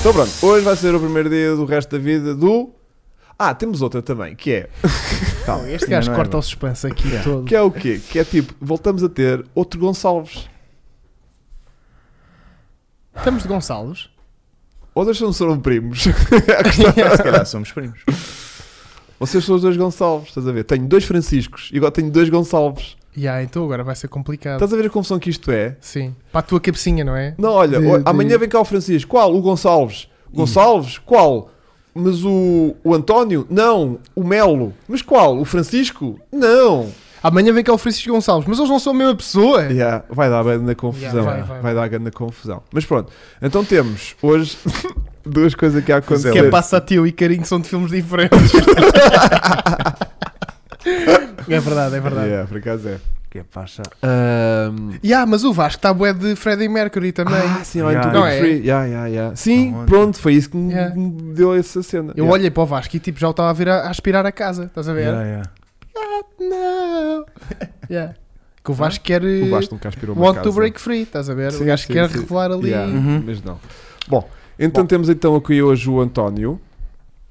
Então pronto, hoje vai ser o primeiro dia do resto da vida do. Ah, temos outra também, que é. Não, este Ainda gajo não é corta bom. o suspense aqui todo. Que é o quê? Que é tipo, voltamos a ter outro Gonçalves. Estamos de Gonçalves. Vocês não serão primos. Se calhar é somos primos. Vocês são os dois Gonçalves, estás a ver? Tenho dois Franciscos e agora tenho dois Gonçalves. E ah, então agora vai ser complicado. Estás a ver a confusão que isto é? Sim. Para a tua cabecinha, não é? Não, olha, De- o- de- amanhã vem cá o Francisco. Qual? O Gonçalves. Gonçalves? Qual? Mas o, o António? Não. O Melo? Mas qual? O Francisco? Não. Amanhã vem cá o Francisco Gonçalves, mas eles não são a mesma pessoa. Yeah, vai dar grande confusão. Yeah, vai, vai, vai, vai. dar grande confusão. Mas pronto, então temos hoje duas coisas que há acontecido. Que é Passatio e Carinho são de filmes diferentes. é verdade, é verdade. Yeah, por acaso é. Que é pacha. Ahm, E ah, mas o Vasco está bué de Freddie Mercury também. ah, sim, olha, Yeah. tudo Não bem é? free. Yeah, Tá yeah, yeah. Sim, Aonde? pronto, foi isso que me- Yeah. me deu essa cena. Eu Yeah. olhei para o Vasco e tipo já o estava a vir a, a aspirar a casa, estás a ver? Yeah, yeah. Não! Yeah. Que o Vasco quer. eh, o Vasco nunca aspirou uma Want casa. to break free, estás a ver? Sim, o gajo sim, quer sim. revelar ali. Yeah, Uhum. Mas não. Bom, então Bom. temos então aqui hoje o António.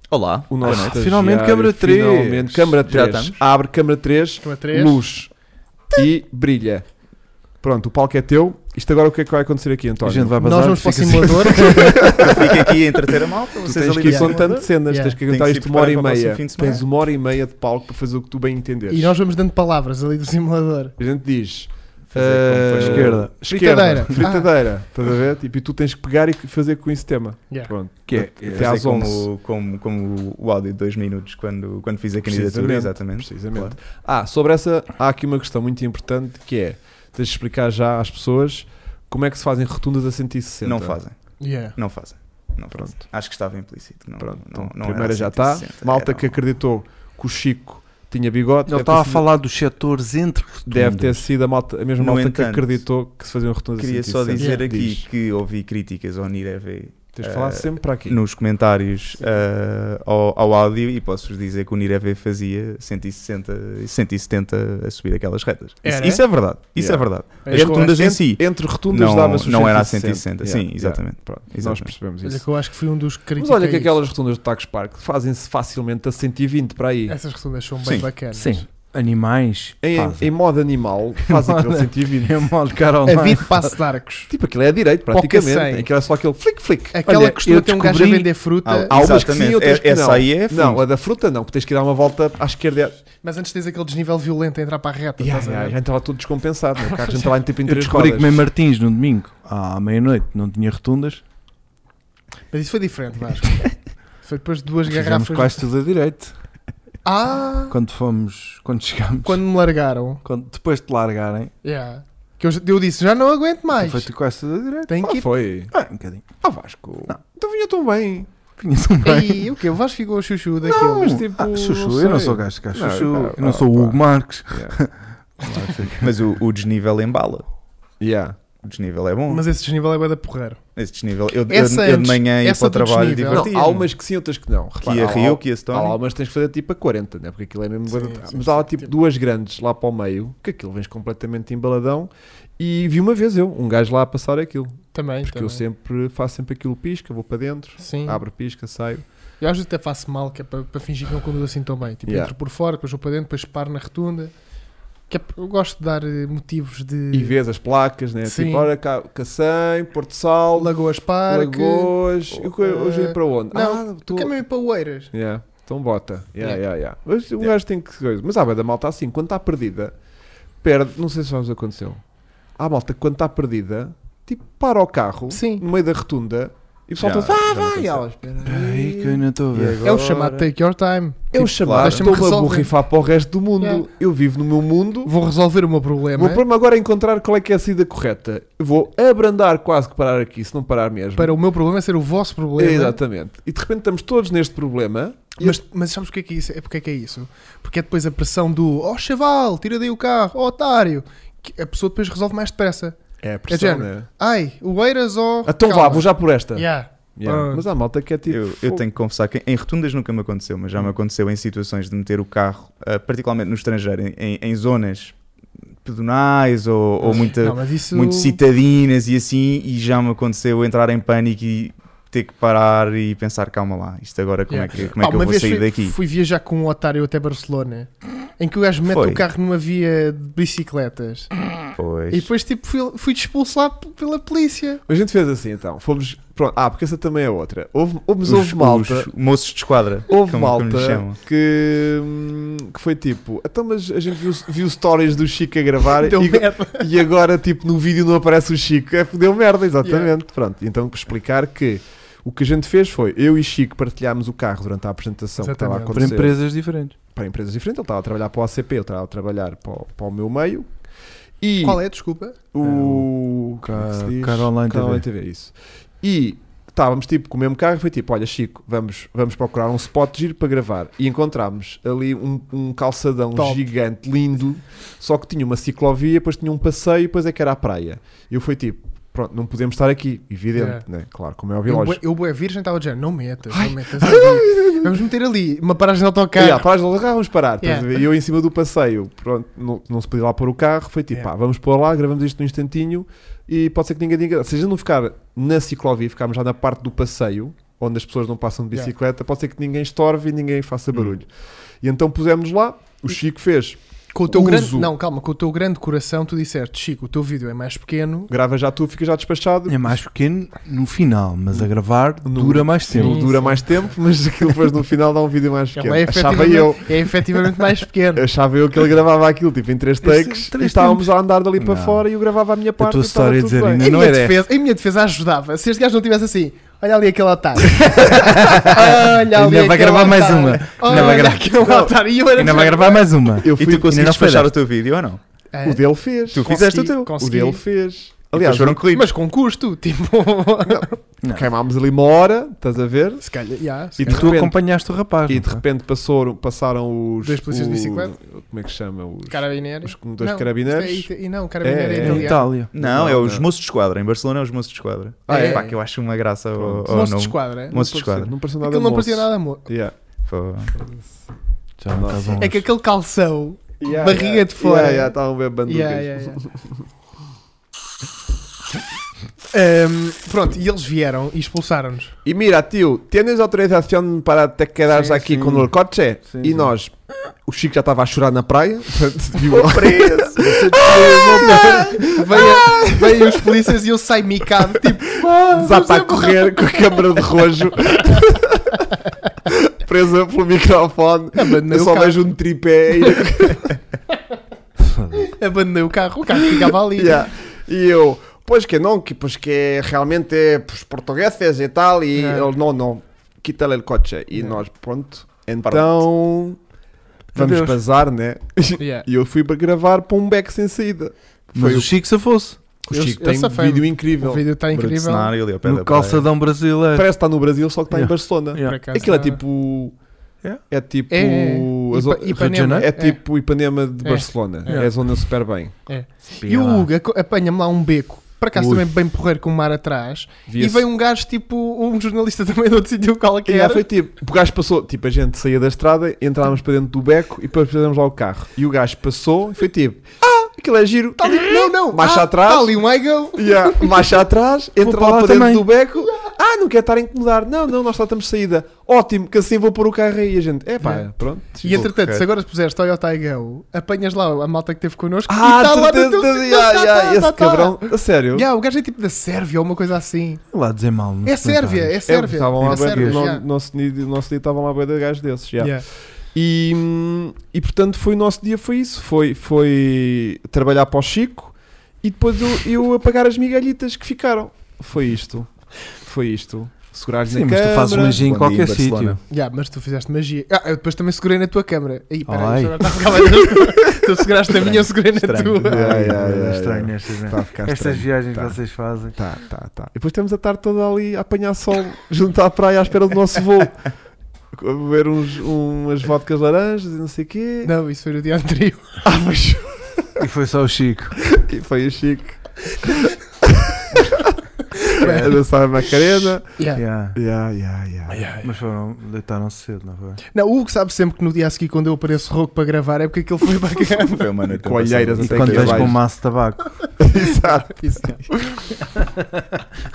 Olá. O nosso Boa noite. estagiário, finalmente câmara 3. Finalmente, câmara Já 3. estamos. Abre câmara 3, Uma três. luz e brilha. Pronto, o palco é teu. Isto agora o que é que vai assim. acontecer aqui, A António? gente vai Nós bazar. vamos para o fica simulador. assim. Fica aqui a entreter a malta. Tu Vocês tens ali que ir no contando simulador. cenas, tens Yeah. que Tem que aguentar se isto uma hora e preparar para o meia. próximo fim de semana. Tens uma hora e meia de palco para fazer o que tu bem entenderes. e nós vamos dando palavras ali do simulador. A gente diz. Fazer como foi eh, no- esquerda, Fritadeira. esquerda, fritadeira, estás a ver? Tipo, e tu tens que pegar e fazer com esse tema. Yeah. Pronto, Que é, Até fazer às como, 11. Como, como o áudio de 2 minutos quando, quando fiz a candidatura, Precisamente, exatamente. precisamente. Claro. Ah, sobre essa, há aqui uma questão muito importante que é: tens de explicar já às pessoas como é que se fazem rotundas a 160. Não fazem, Yeah. não fazem. Não fazem. Pronto. Acho que estava implícito. que Não, Pronto, então, não, não era assim primeira já está. 160, Malta era que um- acreditou que o Chico tinha bigode. Ele tá deve ter estava a sido- falar dos setores entre Deve ter sido a, malta, a mesma No malta que entanto, acreditou que se um faziam rotundas a Queria 160. só dizer Yeah. aqui assim, Diz. que ouvi críticas ao NIREV Tens de falar eh, sempre para aqui. nos comentários eh, ao, ao áudio e posso-vos dizer que o NIREV fazia 160 e 170 a subir aquelas retas. Isso, Era? isso é verdade. Isso Yeah. Um é verdade. É, As eu acho- rotundas em si. Entre rotundas Não, dava-se os não era a 160. 160, sim, exatamente. Pronto, Nós Exatamente. percebemos Olha isso. que eu acho que fui um dos Mas críticos. olha que aquelas rotundas do Tax Park fazem-se facilmente a 120 para aí. Essas rotundas são bem Sim, bacanas. sim. Animais. Em, fazem. em modo animal, fazem aquele 120. É mal de cara ao A mar. vida passa de arcos. Tipo, aquilo é direito, Poca praticamente. cem. Aquilo é só aquele flick-flick. Aquela Olha, que costuma eu ter um gajo a descobri- vender fruta. Ah, Há umas que Exatamente. sim, outras que Essa não. aí é não, fixe. a da fruta não, porque tens que dar uma volta à esquerda. e à- Mas antes tens aquele desnível violento a entrar para a reta. Yeah, estás a yeah, ver? já estava tudo descompensado. Né? O carro já estava em tipo em Eu três descobri que rodas. comer martins no domingo à meia-noite não tinha rotundas. Mas isso foi diferente, Vasco. foi depois de duas Fizemos garrafas. quase tudo a direito. Ah! Quando fomos, quando chegámos, Quando me largaram. quando- depois de te largarem, Yeah. Que eu, eu disse, já não aguento mais. foi tu quase tudo a direito. Tenho Ah, que ir. foi. Ah, um bocadinho. Ah, Vasco. Então vinha tão bem. Vinha tão bem. Ei, o que? O Vasco ficou chuchu daquilo. Não, mas tipo. Ah, chuchu, eu não sei. sou gajo de gajo Não, chuchu. pá, eu não pá, sou o pá. Hugo Marques. Yeah. Mas o, o desnível embala. Yeah. O desnível é bom. Mas esse desnível é bué da porreiro. Esse desnível. Eu, eu- Essa eu, antes- de manhã ia essa para o do trabalho desnível. Não, divertido. há umas que sim, outras que não. Que a Repara, há, Rio, que então- a há, há Stone. umas que tens que fazer tipo a 40, né? porque aquilo é mesmo. Sim, bué da- sim, mas há lá sim, tipo tipo- duas grandes lá para o meio, que aquilo vens completamente embaladão. E vi uma vez eu, um gajo lá a passar aquilo. Também. Porque eu Ah, também. sempre faço sempre aquilo pisca, vou para dentro, Sim. abro pisca, saio. Eu às vezes até faço mal, que é para, para fingir que não conduzo assim tão bem. Tipo, Yeah. entro por fora, depois vou para dentro, depois paro na retunda. Que é p- eu gosto de dar eh, motivos de E vês as placas, né? Sim. Tipo, olha, cá, Cacém, Porto Sal, Lagoas Parque. Lagoas. E o que- hoje eh, é para onde? não, ah, Tu tô... quer mesmo ir para Oeiras? Yeah, Então bota. Yeah, yeah. Yeah. Yeah, Mas o gajo tem que. coisa. Mas há bué da malta assim, quando está perdida, perde. Não sei se já vos aconteceu. Há malta que quando está perdida, tipo, para o carro, Sim. no meio da rotunda, e o pessoal Já- está já ah, me vai, aconteceu. elas, espera Ai, que eu aí." ainda estou a ver. E É o agora? chamado Take Your Time. É o claro. chamado, Tipo, Deixa-me estou-me a resolver. borrifar para o resto do mundo. Yeah. Eu vivo no meu mundo. Vou resolver o meu O problema meu problema agora é encontrar qual é que é a saída correta. Eu vou abrandar quase que parar aqui, se não parar mesmo. para o meu problema é ser o vosso problema. Exatamente. E de repente estamos todos neste problema. E Mas, mas sabes porque é que isso é? Porque é que é isso? Porque é depois a pressão do oh chaval, tira daí o carro, oh otário, que a pessoa depois resolve mais depressa. É a É pressão, género. né? Ai, o Eiras ou. Então vá, Calma. vou já por esta. Yeah. Yeah. Ah. Mas há malta que é tipo. Hum. Eu, eu tenho que confessar que em rotundas nunca me aconteceu, mas já me aconteceu em situações de meter o carro, ah, particularmente no estrangeiro, em- em, em zonas pedonais ou, Hum. ou muita, Não, mas isso. muito citadinas e assim, e já me aconteceu entrar em pânico e ter que parar e pensar, calma lá, isto agora como Yeah. é que, como é Ah, Pá, que eu uma vou vez sair fui, daqui? fui viajar com um otário até Barcelona em que o gajo mete Foi. o carro numa via de bicicletas Pois. e depois tipo fui, fui expulso lá p- pela polícia. A gente fez assim então. Fomos. Pronto. Ah, porque essa também é outra. Houve, houve, mas os, houve malta. os moços de esquadra. é Houve como, como lhe malta chamam. que, hum, que foi tipo, então, mas a gente viu, viu stories do Chico a gravar Deu e, merda. e agora, tipo, no vídeo não aparece o Chico. É, deu merda, exatamente. Pronto, então, para explicar que o que a gente fez foi eu e Chico partilhámos o carro durante a apresentação que estava a Exatamente. Para acontecer empresas diferentes. para empresas diferentes. Ele estava a trabalhar para o ACP, eu estava a trabalhar para o, para o meu meio. E Qual é? Desculpa. o. Ca- como é que se diz? Canal Online Canal TV. Online TV, isso. E estávamos tipo com o mesmo carro, foi tipo: olha, Chico, vamos, vamos procurar um spot de giro para gravar. E encontramos ali um, um calçadão Top. gigante, lindo, só que tinha uma ciclovia, depois tinha um passeio, depois é que era a praia. E eu fui tipo: pronto, não podemos estar aqui, evidente, Yeah. né? claro, como é óbvio, Eu, bué- lógico. eu bué virgem estava dizendo, não metas, não metas. ali. Vamos meter ali uma paragem de autocarro. Yeah, para as lojas, ah, vamos parar. estás a Yeah. ver? E eu em cima do passeio, pronto, não, não se podia lá pôr o carro, foi tipo, Yeah. pá, vamos pôr lá, gravamos isto num instantinho e pode ser que ninguém diga. Se a gente não ficar na ciclovia, ficarmos já na parte do passeio, onde as pessoas não passam de Yeah. Hum. bicicleta, pode ser que ninguém estorve e ninguém faça barulho. E então pusemos lá, o Chico fez, Com o teu Uso. grande, não, calma, com o teu grande coração tu disseste, Chico, o teu vídeo é mais pequeno. grava já tu, fica já despachado. É mais pequeno no final, mas a gravar No- dura mais tempo. Não dura mais tempo, mas aquilo depois no final dá um vídeo mais pequeno. Ele é Achava eu. efetivamente, é efetivamente mais pequeno. Achava eu que ele gravava aquilo tipo em três Três- takes três e estávamos a andar dali para Não. fora e eu gravava a minha parte. tua e estava história a tudo dizer bem. ainda Em Não minha, era. defesa, em minha defesa ajudava. Se este gajo não tivesse assim, olha ali aquele otário. Olha ali Ainda vai aquele gravar mais otário. uma. Olha Ainda vai gravar- aquele Não. otário. E eu era Ainda vai gravar mais uma. Eu E fui tu conseguiste foi fechar dar. o teu vídeo ou não? Ah, O dele fez. Tu fizeste o teu. O consegui. dele fez. Aliás, Aliás, foram corridos. Mas com custo, tipo. queimámos ali uma hora, estás a ver? se calhar, yeah, se E de calhar. Tu repente- acompanhaste o rapaz. E não de foi? repente passou, passaram os. Dois polícias de o- bicicleta? Como é que se chama? Os, Carabineiro. os com- dois Não, carabineiros. isto é it- E não, carabineiro é, É, É italiano. em Itália. Não, é Não, os não. moços de esquadra. Em Barcelona é os moços de esquadra. Ah, é? Pá, que eu acho uma graça ao, Pronto. ao Moço de nome. esquadra. oh, Moço de Não parecia- esquadra. Não pareceu nada Aquilo não parecia moço. nada amor. Yeah. Pô. É Já não estás É que aquele calção. Barriga de fora. Yeah, yeah, estavam bem banducas. Yeah, yeah, yeah. Ahm, Ehm, pronto, e eles vieram e expulsaram-nos. E mira, tio, tens autorização para te quedares Sim, aqui sim. com o coche? Sim, e sim. nós, o Chico já estava a chorar na praia. Viu? Preso! Veio, veio os polícias e eu saio micado, tipo, Desata a correr com a câmara de rojo. Presa pelo microfone. Abandonei Eu o só carro. vejo um tripé e, abandonei o carro, o carro ficava ali. Yeah. e eu, pois que não, que, pois que realmente é os portugueses e tal. E Yeah. ele, não, não, quita-lhe o coche. E Yeah. nós, pronto, então vamos Adeus. bazar, né? Yeah. E eu fui para gravar para um beck sem saída. Mas Foi o o, Chico se fosse. o eu- Chico eu tem um safei-me. vídeo O incrível. vídeo está Incrível. incrível. cenário ali ao pé da No praia. calçadão brasileiro. Parece que está no Brasil, só que está Yeah. em Barcelona. Yeah. Por acaso ah. Aquilo é não. tipo. Yeah. É tipo. É, é, é. a zo- Ipa- Ipanema. de Janeiro? É tipo Ipanema de É. Barcelona. É. É. a zona super bem. E o Hugo aco- apanha-me lá um beco, por acaso também bem porreiro com o mar atrás, e Via-se- veio um gajo tipo, um jornalista também de outro sítio E qualquer. lá foi tipo, o gajo passou, tipo, a gente saía da estrada, entrámos para dentro do beco e depois fizemos lá o carro. E o gajo passou e foi tipo, ah, aquilo é giro, Tá ali, não, não, Marcha ah, atrás. Está ali um Eagle. Yeah, marcha atrás, entra para lá lá para dentro também. do beco. Ah, não quer estar a incomodar. Não, não, nós só estamos de saída. Ótimo, que assim vou pôr o carro aí. E a gente, é pá, Yeah. pronto. E entretanto, correto. se agora puseres Toyota Eagle, apanhas lá a malta que teve connosco e Ah, está lá no de- de- teu de- sítio, yeah, tá, yeah, tá, tá, esse tá. cabrão, a sério. Yeah, o gajo é tipo da Sérvia ou uma coisa assim. Lá dizer mal. nos É Sérvia, é É, Sérvia. estavam lá é bué- Sérvia, no, yeah. nosso dia, no nosso dia estavam lá bem de gajos desses. já. Yeah. E, hum, e portanto foi o nosso dia, foi isso. Foi, foi trabalhar para o Chico e depois eu, eu a pagar as migalhitas que ficaram. Foi isto. Foi isto. Segurar-lhes Sim, a mas tu fazes câmara. magia em Bom dia, qualquer Barcelona. sítio. Yeah, mas tu fizeste magia. Ah, eu depois também segurei na tua câmara. Aí, peraí, Ai. isto agora está a ficar mais- Tu seguraste a minha, eu segurei na Estranho. tua. Yeah, Ai, yeah, é yeah, Estranho yeah. estas, né? Está a ficar Estas estranho. viagens que Tá. vocês fazem. Tá, tá, tá. E depois temos a tarde toda ali a apanhar sol junto à praia à espera do nosso voo. A beber uns, umas vodkas laranjas e não sei o quê. Não, isso foi no dia anterior. Ah, mas E foi só o Chico. E foi o Chico. a dançar a Macarena. Yeah. Yeah. Yeah, yeah, yeah. Mas foram, deitaram-se cedo, não foi? Não, o Hugo sabe sempre que no dia a seguir, quando eu apareço rouco para gravar, é porque aquilo foi bacana. Foi uma noite Com olheiras, passada. não E sei quando que vais vais. com um maço de tabaco, Exato. Isso,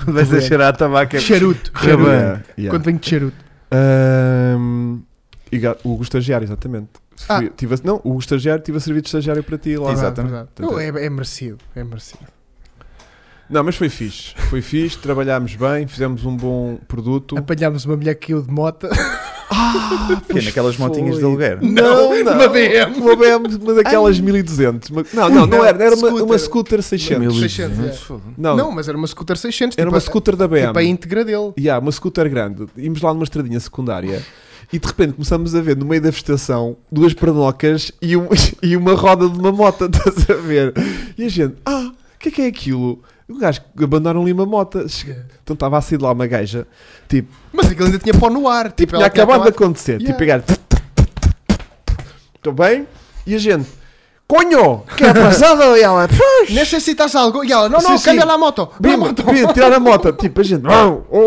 vais a cheirar tabaco. é- charuto. Rabanne. charuto. Yeah, yeah. Quando venho de charuto. Ahm, e ga- o Hugo estagiário, exatamente. Fui- Ah. tive a- não, o Hugo estagiário tive a servir de estagiário para ti lá. Exato. Ah, Exatamente. verdade. Não, é, é merecido. É merecido. Não, mas foi fixe. Foi fixe, trabalhámos bem, fizemos um bom produto. Apanhámos uma mulher que caiu de moto. Quê? é Naquelas Pois motinhas foi. de aluguer. Não, não. Uma BM. Uma BM, uma daquelas 1200. Uma- Não, não, não Não, era. Era uma, uma scooter. scooter 600. 600, é. 1200, foda-se. Não, Não, mas era uma scooter 600. era tipo uma a- scooter da BM. Tipo a íntegra dele. Yeah, uma scooter grande. Íamos lá numa estradinha secundária e de repente começamos a ver no meio da vegetação duas pernocas e, um- e uma roda de uma moto, estás a ver? E a gente, ah, o que é que é aquilo? O gajo que abandonaram ali uma moto. Chega- Então estava a sair de lá uma gaja, tipo, Mas aquilo ainda tinha pó no ar. Tipo, tinha ela acabado de acabado- acontecer. Yeah. Tipo, a gaja, estou bem? E a gente, conho, que é passado? E ela, Necessitas algo? E ela, não, não, Sim, cambia sim. lá a moto. Lá a Bim, moto. bim, tirar a moto, tipo a gente, oh, oh,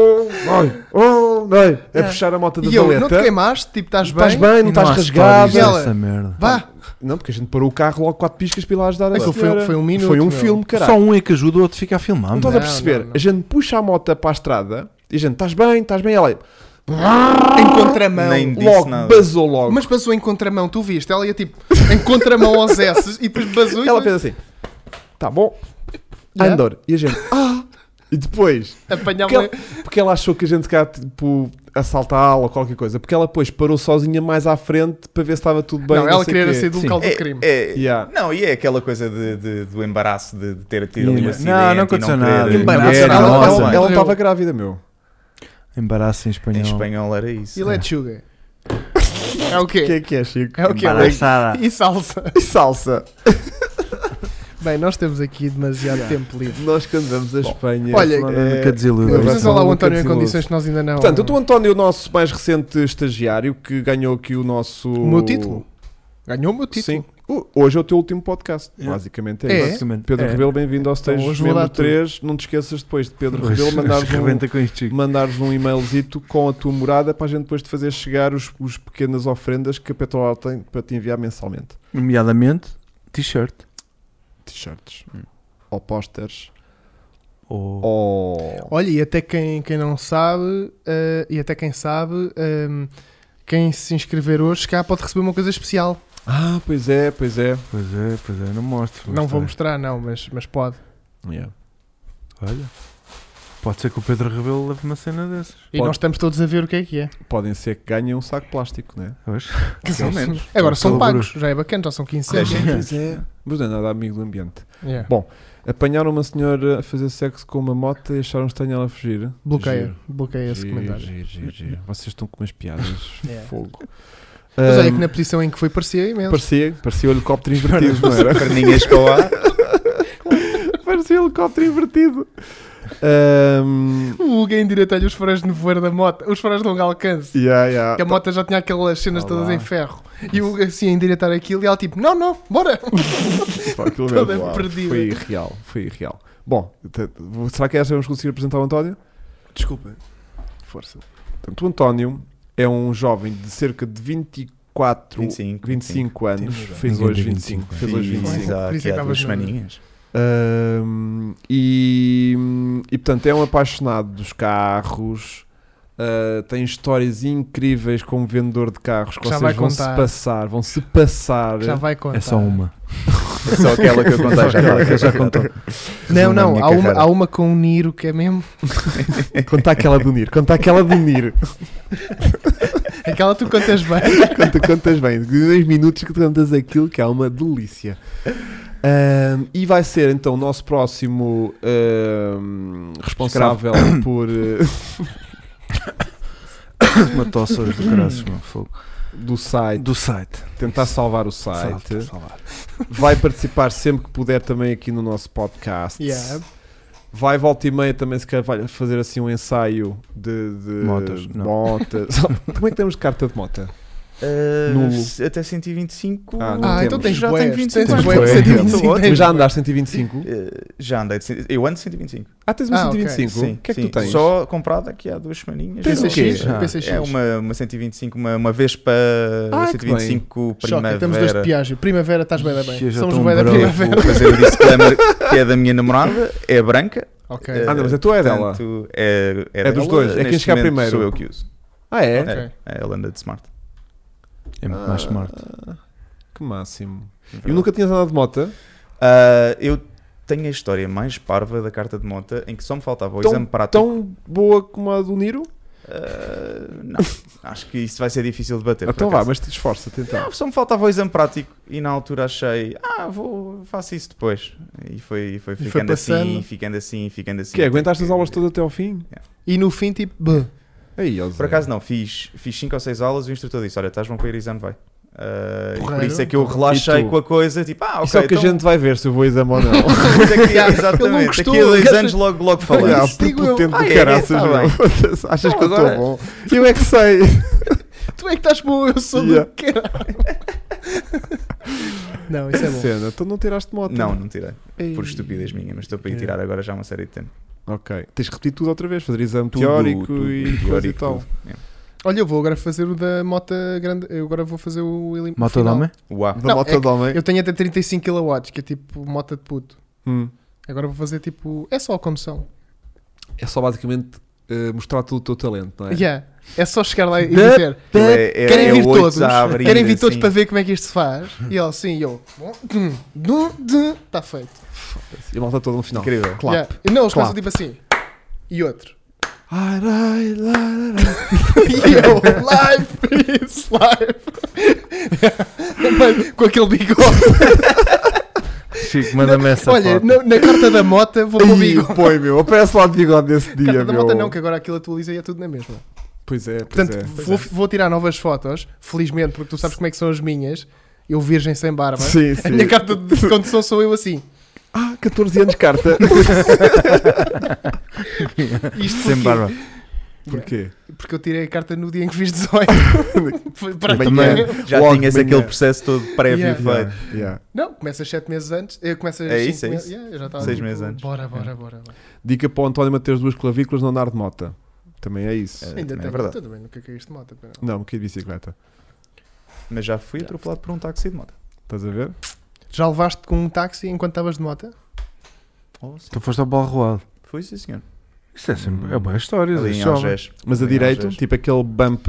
oh, oh, não, a Yeah. puxar a moto da E eu, não te valeta. queimaste? Tipo, estás bem? Estás bem, não E estás há rasgado. histórias Ela- dessa merda. Vá. Não, porque a gente parou o carro logo quatro piscas para ir lá ajudar a Aquilo foi- senhora. foi um minuto, Foi um meu. filme, caralho. Só um é que ajuda, o outro fica a filmar. Não mano. estás a Não, perceber. não, não. A gente puxa a moto para a estrada e a gente, estás bem, estás bem. Ela é, Em contramão. Nem disse logo nada. basou logo. Mas passou em contramão, tu viste? Ela ia tipo em contramão aos S e depois basou e Ela depois fez assim, tá bom, Yeah. é. Andor. E a gente, ah! E depois, assim, apanhava. porque ela, porque ela achou que a gente cá, tipo, assaltá-la ou qualquer coisa. Porque ela depois parou sozinha mais à frente para ver se estava tudo bem. não, ela sei queria quê. sair do Sim. local do É- crime. é- Yeah. Não, e é aquela coisa de, de- do embaraço de, de ter tido ali um Yeah. acidente. Não, não e aconteceu querer- nada. não Embaraço querer- na É, Ela- nossa. ela- Ela Morreu. estava grávida, meu. Embaraço em Em espanhol. espanhol era isso. E leite sugar. É o O que quê? é que é, Chico? É o quê? Embaraçada. E salsa. E salsa. Bem, nós temos aqui demasiado tempo livre. Nós que andamos a Espanha. Olha, Semana eh, nunca desiluda. Eu Vamos abraço lá Semana o nunca António em desiluda. condições que nós ainda não. Portanto, o António é o nosso mais recente estagiário que ganhou aqui o nosso. o meu título. Ganhou o meu Sim. título. O- Hoje é o teu último podcast. É. Basicamente é, É. Então, isso. Basicamente. Pedro É. Rebelo, bem-vindo ao Stage hoje vou Membro dar tudo. 3. Não te esqueças depois de Pedro Pois, Rebelo mandares um, Rebenta com isto, Chico. mandares um e-mailzito com a tua morada para a gente depois te fazer chegar os, os pequenas ofrendas que a Petrolal tem para te enviar mensalmente. Nomeadamente, t-shirt. T-shirts, Hum. ou posters, Oh. Ou... ou. Olha, e até quem, quem não sabe, eh, e até quem sabe, eh, quem se inscrever hoje, cá pode receber uma coisa especial. Ah, pois é, pois é. Pois é, pois é, não mostro. não mas vou tá. mostrar, não, mas, mas pode. Yeah. Olha. Pode ser que o Pedro Rebelo leve uma cena dessas. E Pode. nós estamos todos a ver o que é que é. Podem ser que ganhem um saco de plástico, né? Pois. Pelo menos. Agora Pode são ser pagos, já é bacana, já são 15 Pois cêntimos. é, pois é. Mas não é nada amigo do ambiente. Yeah. Apanharam uma senhora a fazer sexo com uma moto e acharam estranho ela fugir. Bloqueia, Giro. bloqueia É esse Giro, comentário. giro, giro, giro. Vocês estão com umas piadas. Yeah. Fogo. Mas olha Ahm, que na posição em que foi parecia imenso. parecia, parecia o helicóptero invertido, não era? Tipo, Perninhas para o ar. parecia o helicóptero invertido. Ahm, O Hugo endireitou-lhe os faróis de nevoeiro da moto, os faróis de longo alcance. yeah, yeah. Que a moto já tinha aquelas cenas Ah todas lá. em ferro. E o Hugo assim a endireitar aquilo e ela tipo, não, não, bora! Pá, aquilo toda mesmo, uau, perdida. Foi irreal, foi irreal. Bom, te- será que é esta vamos conseguir apresentar o António? Desculpa. Força. Portanto, o António é um jovem de cerca de 24, 25. 25 anos. Tem Fez Ninguém hoje tem 25. 25, Fez hoje Fiz 25. há, Por isso aqui há acabas é duas no- semaninhas. Ahm, e, e portanto é um apaixonado dos carros. ah, tem histórias incríveis como vendedor de carros que Já vai vocês vão se contar. passar, vão se passar. Já vai contar. É só uma. Só aquela que eu contei já. Aquela que já contou. Resumo Não, a não, minha há uma, carreira. há uma com o Niro que é mesmo. Conta É aquela do Nir, conta aquela do Nir. Aquela tu contas bem. Conta, contas bem, de dois minutos que tu contas aquilo que é uma delícia. Ahm, e vai ser então o nosso próximo ahm, responsável por eh, Uma tosse hoje do graças, meu fogo. do site, Do site. tentar salvar o site. Salta, salvar. Vai participar sempre que puder também aqui no nosso podcast. Yeah. Vai volta e meia também se quer vai fazer assim um ensaio de, de Motas, de não. motas. Como é que temos de carta de mota? ah, Nulo. até 125. Ah, não Ah, então temos. tens já bué, tenho 25 tens anos. bué de Tens bué. 125, Ótimo. Mas tens já bué. andaste 125? Ah, Então, já andei de 100, eu ando de 125. Ah, tens uma Ah, ok. 125? O que é que sim. tu tens? Só comprado aqui há duas semaninhas. Tens Não, o quê? é- Ah, PCX. É uma, uma 125, uma, uma Vespa Ah, que 125 Choca, primavera. estamos dois de piagem. Primavera estás bem da Ixi, eu bem. já Somos tô um bem da branco. primavera. Vou fazer o disclaimer que é da minha namorada, é branca. Ok. eh, Ah, não, mas a tua é dela. portanto, É, É dos dela. dois, é quem Neste chegar momento primeiro. Sou eu que uso. Ah, é? Ok. É, é ela anda de smart. É muito mais smart. Ah, Que máximo. Verdade. E nunca tinhas andado de moto? Ah, eu tenho a história mais parva da carta de mota em que só me faltava o Tão- exame prático. Tão boa como a do Niro? Ah, não, acho que isso vai ser difícil de bater. por Então vá, acaso. mas te esforça-te então. Não, Ah, só me faltava o exame prático e na altura achei, ah, vou, faço isso depois. E foi, foi foi ficando assim, passando. ficando assim, ficando assim. Que é, aguentaste as Até que- aulas todas até ao fim? E no fim, tipo, bê. Aí, ó Zé. Por acaso não, fiz 5 ou 6 aulas e o instrutor disse: Olha, estás bom para ir exame, vai. Ah, e por Porreiro. isso é que eu E relaxei tu? com a coisa, tipo, ah, ok. Isso é o que então, a gente vai ver se eu vou exame ou não. Mas é que- Ele não exatamente, gostou, daqui a dois essa- anos logo, logo Olha, falamos. Isso digo eu. prepotente Ah, é, do é, caraças, tá meu. bem. Foda-se, Achas Não, que eu agora- estou bom? Eu é que sei. tu é que estás bom, eu sou Yeah. do que Não, isso é bom. Cena, tu não tiraste moto. Não, não tirei. Ei. Por estupidez minha, mas estou para ir É. tirar agora já há uma série de tempo. Ok. Tens de repetir tudo outra vez, fazer exame Tudo, teórico tudo, e coisa tudo, e teórico, tal. tudo. É. Olha, eu vou agora fazer o da moto grande. Eu agora vou fazer o elim... Moto de final. homem? Uau. Da Não, moto é que- de homem. Eu tenho até 35 kW, que é tipo moto de puto. Hum. Agora vou fazer tipo. É só como são. É só basicamente eh, mostrar todo o teu talento, não é? Yeah. É só chegar lá e Da- dizer. Aquilo é- é- Querem é vir oito todos? a abrir, Querem vir todos assim. para ver como é que isto se faz? E ele, sim, e eu. Está feito. E a malta toda no final. Incrível. Clap. Yeah. Não, eles Clap. começam tipo assim. E outro. Arai, larai. E eu, live, it's live. Mas, com aquele bigode. Chico, manda-me essa Olha, foto. na, na carta da moto vou para o bigode. Ih, Põe, meu. Aparece lá de bigode nesse dia, Carta da meu. moto não, que agora aquilo atualiza e é tudo na mesma. Pois é, pois Portanto, é. vou, vou tirar novas fotos, felizmente, porque tu sabes como é que são as minhas. Eu virgem sem barba. Sim, A sim. minha carta de condução sou eu assim. Ah, 14 anos carta. Isto Sem porquê? barba. Porquê? Porque eu tirei a carta no dia em que fiz 18. Foi para Também quê? é. Já Logo de tinhas manhã. aquele processo todo prévio Yeah. feito. Yeah. Não, começas 7 meses antes. Eu começo É cinco isso, é meses- isso. Yeah, eu já estava Seis tipo, meses antes. Bora, bora, bora. bora. Dica para o António Mateus duas clavículas não andar de moto. Também é isso. É. Ainda também tem verdade. Tudo bem, nunca caíste de moto. pá, não. Não, um bocadinho de bicicleta. Mas já fui atropelado por um táxi de moto. Estás a ver? Já levaste com um táxi enquanto estavas de moto? Oh, sim. Tu foste ao Balroado. Foi sim, senhor. Isso é sempre. Hum. É boa história. Ali em Algés. Mas a Ali em direito, Algés. tipo aquele bump,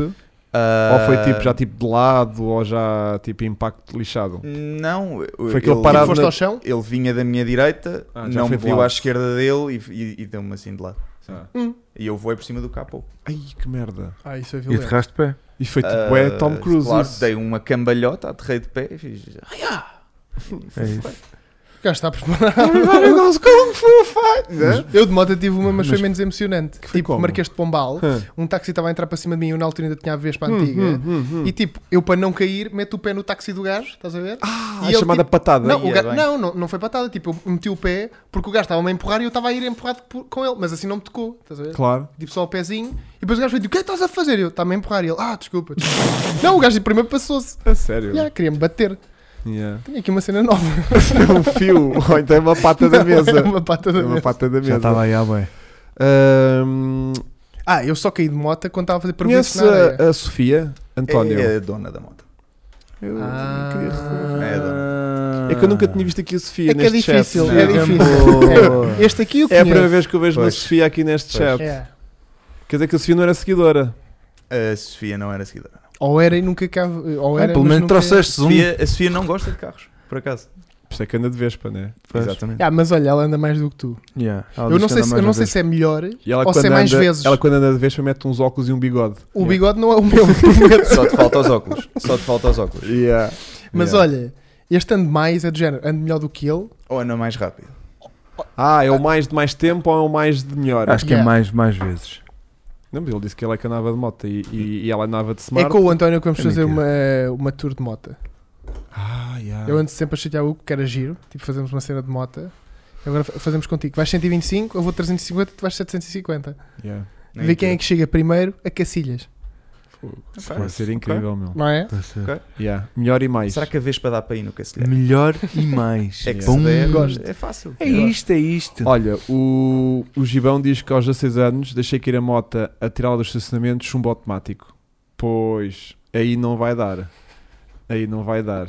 Ah, ou foi tipo já tipo de lado, ou já tipo impacto lixado. Não, Foi aquele ele- parado e foste na- ao chão? Ele vinha da minha direita, Ah, já não foi me de viu lado. à esquerda dele e, e- e deu-me assim de lado. Ah. Hum. E eu voei por cima do capô. Ai, que merda. Ah, isso é E violento. aterraste de pé. E foi tipo, Ah, é Tom Cruise. Claro, isso. dei uma cambalhota, aterrei de pé e fiz. "Ai, ah!" É isso. O gajo está preparado. Everybody goes Kung Fu Fight. Né? Eu de moto tive uma, mas, Mas- foi menos emocionante. que foi tipo, como? Marquês de Pombal, Hã. um táxi estava a entrar para cima de mim, eu na altura ainda tinha a Vespa Hum, antiga. hum, hum, hum. E tipo, eu para não cair, meto o pé no táxi do gajo, estás a ver? Ah, e a ele, chamada patada. não, o ia gajo- bem. não, não, não foi patada. Tipo, eu meti o pé porque o gajo estava-me a empurrar e eu estava a ir empurrado por- com ele, mas assim não me tocou, estás a ver? Claro. Tipo, só o pezinho. E depois o gajo foi tipo, o que é que estás a fazer? E Eu, está-me a empurrar. E ele, ah, desculpa. desculpa." não, o gajo primeiro passou-se. A sério. Yeah, Queria-me bater. Yeah. Tenho aqui uma cena nova. É um fio, ou então é uma pata da mesa. Era uma pata da É uma mesa. pata da Já mesa. estava aí à bem. Ahm, Ah, eu só caí de moto quando estava a fazer conhece previsto na areia. a, a Sofia António? É a dona da moto. Eu Ah. queria resolver. É, É que eu nunca tinha visto aqui a Sofia É que é neste chat. difícil, é difícil. Este aqui É eu a conheço. primeira vez que eu vejo uma Pois. Sofia aqui neste Pois. chat. É. Quer dizer que a Sofia não era seguidora. A Sofia não era seguidora. Ou era e nunca cá. Ou Bem, era, pelo mas menos nunca... trouxestes um. Sofia- a Sofia não gosta de carros, por acaso. Por isso é que anda de Vespa, né? Pois. Exatamente. Ah, mas olha, ela anda mais do que tu. Yeah. Ela eu diz não que sei, anda se, eu mais não uma sei vez. se é melhor. E ela, Ou quando ser mais anda- vezes. ela quando anda de Vespa mete uns óculos e um bigode. O Yeah. bigode não é o meu. prometo. Só te falta os óculos. Só te falta os óculos. Yeah. mas Yeah. olha, este ando mais é do género. Ando melhor do que ele. Ou anda mais rápido. Ah, é o mais de mais tempo ou é o mais de melhor? Acho que é Yeah. mais, mais vezes. Não, mas ele disse que ela é que andava de moto e, e- e ela andava de smart. É com o António que vamos É fazer uma, eh, mentira. uma tour de moto. Ah, yeah. Eu ando sempre a chatear o Hugo, que era giro. Tipo, fazemos uma cena de moto. Agora fa- fazemos contigo. Vais 125, eu vou 350, tu vais 750. Yeah. é Vê quem é que chega primeiro a Cacilhas. Vai ser incrível, meu. Não é? Vai ser. Yeah. Melhor e mais. Será que a Vespa dá para ir no Cacilheiro? Melhor e mais. É que Bom. se der, Hum. é fácil. É isto, é isto. Olha, o, o Gibão diz que aos 16 anos deixei cair a moto a tirá-la do estacionamento chumbo automático. Pois, aí não vai dar. Aí não vai dar.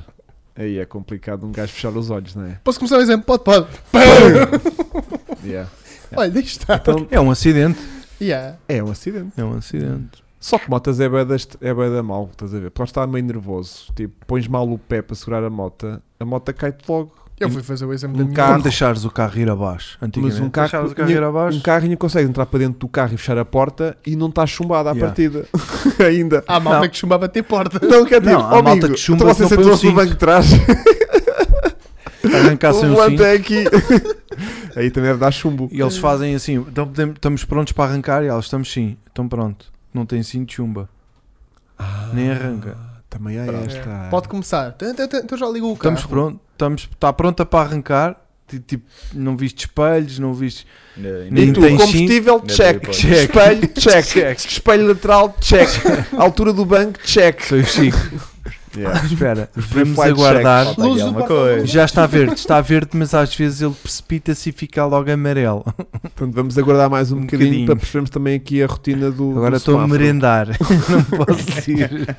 Aí é complicado um gajo fechar os olhos, não é? Posso começar o exemplo? Pode, pode. Yeah. Olha, daí está. Então, É um acidente. Yeah. é um acidente. É um acidente. Só que motas é bué da est- é bué da mal, estás a ver? Porque lá está meio nervoso. Tipo, pões mal o pé para segurar a moto, a moto cai-te logo. Eu fui fazer o exame Um da minha carro. Como deixares o carro ir abaixo. Antigamente. um carro- Deixavas o carro ir abaixo. Um carro ainda consegue entrar para dentro do carro e fechar a porta e não está chumbado à Yeah. partida. Ainda. Há malta Não. que chumbava até porta. Não, quer dizer, Não, há ó, malta amigo, que chumba então você que não põe sentou o se no cinto. banco de trás. Arrancar Tá sem o o volante cinto. é aqui. Aí também deve dar chumbo. um E eles fazem assim, então podemos- estamos prontos para arrancar e elas estamos sim, estão pronto. Não tem cinto chumba. Nem arranca. Também é esta. Ah. Pode começar. Tan, tan, tan, Então já ligou o carro. Estamos pronto, estamos, está pronta para arrancar. Ti- Tipo, não viste espelhos, não viste. E Nem tu, tem combustível, cinto. check. Não tem hipótese. Espelho, check. Espelho lateral, check. Altura do banco, check. Foi o Chico. Espera, vamos aguardar. Luz do alguma Barcelona. coisa. Já está verde, está verde, mas às vezes ele precipita-se e fica logo amarelo. Portanto, vamos aguardar mais um, Um bocadinho, bocadinho. para percebermos também aqui a rotina do. do Agora estou a semáforo. merendar. um Não posso ir.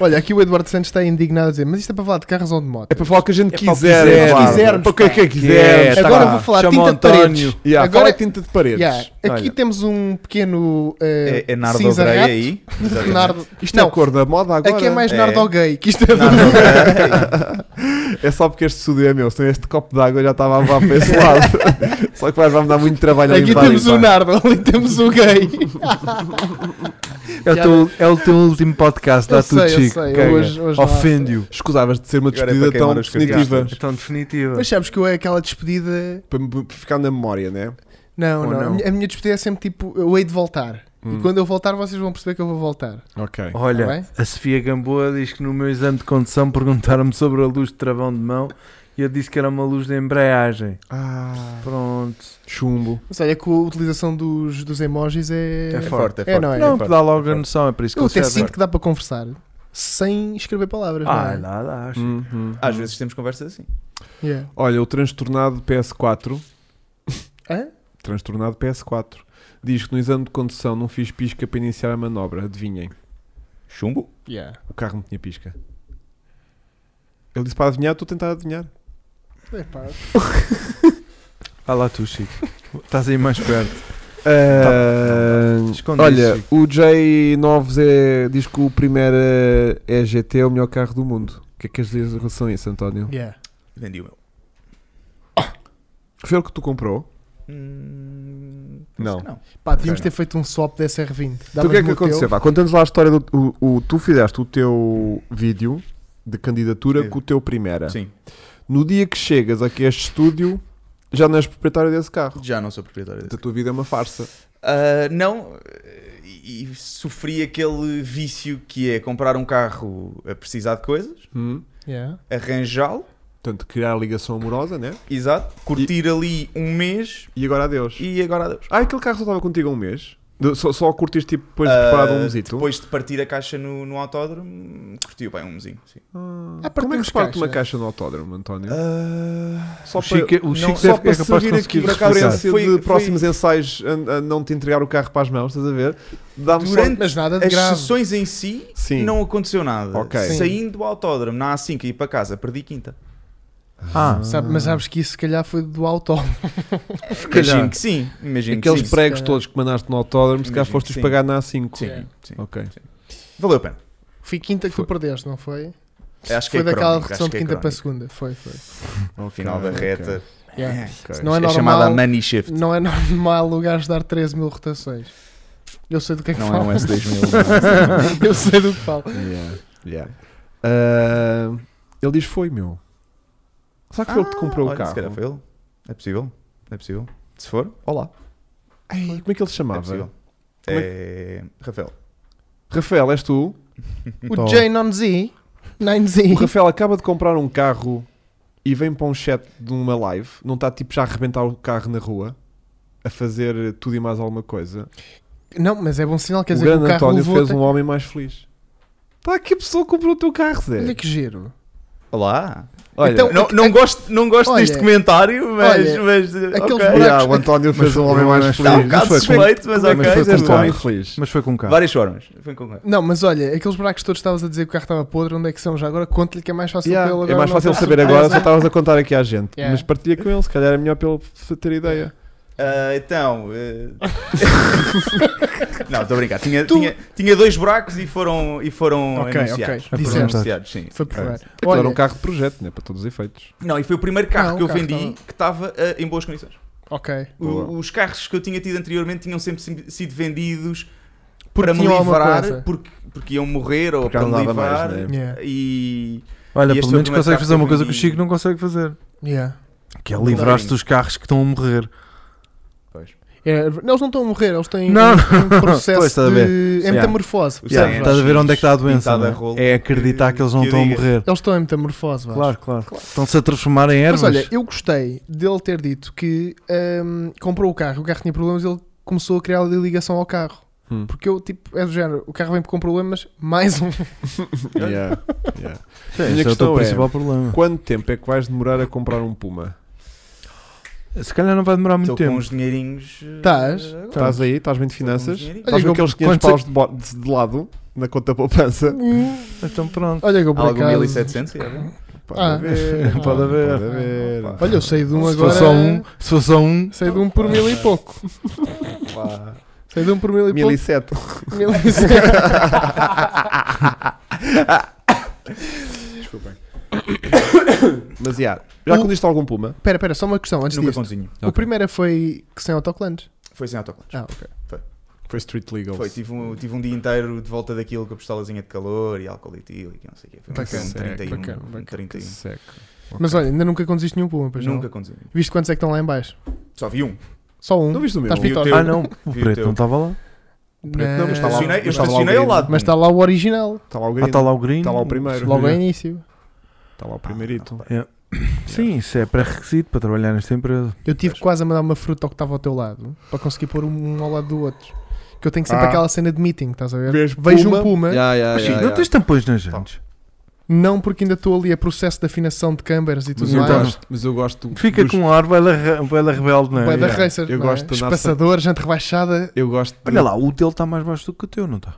Olha, aqui o Eduardo Santos está indignado a dizer, mas isto é para falar de carros ou de moto? É para falar o que a gente É para o que quiser. quiser, Eduardo. quisermos, Para o que é que quiser. Agora vou falar de Chama o tinta de paredes. António. Yeah, Agora- Agora é tinta de paredes. Yeah. Aqui Olha. temos um pequeno uh, É, é Nardo cinza Grey rato. aí. Nardo. Isto é Não, a cor da moda agora. aqui é mais É. Nardo gay. Que isto é Nardo Grey. É só porque este sudo é meu, senão este copo d'água já estava a levar para esse lado. só que vai, vai me dar muito trabalho a Aqui limpar temos isto. o Nardo, ali temos o gay. É o teu, é o teu último podcast, Eu dá tudo, sei, eu Chico. sei, eu Caga. hoje- hoje não há- Ofende-o. Escusavas de ser uma Agora é despedida para queimar tão os definitiva. cartazes. Então, definitiva. Mas sabes que eu é aquela despedida. Para me ficar na memória, né? Não, Ou não. A não. minha- A minha despedida é sempre tipo, eu hei de voltar. Hum. E quando eu voltar, vocês vão perceber que eu vou voltar. Ok. Olha, Tá bem? a Sofia Gamboa diz que no meu exame de condução perguntaram-me sobre a luz de travão de mão e eu disse que era uma luz de embreagem. Ah, Pronto. chumbo. Mas olha é que a utilização dos, dos emojis é. É É forte, é É, não forte. é? não, forte, dá logo forte. a noção, é por isso que eu eles até servem. sinto que dá para conversar sem escrever palavras. Ah, não é? dá, dá, acho. Uhum. Às vezes temos conversas assim. Yeah. Olha, o transtornado PS4. Hã? Transtornado PS4. Diz que no exame de condução não fiz pisca para iniciar a manobra. Adivinhem. Chumbo? Yeah. O carro não tinha pisca. Ele disse para adivinhar, estou a tentar adivinhar. Epá. Ah lá tu, Chico. Estás aí mais perto. Ah, Esconde Olha, isso, o J9 é, diz que o primeiro eh, é GT é o melhor carro do mundo. O que é que queres dizer em relação a isso, António? Yeah. Vendi o meu. Foi ele que tu comprou? Hum, Não. sei, não. Pá, devíamos Sei ter feito um swap da SR20. Então o que é que Davas-me o teu. aconteceu? Vá, conta-nos lá a história do. O, o- tu fizeste o teu vídeo de candidatura Sim. com o teu primeira. Sim. No dia que chegas aqui a este estúdio, já não és proprietário desse carro. Já não sou proprietário A desse. tua vida é uma farsa. Ah, não, e, e sofri aquele vício que é comprar um carro a precisar de coisas, Hum? Yeah. arranjá-lo, Portanto, criar a ligação amorosa, né? exato, curtir ali um mês E agora adeus. e agora adeus. Ah, aquele carro só estava contigo há um mês? De- só, só curtiste tipo, depois de Ah, preparado um mesito? Depois de partir a caixa no, no autódromo, curti bem um mesinho. Sim. Ah, como Ah, é que partimos se parte uma caixa. caixa no autódromo, António? Ah, Só O Chico, o não, Chico só deve, é para capaz de servir aqui conseguir para a explicar. referência Foi- de foi- próximos ensaios a, a não te entregar o carro para as mãos, estás a ver? Dá-me só... Durante- Mas nada de as grave. sessões em si Sim. não aconteceu nada. Ok. Sim. Saindo do autódromo na A5 e ir para casa, perdi quinta. Ah, Sabe- mas sabes que isso se calhar foi do auto. calhar. Imagino que sim. Imagino Aqueles que sim. pregos Sim. todos que mandaste no autódromo, se calhar Imagino foste-os que sim. pagar na A5. Sim, sim. Ok. Valeu a pena. Foi quinta que Foi. tu perdeste, não foi? Acho que foi é daquela crónico, acho redução que de é quinta para crónico. Um segunda. Foi, foi. Final da Ok, reta. Yeah. ok. Se não é, é normal, chamada Money Shift. não é normal o gajo dar 13 mil rotações. Eu sei do que é que Não é falo. um S2000. Eu sei do que falo. Yeah, yeah. Ah, ele diz foi, meu. Será que foi ele que te comprou Ah, Olha, o carro? Se calhar foi ele. É possível. É possível. Se for, olá. Ei, como é que ele se É chamava? possível. Como É... Rafael. Rafael, és tu? O Tá. J non Z, 9Z. O Rafael acaba de comprar um carro e vem para um chat de uma live, não está tipo já a arrebentar o carro na rua, a fazer tudo e mais alguma coisa. Não, mas é bom sinal, quer o dizer, que grande o carro António levou fez até- um homem mais feliz. Pá, que pessoa comprou o teu carro, Zé? Olha que giro. Olá. Olha, Então, Não, não gosto, não gosto Olha, deste comentário, mas. olha, mas aqueles ok. buracos- yeah, o António fez um homem mais Está um feliz. bocado Mas foi com- suspeito, mas como é que ok. fez deste este homem lado. feliz? Mas foi com um carro. Várias formas. Foi com- Não, mas olha, aqueles buracos todos que estavas a dizer que o carro estava podre, onde é que são já agora? Conte-lhe que é mais fácil Yeah, para ele agora. é mais não fácil ter saber surpresa. agora, só estavas a contar aqui à gente. Yeah. Mas partilha com ele, se calhar é melhor para ele ter ideia. Ah, então. eh, não, estou a brincar. Tinha, Tu- tinha, tinha dois buracos e foram, e foram Ok, anunciados. ok. Foram Disseste. anunciados, sim. Foi por Pronto. ver. Aquilo era Olha, um carro de projeto, né? para todos os efeitos. Não, e foi o primeiro carro Não, que eu o carro vendi estava- que estava ah, em boas condições. ok. O- Boa. os carros que eu tinha tido anteriormente tinham sempre sim- sido vendidos Porque para me tinham alguma livrar, coisa. porque, porque iam morrer ou Porque para me andava mais, livrar. né? Yeah. E E este foi Olha, pelo o menos primeiro consegues carro fazer uma que eu coisa que o vendi. Chico não consegue fazer. Yeah. Que é livrar-se dos carros que estão a morrer. É, não, eles não estão a morrer, eles têm Não, um- não, um não. processo Pois, está a ver. de é Yeah. O metamorfose. Yeah, percebes? Sim, estás a ver onde é que está a doença. pintado a não é? rolo. É acreditar que eles não Que eu estão a diga. morrer. Eles estão em metamorfose, vá. Claro, claro. Estão-se a transformar em ervas. Mas olha, eu gostei dele ter dito que hum, comprou o carro, o carro tinha problemas, ele começou a criar ali ligação ao carro. Hum. Porque eu, tipo, é do género, o carro vem com problemas, mais um. Yeah, yeah. Sim, minha esse é o questão teu é- principal problema. Quanto tempo é que vais demorar a comprar um Puma? Se calhar não vai demorar muito Estou com tempo. uns dinheirinhos. eh, Estás? agora. Estás aí? Estás bem de Estou com uns finanças? dinheirinhos. Estás com Olha, aqueles 500 quanto paus de, bo- de- de lado na conta poupança? Então pronto. Olha que eu por Algo acaso- 1700, é bem. Pode Ah. haver. Pode haver. Pode haver. Opa. Olha, eu saí de um Então Se agora. for só um, se for só um, Saí de um por mil e pouco. Pá. Saí de um por mil e 1007. pouco. Mil e cem. Desculpem. Mas yeah, já O- condiste algum Puma? Pera, pera, só uma questão antes Nunca disto. conzinho. O primeiro é foi que sem autocolantes. Foi sem autocolantes. Ah, ok. Foi tipo, Street Legal. Foi, tive um, tive um dia inteiro de volta daquilo com a pistolazinha de calor e álcool etílico e não sei o quê. Foi um- Bacana, foi um bacana, 31. bacana, um bacana. 31. Seco. Mas olha, ainda nunca conduziste nenhum Puma, pois Nunca não? conduzi. Viste quantos é que estão lá em baixo? Só vi um. Só um. Não viste o meu? Estás Vi o pitoso. teu. Ah não, o Vi o preto teu. não estava lá. preto não, mas está lá- Estacionei- eu mas estava lá o estacionei ao grilo. lado. de Mas um. está lá o original. Está lá o Ah, green. está lá o green. Está lá o primeiro. Logo ao início. Está lá o primeirito. Sim, isso é pré-requisito para trabalhar nesta empresa. Eu tive quase a mandar uma fruta ao que estava ao teu lado para conseguir pôr um ao lado do outro. Que eu tenho sempre Ah. aquela cena de meeting, estás a ver? Vês Vejo um Puma, Yeah, yeah, yeah, Mas Chico, não é, yeah. tens tampões nas jantes? não porque ainda estou ali a processo de afinação de câmaras e tudo Mas então, eu, mais. gosto, mas eu gosto do- Fica dos- com um ar bela, re- bela rebelde, não é? Bué da Yeah. racer, eu não é? gosto de andar Espaçador, gente rebaixada. Eu gosto de- Olha lá, o dele está mais baixo do que o teu, não está?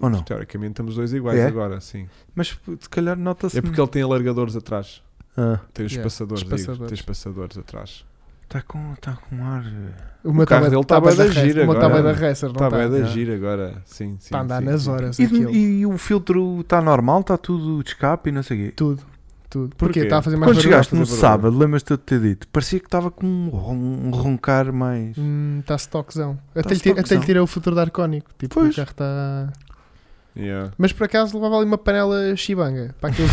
Ou não? Teoricamente estamos dois iguais É? agora, sim. Mas se calhar nota-se. É porque ele tem alargadores atrás. Ah, Tem os Yeah, espaçadores, digo, espaçadores. tem espaçadores atrás. Está com, tá com um ar. eh, O meu carro tá bué- dele tá tá bué bué da racer, gira O meu agora. estava da racer, não Está bem está? da tá. gira agora, sim, sim. Está a andar sim, nas sim. horas aquilo. E, e o filtro está normal? Está tudo de escape e não sei o quê? Tudo, tudo. Porquê? Porquê? Está a fazer mais Quando barulho? chegaste fazer no barulho. sábado, lembras-te de eu ter dito? Parecia que estava com um, ron- um roncar mais. Hum, Está stockzão. Tá Até lhe ti- até stockzão. lhe tirei o futuro da Arcónico. Tipo, Pois. o carro está. Yeah. Mas por acaso levava ali uma panela chibanga para aquilo,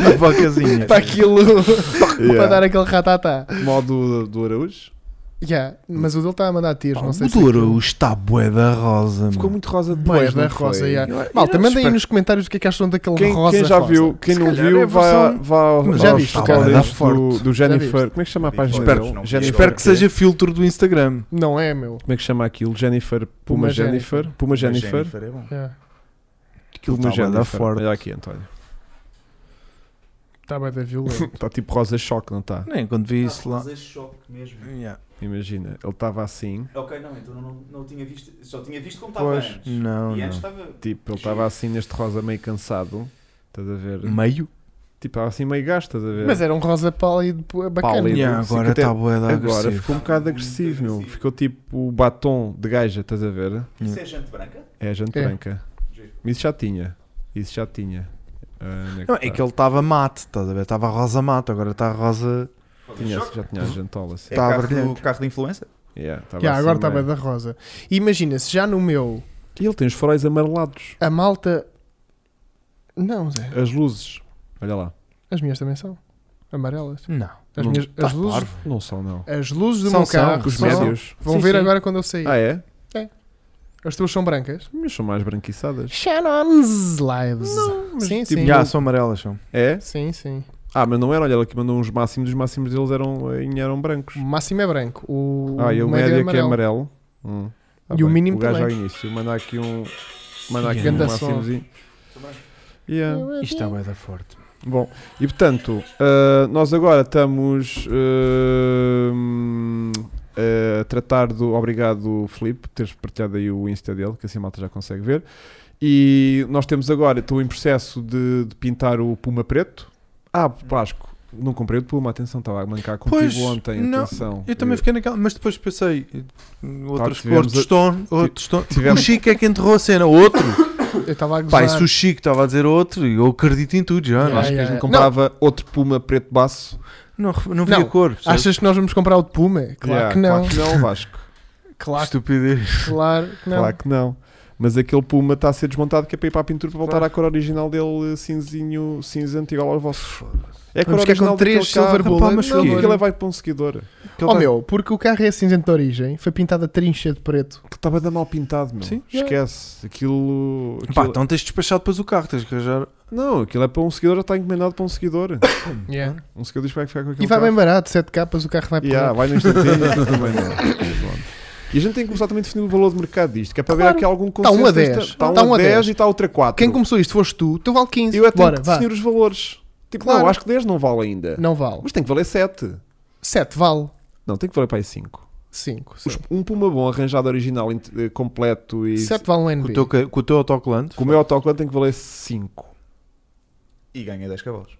Uma vacazinha. para, aquilo para Yeah. dar aquele ratatá. Modo do Araújo. Yeah, mas o dele está a mandar tiros, Pá, não sei o se. é Douro está bué da rosa, é Ficou mano. muito rosa demais. Boa, da não foi? rosa. Yeah. Eu- eu Malta, não mandem aí espero- nos comentários o que é que acham daquele Quem, rosa. quem já rosa. viu, quem Se não calhar viu, é a vá, versão- vá, Mas vá já aos viste, tá stories cara, dá do, forte. do Já Jennifer. Como é que chama a página Espero- dele? não, Jennifer. Espero que seja filtro do Instagram. Não é, meu. Como é que chama aquilo? Jennifer. Puma Puma Jennifer. Puma Jennifer. Jennifer é bom. Yeah. Aquilo Tá Puma bué da Jennifer. forte. Olha aqui, António. Está bem Tá da violenta. Está tipo rosa choque, não está? Nem quando vi isso lá. Mas é choque mesmo. Yeah. Imagina, ele estava assim. Ok, não, então não, não tinha visto. Só tinha visto como estava Pois, antes. não, E antes não. estava. Tipo, ele estava assim neste rosa meio cansado. Estás a ver? Meio? Tipo, estava assim meio gasto, estás a ver? Mas era um rosa pálido pô, bacana. Pálido. Yeah, Sim, agora que está até- bué da Agora agressivo. ficou um bocado agressivo, meu. agressivo. Ficou tipo batom de gaja, estás a ver? Isso é gente branca? É a jante É. branca. Giro. Mas isso já tinha. Isso já tinha. Ah, onde Não, que é tá? que ele estava mate, estás a ver? Estava rosa mate, agora está rosa. Tinha, já tinha a jantola assim. É Tá carro, brilhante. do, carro de influencer? Yeah, tava assim Yeah, é, agora está meio- bem da rosa. E Imagina, se já no meu E ele tem os faróis amarelados. a malta. Não, Zé. As luzes. Olha lá. As minhas também são. Amarelas. Não. As, Não, minhas, tá as, luzes, Ah, parvo. Não são, não. as luzes do São, meu são, carro Os são. médios. Vão Sim, ver sim. agora quando eu sair. Ah, é? As tuas são brancas? As minhas são mais branquiçadas. Shannon's Lives. sim, tipo, sim. Já, são amarelas, são. É? Sim, sim. Ah, mas não era. Olha, ele aqui mandou uns máximos. Os máximos deles eh, eram, eram brancos. O máximo é branco. O Ah, e o Ah, médio é que é amarelo. Hum. E o mínimo o gajo ao também. início. Manda aqui um. Manda aqui Ganda um som. máximozinho. Yeah. Isto é está bem da forte. Bom, e portanto, ah, nós agora estamos ah, hum, a tratar do. Obrigado, Filipe, por teres partilhado aí o Insta dele, que assim a malta já consegue ver. E nós temos agora, estou em processo de, de pintar o Puma Preto. Ah, Vasco, não comprei o de Puma, atenção, estava a mancar contigo Pois, ontem, não, atenção. Eu também fiquei naquela, mas depois pensei, eh, outras tivemos outro a- Stone, outro Stone. tivemos- O Chico é que enterrou a cena, outro. Eu estava a gozar. Pá, e se o Chico estava a dizer outro, eu acredito em tudo já. Eu não acho é? que a Yeah, gente yeah. comprava outro Puma Preto Baço. Não, não vi a Não, cor. percebes? Achas que nós vamos comprar o de Puma? Claro Yeah, que não. Claro que não, Vasco. Claro, Estupidez. claro que não. Claro que não. Mas aquele Puma está a ser desmontado que é para ir para a pintura para voltar à cor original dele, eh, cinzinho, cinzento, igual ao vosso. É a cor Vamos ficar original com três daquele carro. silver Pá, bullet. mas Não, porquê? não. Aquilo é vai para um seguidor. Oh meu, porque o carro é cinzento de origem, foi pintado a trincha de preto. Que estava da mal pintado, meu. Sim. é. Esquece. Aquilo. Pá, aquilo- então tens de despachar depois o carro, tens que arranjar. Não, aquilo é para um seguidor, já está encomendado para um seguidor. Yeah. Um seguidor diz que vai ficar com aquele E vai bem carro. barato, 7 capas, o carro vai por Yeah, vai no instantinho. também não. Pronto. E a gente tem que começar também a definir o valor de mercado disto, que é para ver Claro. aqui algum um a consenso. desta- 10. Está um, Está um a a 10, 10. e está outra 4. Quem começou isto foste tu, então vale 15. Eu é que tenho Bora, que vá. definir os valores. Tipo, Claro. não, acho que 10 não vale ainda. Não vale. Mas tem que valer 7. 7 vale. Não, tem que valer para aí 5. 5. Um puma bom, arranjado original, int- eh, completo e. 7 vale um Com o NB. teu, ca- com o teu autocolante. Com o meu autocolante tem que valer 5. E ganha 10 cavalos.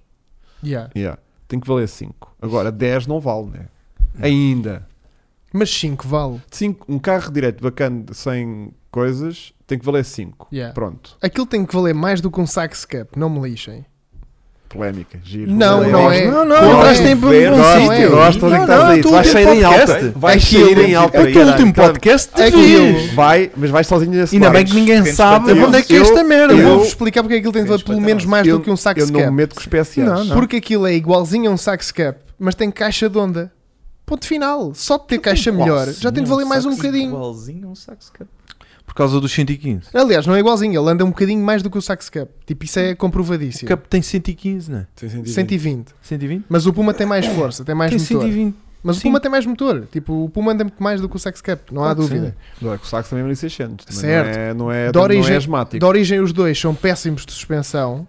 Yeah. Yeah. Tem que valer 5. Agora, 10 não vale, né? Ainda. Mas 5 vale. Cinco, um carro direito bacana de- sem coisas tem que valer 5. Yeah. Pronto. Aquilo tem que valer mais do que um Sax Cup, não me lixem. Polémica. Giro. Não, Valeu. não Gosto. é. Não, não, Gosto entraste em de bom ver, gosto, sítio. Gosto onde é que Não, estás não, aí. tu Vai último sair em podcast. alta. Vai Aquilo- sair em alta. O teu caralho. último podcast te Aquilo- fiz. Vai, mas vais sozinho nesse Ainda bar. bem que ninguém Quem sabe espantou? onde é que é Eu- esta merda. Eu eu- vou-vos explicar porque aquilo tem que valer pelo menos mais do que um Sax Eu não me Cup. meto com especiais. Não, não. Porque aquilo é igualzinho a um Sax Cup, mas tem caixa de onda. Ponto final. Só de ter caixa melhor, já tem de valer mais um bocadinho. Igualzinho a um sax cup. Por causa dos 115. Aliás, não é igualzinho, ele anda um bocadinho mais do que o Sax Cup. Tipo, isso é O comprovadíssimo. cap tem 115, não é? Tem sentido. 120. 120? Mas o Puma tem mais força, tem mais Tem motor. 120. Mas o Sim. Puma tem mais motor. Tipo, o Puma anda muito mais do que o Sax Cup, não há Claro que dúvida. Não, é que o sax também é 1600. Também Certo. Não é, não é, De não origem- é asmático. De origem, os dois são péssimos de suspensão.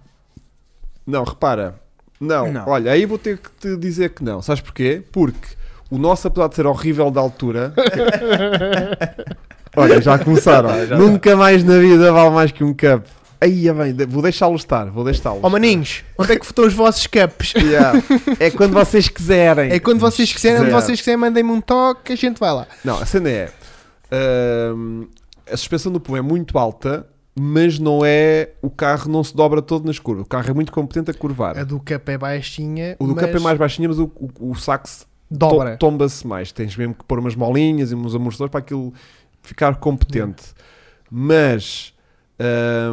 Não, repara. Não. Não. olha, aí vou ter que te dizer que não. Sabes porquê? Porque o nosso, apesar de ser horrível da altura. olha, já começaram. Ah, Já, já. Nunca mais na vida vale mais que um cup. Aí é bem, de- vou deixá-lo estar, vou deixá-lo. Ó maninhos, onde é que estão os vossos cups? Yeah. É quando vocês quiserem. É quando vocês quiserem, onde Zero. vocês quiserem, mandem-me um toque, a gente vai lá. Não, a cena é. hum, a suspensão do Puma é muito alta, mas não é. O carro não se dobra todo nas curvas. O carro é muito competente a curvar. A do cup é baixinha, O do mas cup é mais baixinho, mas o, o, o sax to- dobra. tomba-se mais. Tens mesmo que pôr umas molinhas e uns amortecedores para aquilo ficar competente. Mas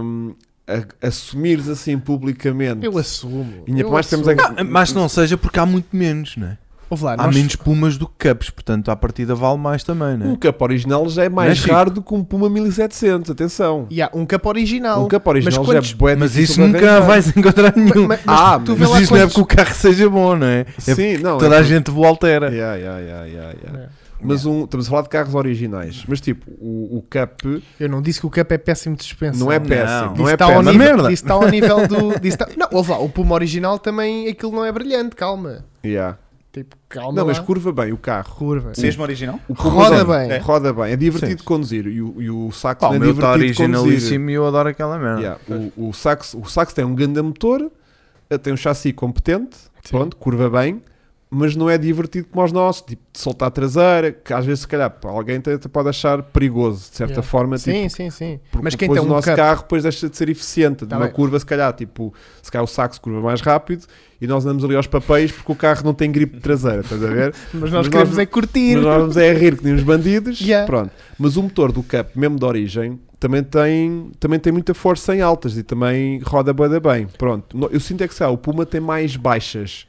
hum, a- assumires assim publicamente. Eu assumo. E ainda eu por mais temos assumo. a- Ah, Mas não seja porque há muito menos, não é? Ouve lá, Há Ah, nós- menos pumas do que cups, portanto à partida vale mais também, não Um é? cup original já é mais Não é, Chico? raro do que um Puma 1700. Atenção. E há um cup original. Um cup original mas já quantos- é bué Mas difícil isso de nunca arranjar. vais encontrar nenhum. Mas, mas Ah, tu vê Mas lá isso não é quantos- porque o carro seja bom, não é? É porque Sim, não. toda é a gente o altera. Yeah, yeah, yeah, yeah, yeah. Mas um, estamos a falar de carros originais. Mas tipo, o, o Cup Eu não disse que o cup é péssimo de suspensão. não é Não. péssimo. Não, Disse é que tá ao péssimo. Uma nível, merda. disse que tá ao nível do. disse que tá- Não, ouve lá, o Puma original também aquilo não é brilhante, calma. Yeah. Tipo, calma. Não, mas tipo, lá. curva bem o carro. curva. Mesmo original? O Puma Roda tem- bem. É. Roda bem. É divertido Sim. de conduzir. E o, e o sax Pá, não o é meu está divertido de conduzir. originalíssimo e eu adoro aquela merda. Yeah, O, o, sax, o sax tem um grande motor, eh, tem um chassi competente, pronto, curva bem, mas não é divertido como os nossos, tipo, de soltar a traseira, que às vezes, se calhar, pá, alguém até te pode achar perigoso, de certa Yeah. forma, tipo, Sim, sim, sim. Porque Mas quem depois tem um o nosso cup. carro depois deixa de ser eficiente. Tá numa bem. curva, se calhar, tipo, se calhar o saxo curva mais rápido e nós andamos ali aos papéis porque o carro não tem gripe de traseira, estás a ver? Mas nós nós queremos queremos é é curtir. Mas nós vamos é a rir que nem os bandidos. Yeah. Pronto. Mas o motor do Cup, mesmo de origem, também tem, também tem muita força em altas e também roda bada bem. Pronto. No- Eu sinto é que, sei lá, o Puma tem mais baixas.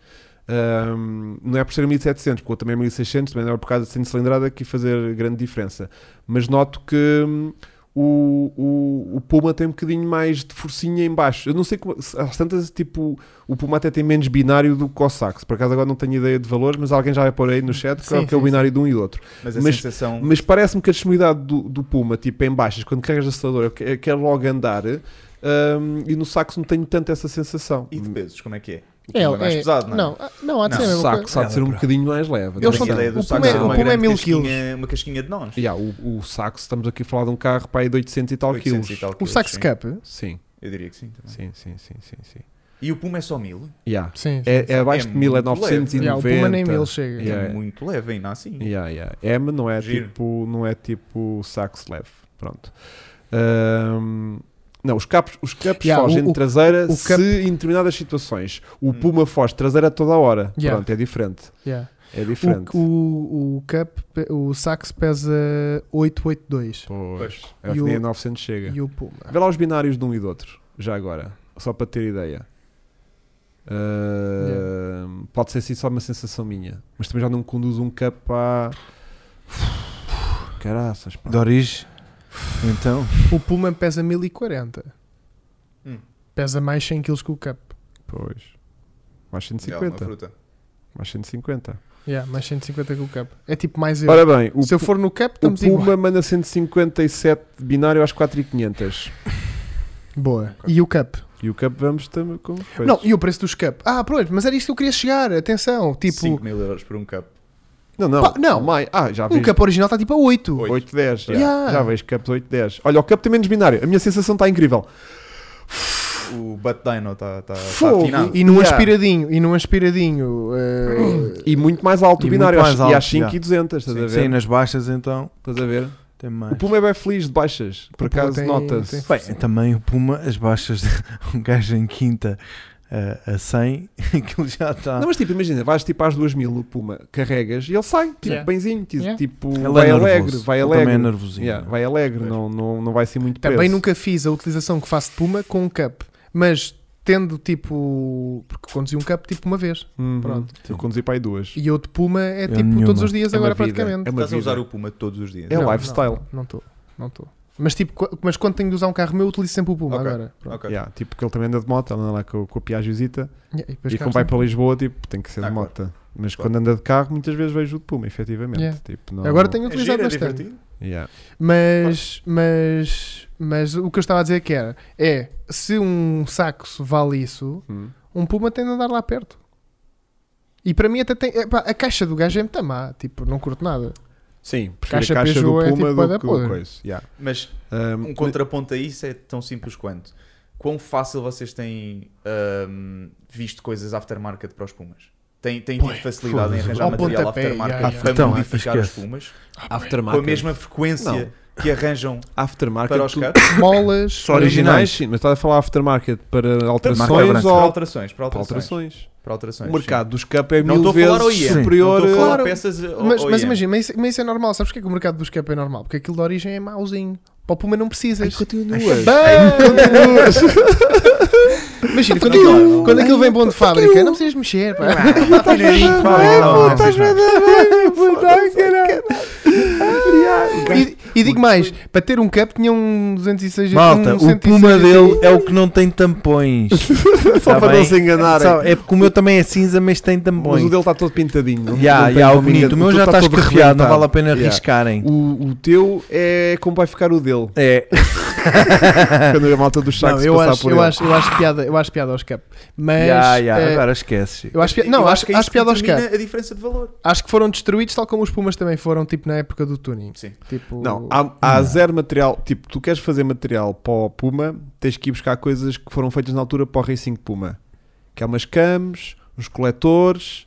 Ahm, não é por ser 1700, porque eu também é 1600, também não é por causa de 100 cilindrada que ia fazer grande diferença. Mas noto que hum, o, o, o Puma tem um bocadinho mais de forcinha em baixo. Eu não sei como. se- Às tantas, tipo, o Puma até tem menos binário do que o Sax. Por acaso agora não tenho ideia de valores, mas alguém já vai pôr aí no chat qual Sim, que é o sim, binário de um e do outro. Mas a Mas- sensação. Mas parece-me que a disponibilidade do, do Puma, tipo, em baixas, quando carregas de acelerador, eu que- eu quero logo andar. hum, e no saxo não tenho tanto essa sensação. Hum, E de pesos, como é que é? O É, Puma é mais é- pesado, não é? não, ah, não, há de Não, ser o a mesma coisa. saxo há de ser um Não, bocadinho mais leve. Eles atenção. são- ideia do o saco Puma é- ser o uma Puma é grande mil casquinha- quilos. Uma casquinha de nós. Yeah, o, o saxo, estamos aqui a falar de um carro para aí de 800 e tal 800 quilos. e tal O quilos, Sax sim. Cup? Sim, Eu diria que sim. também. sim, sim, sim, sim. sim. E o Puma é só mil? Yeah. Sim. sim. É, é abaixo É de 1000, é muito leve. 990. Yeah, o Puma nem ele chega. Yeah. É muito leve, ainda assim. é Yeah, yeah. M não é Giro. tipo, não é tipo sax leve. Pronto. Ahm, não, os capos, os capos Yeah, fogem o- de traseira o se cap- em determinadas situações. O Hum. Puma foge de traseira toda a hora. Yeah. Pronto, é diferente. Yeah. É diferente. O, o, o Cup, pe- o Sax pesa 882 Pois. É E o- o 900 chega. e o Puma. Vê lá os binários de um e do outro, já agora, só para ter ideia. Ah, Pode ser assim só uma sensação minha, mas também já não me conduz um cup a. Caraças, pá. Doris. Então. O Puma pesa 1040. Hum. Pesa mais 100 kg que o Cup. Pois. Mais E alguma 150. fruta. Mais 150. Yeah, mais 150 que o Cup. É tipo mais eu. Ora bem, o, Se eu Pu- for no Cup, o estamos igual. Puma manda 157 de binário às 4500. Boa. E o Cup? E o cup vamos também com. pois. Não, e o preço dos Cup? Ah, pronto, mas era isto que eu queria chegar. Atenção, tipo, 5 mil euros por um cup. não, não. Pá, não. Mai- Ah, já vi. um Cup original está tipo a 8. Oito. 810, já. Yeah. Já vejo cups 810. Olha, o cup tem menos binário. A minha sensação está incrível. O Butt Dino está tá, tá Fogo. afinado. E num Yeah. aspiradinho, e num aspiradinho. eh, E muito mais alto o E binário, muito acho- mais e alto, às 5 já. e 200, estás a ver? Sim, nas baixas então. Estás a ver? Tem mais. O Puma é bem feliz de baixas, por O Puma acaso tem- nota-se. Bem, também o Puma, as baixas, um gajo em quinta eh, a, a 100, aquilo já tá. está. Não, mas tipo, imagina, vais tipo às 2000 o Puma, carregas e ele sai, tipo, Yeah. benzinho, tipo, Yeah. tipo, Ele é vai nervoso. alegre, vai Ele alegre. Também é nervosinho. Yeah, né? vai alegre, não, não, não vai ser muito preso. também nunca fiz a utilização que faço de Puma com um Cup, mas tendo tipo. Porque conduzi um Cup tipo uma vez. Uhum. Pronto. Eu conduzi para aí duas. E eu de Puma é Eu tipo nenhuma. todos os dias É uma agora vida, praticamente. É uma Estás a vida. usar o Puma todos os dias. É um lifestyle. Não estou, não estou. Mas tipo, co- mas quando tenho de usar um carro meu, eu utilizo sempre o Puma Ok, agora. Pronto. Ok. Yeah, tipo, que ele também anda de moto, anda lá com, com a piagiosita. Yeah, depois E carro quando vai sempre. para Lisboa, tipo, tem que ser Ah, de claro. moto. Mas Claro. quando anda de carro, muitas vezes vejo o de Puma, efetivamente. Yeah. Tipo, não... Agora tenho É giro, utilizado é bastante. divertido. Yeah. Mas, mas, mas o que eu estava a dizer que era é se um saxo vale isso, Hum. um puma tem de andar lá perto. E para mim até tem. epá, a caixa do gajo é muito má, tipo, não curto nada. Sim, prefiro Caixa a caixa Peugeot é do Puma tipo bué da do que podre. o coisa. Yeah. Mas Um, um contraponto a isso é tão simples quanto. Quão fácil vocês têm ahm, visto coisas aftermarket para os Pumas? Tem, tem tido facilidade em foda-se. arranjar Ao material pontapé, aftermarket yeah, yeah. para Então, modificar os esquece. Pumas com Aftermarket. a mesma frequência que arranjam Aftermarket. para os tu- Cups? Molas, Só original. originais. sim, mas estás a falar aftermarket para é Marca alterações branca. Para ou alterações, para para alterações. alterações? Para alterações, O sim. mercado dos cup é Não mil estou a falar ao vezes IEM. superior. Não estou a falar a- peças eh, Mas, Oh, ao mas IEM. imagina, mas isso, mas isso é normal. Sabes porque é que o mercado dos cap é normal? Porque aquilo da origem é mauzinho. Para o puma não Ai, precisas. continuas. Imagina, quando aquilo, quando aquilo vem bom de fábrica, não precisas mexer. pá. Afinadinho, pá, Tá não, não, não, não. E, e digo mais, para ter um cup tinha um 206 Malta, um o 106 Puma dele é o que não tem tampões. Só Tá para não bem. se enganarem. Sabe, é porque o meu também é cinza, mas tem Mas tampões. o dele está todo pintadinho. não- Ya, não tem ya, o como ninguém- bonito. O meu teu já está todo escarreado, não vale a pena Ya. arriscarem. O, o teu é como vai ficar o dele. É, Quando a malta dos Não, sacos eu passar acho, por eu, ele. acho, eu acho piada, eu acho piada aos cap. Mas Ya, ya, eh, agora esqueces. eu acho piada, não, Eu acho, que é acho isso piada aos cap. determina a diferença de valor. Acho que foram destruídos tal como os Pumas também foram, tipo na época do tuning. Sim. Tipo, Não, há, há zero material. Tipo, tu queres fazer material para o Puma, tens que ir buscar coisas que foram feitas na altura para o Racing Puma. Que é umas cams, uns coletores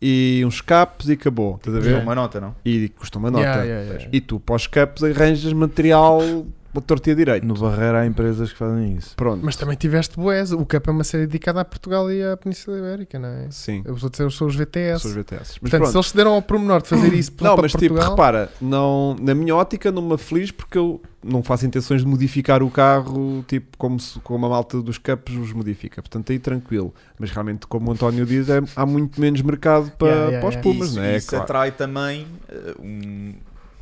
e uns capes e acabou. Estás a Mas não ver? uma nota, não? E custa uma nota. Yeah, yeah, yeah. E tu para os capes arranjas material para torta direito. No Barreira há empresas que fazem isso. Pronto. Mas também tiveste boés. O cap é uma série dedicada a Portugal e à Península Ibérica, não é? Sim, Os outros são os VTS. são os VTS. Mas Portanto, pronto. se eles se deram ao promenor de fazer isso Não, para mas tipo, Portugal, repara, não, na minha ótica não me aflige porque eu não faço intenções de modificar o carro, tipo, como, se, como a malta dos capos os modifica. Portanto, aí tranquilo. Mas realmente, como o António diz, é- há muito menos mercado para, Yeah, yeah, para os é? yeah. Pumas, isso não é? isso Claro. atrai também eh, um-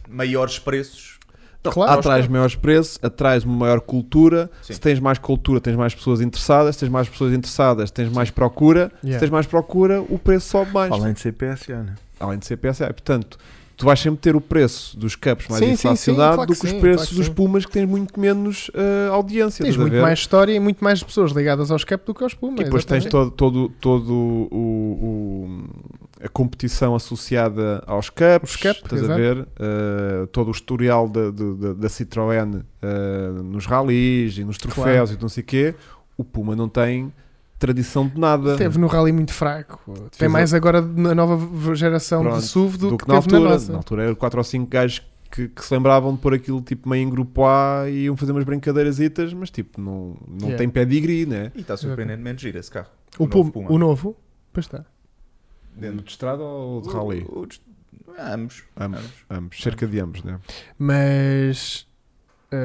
maiores preços Então, Claro. Atrás maiores preços, atrás uma maior cultura. Sim. Se tens mais cultura, tens mais pessoas interessadas. Se tens mais pessoas interessadas, tens mais procura. Se Yeah. tens mais procura, o preço sobe mais. Além, Além de ser PSA, né? de ser PSA. Portanto, tu vais sempre ter o preço dos cups mais Sim, sim, sim, inflacionado claro do que que os sim, preços claro que dos sim. Pumas, que tens muito menos eh, audiência. Tens estás a muito ver? mais história e muito mais pessoas ligadas aos cap do que aos Pumas. E depois tens exatamente. todo, todo, todo o, o- a competição associada aos cups, Os cups, estás a exato. ver? Eh, todo o historial da, da, da- da Citroën eh, nos ralis e nos troféus Claro. e não sei o quê. O Puma não tem tradição de nada Teve no rally muito fraco. Tem Fez mais agora na nova v- geração Pronto, de SUV tipo do, do que, que na teve na altura. nossa. Na altura eram 4 ou 5 gajos que, que se lembravam de pôr aquilo tipo meio em grupo A e iam fazer umas brincadeirasitas, mas tipo, não, não Yeah. tem pedigree, né? E está surpreendentemente gira esse carro. O, novo Puma, o novo? Pois tá. está. Dentro De estrada ou de rally? O- o dest- Ambos. Ambos. Ambos, cerca de ambos, né? Mas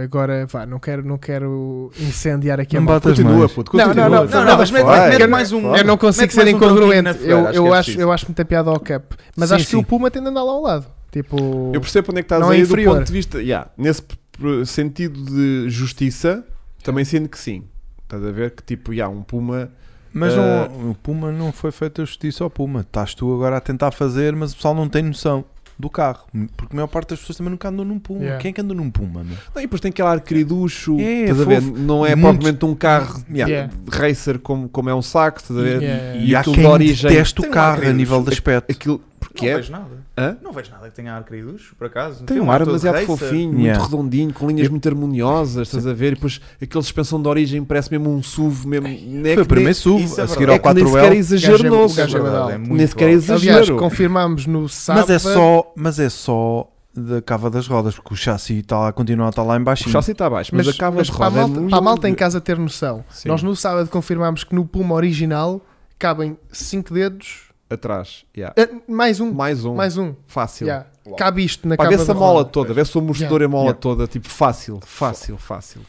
agora, vá, não quero, não quero incendiar aqui Não a malta. batas Continua, mais. puto, Não, continua. não, não, não, não, mas mete- Vai, mete vai, mais um- vai. Eu não consigo Mete ser mais um incongruente. tronquinho na eu, fogueira, acho eu, que é acho, preciso. eu acho muita piada ao cap. Mas Sim, acho que sim. o Puma tem de andar lá ao lado. Tipo, Eu percebo onde é que estás Não é aí do inferior. ponto de vista. Yeah, nesse p- p- sentido de justiça, também sinto que sim. Estás a ver que tipo, yeah, um Puma. Mas Eh, não, o Puma não foi feita justiça ao Puma. Estás tu agora a tentar fazer, mas o pessoal não tem noção do carro. Porque a maior parte das pessoas também nunca andam num Puma. Yeah. Quem é que anda num Puma? Meu? Não, e depois tem aquele ar queriducho. É, estás a ver? fofo. Não é Muito. propriamente um carro yeah, Yeah. de racer como, como é um saco, estás a ver? Yeah. E É. E, há aquilo quem de origem- detesta Tem o um carro a arcaico. nível de aspecto. Aquilo. Porque Não é. vejo nada. Hã? Não vejo nada que tenha ar queridos, por acaso. Tem um ar todo demasiado racer. fofinho, Yeah. muito redondinho, com linhas muito harmoniosas, estás a ver? E depois aquela suspensão de origem parece mesmo um SUV mesmo. Foi Foi o primeiro SUV, isso é a seguir é ao que nem 4L. sequer é exagero O gajo é- nosso. o gajo é badal. Nem muito sequer é alto. aliás, exagero. confirmámos no sábado. Mas é, só, mas é só da cava das rodas, porque o chassi está lá, continua a estar lá em O baixo. chassi está abaixo, mas, Mas, a cava mas de para, a roda malta, é muito... para a malta em casa ter noção, Sim. nós no sábado confirmámos que no Puma original cabem 5 dedos, Atrás, yeah. ah, mais um, mais um, mais um. fácil. Yeah. Uau. Cabe isto na Pá, cava vê-se a da mola roda. toda, vê-se o amortecedor e a mola Yeah. toda, tipo fácil, fácil, fácil.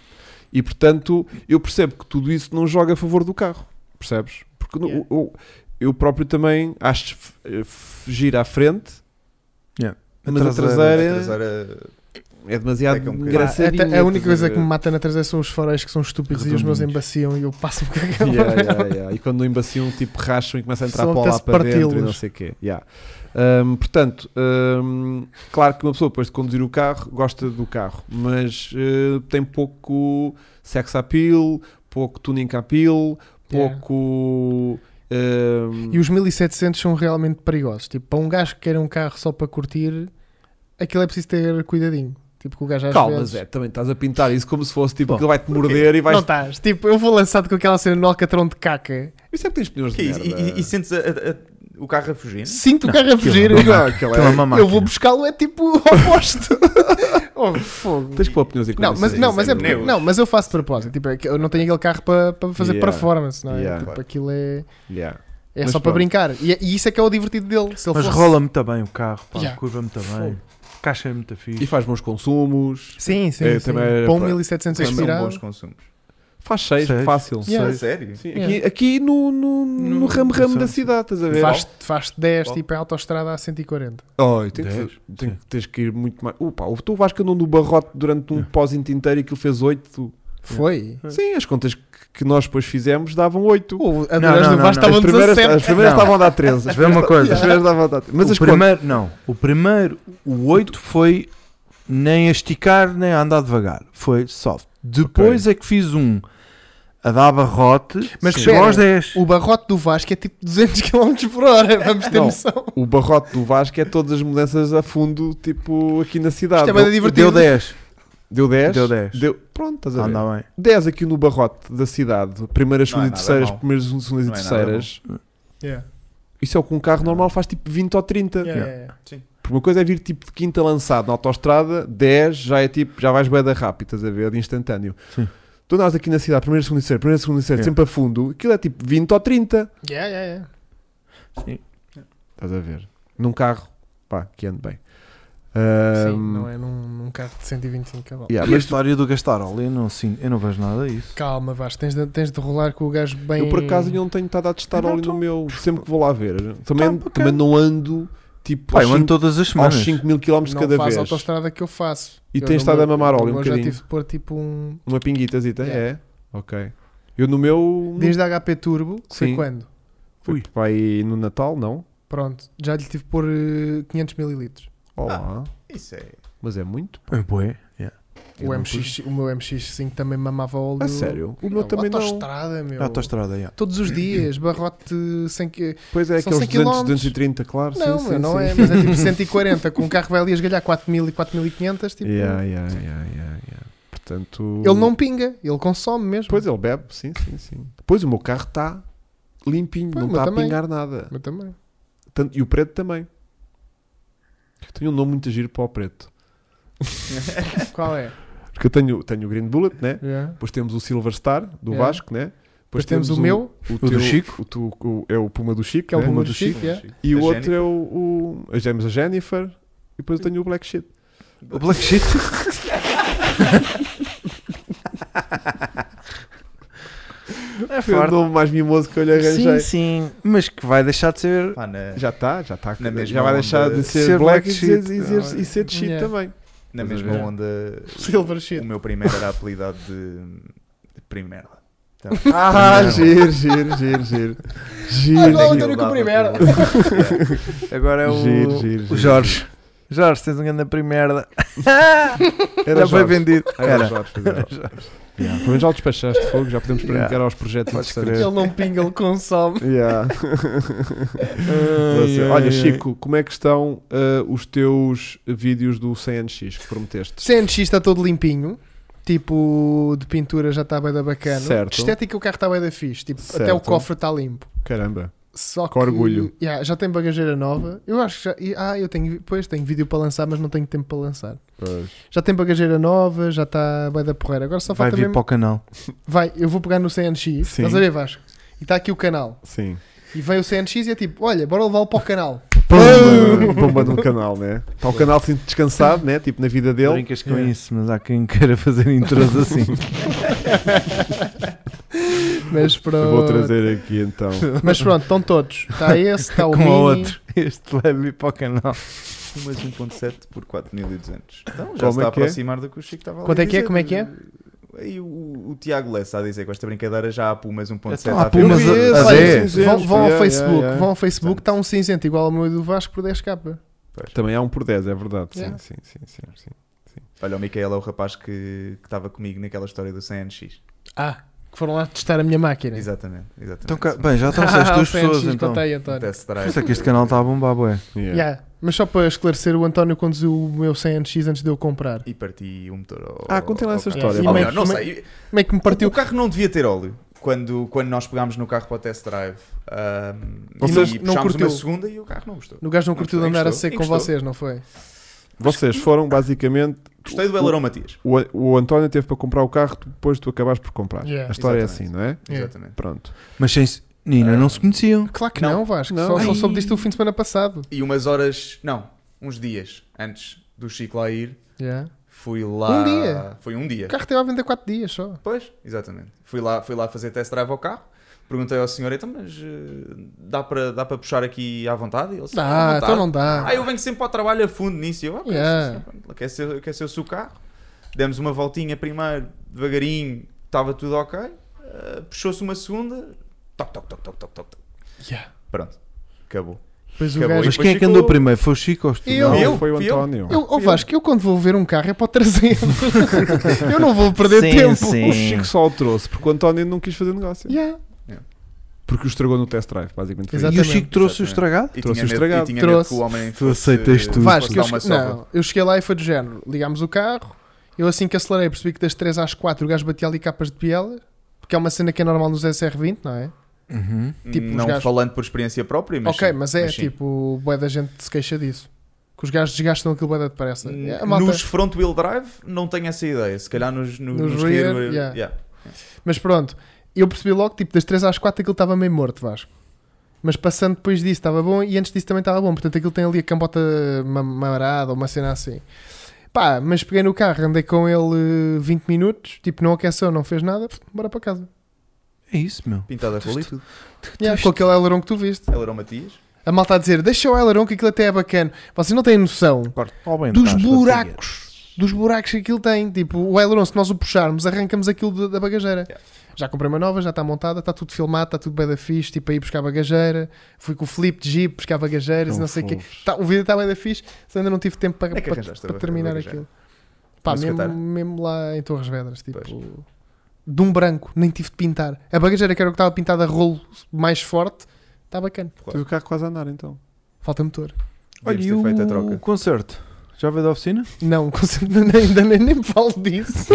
E portanto, eu percebo que tudo isso não joga a favor do carro, percebes? Porque no- Yeah. eu, eu próprio também acho f- eh, f- gira à frente, A mas a traseira- traseira, A traseira- é demasiado Peca um bocadinho. engraçadinha. Até- a única estás coisa a que me ver? mata na traseira são os faróis que são estúpidos e os meus Redondinhos. embaciam e eu passo-me cagando. Yeah, yeah, yeah. E quando não embaciam, tipo, racham e começa a entrar São pó lá até-se para dentro e partilos. não sei o quê. Yeah. Hum, portanto, hum, claro que uma pessoa depois de conduzir o carro gosta do carro, mas eh, tem pouco sex appeal, pouco tuning appeal, Yeah. pouco. hum, E os 1700 são realmente perigosos. Tipo, para um gajo que quer um carro só para curtir, aquilo é preciso ter cuidadinho. Tipo, que o gajo às Calma, vezes... Zé, também estás a pintar isso como se fosse tipo Bom, que ele vai-te morder e Não vais. estás. Tipo, eu vou lançado com aquela cena no Alcatrão de caca. Isso é que tens pneus Que de é isso? merda. E, e- e sentes a- a- a- o carro a fugir? Sinto o carro a fugir. aquilo Não, aquela Aquela é- é uma eu máquina. vou buscá-lo, é tipo o oposto. oh, fogo. é- Tens que pôr pneus e Não, mas, condições, não, isso mas é porque, pneus. não, mas eu faço de propósito. Tipo, é que eu não tenho aquele carro para para fazer Yeah. performance, não é? Yeah. Tipo, aquilo é, Yeah. é Mas só para pronto. brincar. E, e isso é que é o divertido dele. Se ele Mas fosse- rola muito bem o carro, pá, Yeah. curva muito bem, Fogo. caixa é muito E fixe. faz bons consumos, Sim, sim. É, sim. também era Para um para- 1700 Mas são inspirado. bons consumos. faz seis, Seis. fácil. Yeah. A sério? Sim, Yeah. aqui, aqui no, no, no, No- ramo-ramo sim, da sim. cidade, estás a ver? Faz, faz 10 Bom. tipo em autoestrada a 140. Oh, tem que, Dez, tem sim. que- tens que ir muito mais. Opa, o teu Vasco andou no barrote durante um depósito inteiro e aquilo fez 8. Foi. Sim, as contas que, que nós depois fizemos davam 8. É. Pô, a Durãs Não, não, do Vasco não, as estavam primeiras, 17. as primeiras Não. estavam a dar 13. As Vê uma coisa. primeiras estavam a dar 13. Mas o as contas. primeiro, não, o primeiro, o 8 foi nem a esticar nem a andar devagar, foi soft. Depois é que fiz um a dar barrote, Mas mas espera, chegou aos 10. O barrote do Vasco é tipo 200 km por hora. Vamos ter Não. noção. O barrote do Vasco é todas as mudanças a fundo, tipo aqui na cidade. Isto é bué deu, divertido. Deu 10, deu 10. Deu Ah, 10. Deu- pronto, estás a ver? anda bem. 10 aqui no barrote da cidade, primeiras, Não é segundas e nada terceiras, mau. primeiras, segundas e Não é nada terceiras. Yeah. Isso é o que um carro normal faz tipo 20 ou 30. Yeah, yeah, yeah. Porque uma coisa é vir tipo de quinta lançado na autostrada, 10 já é tipo, já vais boeda rápido, estás a ver, de instantâneo. Sim. Tu andas aqui na cidade, primeira, segunda, terceira, primeira, segunda, terceira, Yeah. sempre a fundo, aquilo é tipo 20 ou 30. Yeah, yeah, yeah. Estás a ver? Num carro, pá, que ande bem. Sim, Ahm, não é num, num carro de 125 cavalos. yeah, E a mas história do gastar óleo, eu não, sim, eu não vejo nada disso. Calma, Vasco, tens de, tens de rolar com o gajo bem. Então, eu por acaso ainda não tenho estado a testar Não, óleo tu- no meu, sempre que vou lá ver. Também, Tá, ok. também não ando tipo Pá, aos eu ando 5, todas as semanas. mil km não cada faz vez. a autostrada que eu faço. E Eu tens no estado meu- a mamar óleo um Eu já bocadinho. tive de pôr tipo um. Uma pinguitazita, é? Yeah. Ok. Eu no meu. Desde a HP Turbo, que foi Sim. quando? Foi para aí no Natal, não? Pronto, já lhe tive de pôr eh, 500 ml. Olá. Isso é. Mas é muito. É bué, yeah. Eu O, não MX, o meu MX5 também mamava óleo. A sério? O meu Não, tá também não. autostrada, meu. Autostrada, yeah. Todos os dias, barrote sem que. Pois é, São aqueles 100 200, quilómetros. 230, claro. Não, sim, meu, sim, não sim. é, mas é tipo 140. com um carro vai ali a esgalhar 4.000 e 4.500. Tipo, Yeah, yeah, yeah, yeah, yeah. Portanto. Ele não pinga, ele consome mesmo. Depois ele bebe, sim, sim, sim. Depois o meu carro está limpinho, Pá, não mas está a também. pingar nada. Mas também. Tanto- e o preto também. Tenho um nome muito giro para o preto. Qual é? Porque eu tenho, tenho o Green Bullet, né? Yeah. Depois temos o Silver Star do É. Vasco, né? Depois temos o meu, o, do Chico. o tu- o- é o Puma do Chico, que é o né? Puma do Chico. é. E A o outro Jennifer. é o, o a James a Jennifer. E depois eu tenho o Black Shit. O Black Sheep. é Foi o forte. nome mais mimoso que eu lhe arranjei. Sim, sim. Mas que vai deixar de ser. Pá, na, é- Já está, já está. Na mesma Já vai deixar onda de de ser, ser Black, Black e, ser, Sheep. e, ser, e ser de Shit Yeah. também. na Estás a mesma ver? onda. Silver O shit. meu primeiro era apelidado de. de primeiro. Então, Ah, Não. giro, giro, giro, giro. Giro. Agora giro. Ah, tenho- com o primeiro. Yeah. Agora é o. Giro, giro, o giro, Jorge. Jorge, tens um grande primerda. Era Já foi Jorge. vendido. Era Era. Jorge. era Jorge. Yeah, Pelo menos já o despachaste fogo, já podemos Yeah. brincar aos projetos Podes interessantes. Ele não pinga, ele consome. Yeah. Ai, ai, Olha, ai. Chico, como é que estão ah, os teus vídeos do 100NX que prometeste? CNX está todo limpinho. Tipo, de pintura já está bem da bacana. Certo. De estética o carro está bem da fixe. Tipo, até Certo. o cofre está limpo. Caramba. Só que, Com orgulho. Yeah, já tem bagageira nova. Eu acho que já. e- Ah, eu tenho. Pois, tenho vídeo para lançar, mas não tenho tempo para lançar. Já tem bagageira nova, já está bem da porreira. Agora só Vai Então falta vir mesmo. para o canal. Vai, eu vou pegar no CNX. Sim. Estás a ver, Vasco? E está aqui o canal. Sim. E vem o CNX e é tipo: olha, bora levá-lo para o canal. Pomba, pomba no canal, né? Está o canal assim descansado, né? Tipo na vida dele. Brincas com isso, mas há quem queira fazer intros assim. Mas Eu pronto. vou trazer aqui então. Mas pronto, estão todos. Está esse, está o Como mini. o outro. Este leve vir para o canal. Mas 1.7 por 4.200. Então Como é já se está a que é? aproximar do que o Chico estava ali Quanto a é que é? dizer. Como é que é? Aí o, o Tiago Lessa a dizer com esta brincadeira já há Pumas 1.7 Então há à venda. Pumas Eu vi a- esse, a olha, ver. cinzento. Vão, vão ao Yeah, Facebook, yeah, yeah. vão ao Facebook, está um cinzento igual ao meu e do Vasco por 10k. Também há um por 10, é verdade. Yeah. Sim, sim, sim, sim, sim. Olha, o Micael é o rapaz que que estava comigo naquela história do 100NX. Ah, que foram lá testar a minha máquina. Exatamente, exatamente. Então, cá- bem, já estão as Ah, o duas CNX, pessoas então. contei, Um António. test drive. Isto é que este canal está a bombar, bué. Yeah. Yeah. Mas só para esclarecer, o António conduziu o meu 100NX antes de eu comprar. E parti um motor ao, Ah, contem lá ao essa carro. história. E Ou meio melhor, que- não meio- sei. Como é que Partiu. me partiu? O carro não devia ter óleo. Quando, quando nós pegámos no carro para o test drive ahm, Vocês e não puxámos curtiu? uma segunda e o carro não gostou. O gajo não Não curtiu de gostou, andar a encostou, seco com encostou. vocês, não foi? Vocês foram basicamente. Gostei do Aileron Matias. O, o António teve para comprar o carro, depois tu acabaste por comprar. Yeah. A história é assim, Exatamente. não é? É. Exatamente. Pronto. Mas sem. Nina, não se conheciam. Claro que não, Não. Vasco. Não. Só, só Ai. soube disto o fim de semana passado. E umas horas, não, uns dias antes do Chico lá ir, Yeah. fui lá. Um dia? Foi um dia. O carro esteve à venda 4 dias só. Pois, exatamente. Fui lá, fui lá fazer test drive ao carro. Perguntei ao senhor, então, mas eh, dá para dá para puxar aqui à vontade? Ele, "Sim, à Dá, vontade." então não dá. Ah, eu venho sempre ao trabalho a fundo nisso. E Eu, ah, Yeah. aqueceu, aqueceu o carro. Demos uma voltinha primeiro, devagarinho, estava tudo ok. Ah, Puxou-se uma segunda, toc, toc, toc, toc, toc, toc. toc. Yeah. Pronto, acabou. Pois o Acabou. gajo. Mas depois quem é que ficou- andou primeiro? Foi o Chico ou os tu? Eu. Não. Não, eu? foi o Fui eu? António. Eu, oh Vasco, eu quando vou ver um carro é para o trazer. eu não vou perder Sim, tempo. sim. O Chico só o trouxe porque o António não quis fazer negócio. Yeah. Porque o estragou no test drive, basicamente. Foi E isso. o Chico trouxe o Exatamente. estragado? E Trouxe o tinha medo, estragado. e tinha Trouxe. medo que o homem Tu fosse- aceitas tudo. fosse Vasco, dar eu, uma che- sova. não, eu cheguei lá e foi do género. Ligámos o carro, eu assim que acelerei percebi que das 3 às 4 o gajo batia ali capas de biela, porque é uma cena que é normal nos SR20, não é? Uhum. Tipo, os não gajos- falando por experiência própria, mas ok, sim, mas é sim. tipo, boa da gente se queixa disso. Que os gajos desgastam aquilo bué da depressa. É, a malta- Nos front wheel drive não tenho essa ideia. Se calhar nos, no- Nos nos rear, rear, eh, yeah. yeah. Mas pronto, eu percebi logo, tipo, das 3 às 4 aquilo estava meio morto, Vasco. Mas passando depois disso estava bom e antes disso também estava bom. Portanto, aquilo tem ali a cambota ma- marada ou uma cena assim. Pá, mas peguei no carro, andei com ele eh, 20 minutos, tipo, não aqueceu, não fez nada, pff, bora para casa. É isso, meu. pintada a rola e tudo. Yeah, com aquele aileron que tu viste. Ela era o Matias. A malta a dizer, deixa o aileron que aquilo até é bacana. Vocês não têm noção tá dos buracos, dos buracos que aquilo tem. Tipo, o aileron, se nós o puxarmos, arrancamos aquilo da- da bagageira. Yeah. Já comprei uma nova, já está montada, está tudo filmado, está tudo bem da fixe. Tipo, aí buscar a bagageira. Fui com o Flip de Jeep buscar bagageiras e não sei o quê. Tá, o vídeo está bem da fixe, só ainda não tive tempo para, Onde é que para- arranjaste a para ba- a terminar bagageira? aquilo. Pá, No mesmo, secretário? mesmo lá em Torres Vedras, tipo, Pois. de um branco, nem tive de pintar. A bagageira que era o que estava pintada a rolo mais forte, está bacana. Tens o carro quase a andar então. Falta motor. Olha, e Devias ter feito a o troca. concerto? Já veio da oficina? Não, o concerto ainda, ainda nem, nem falo disso.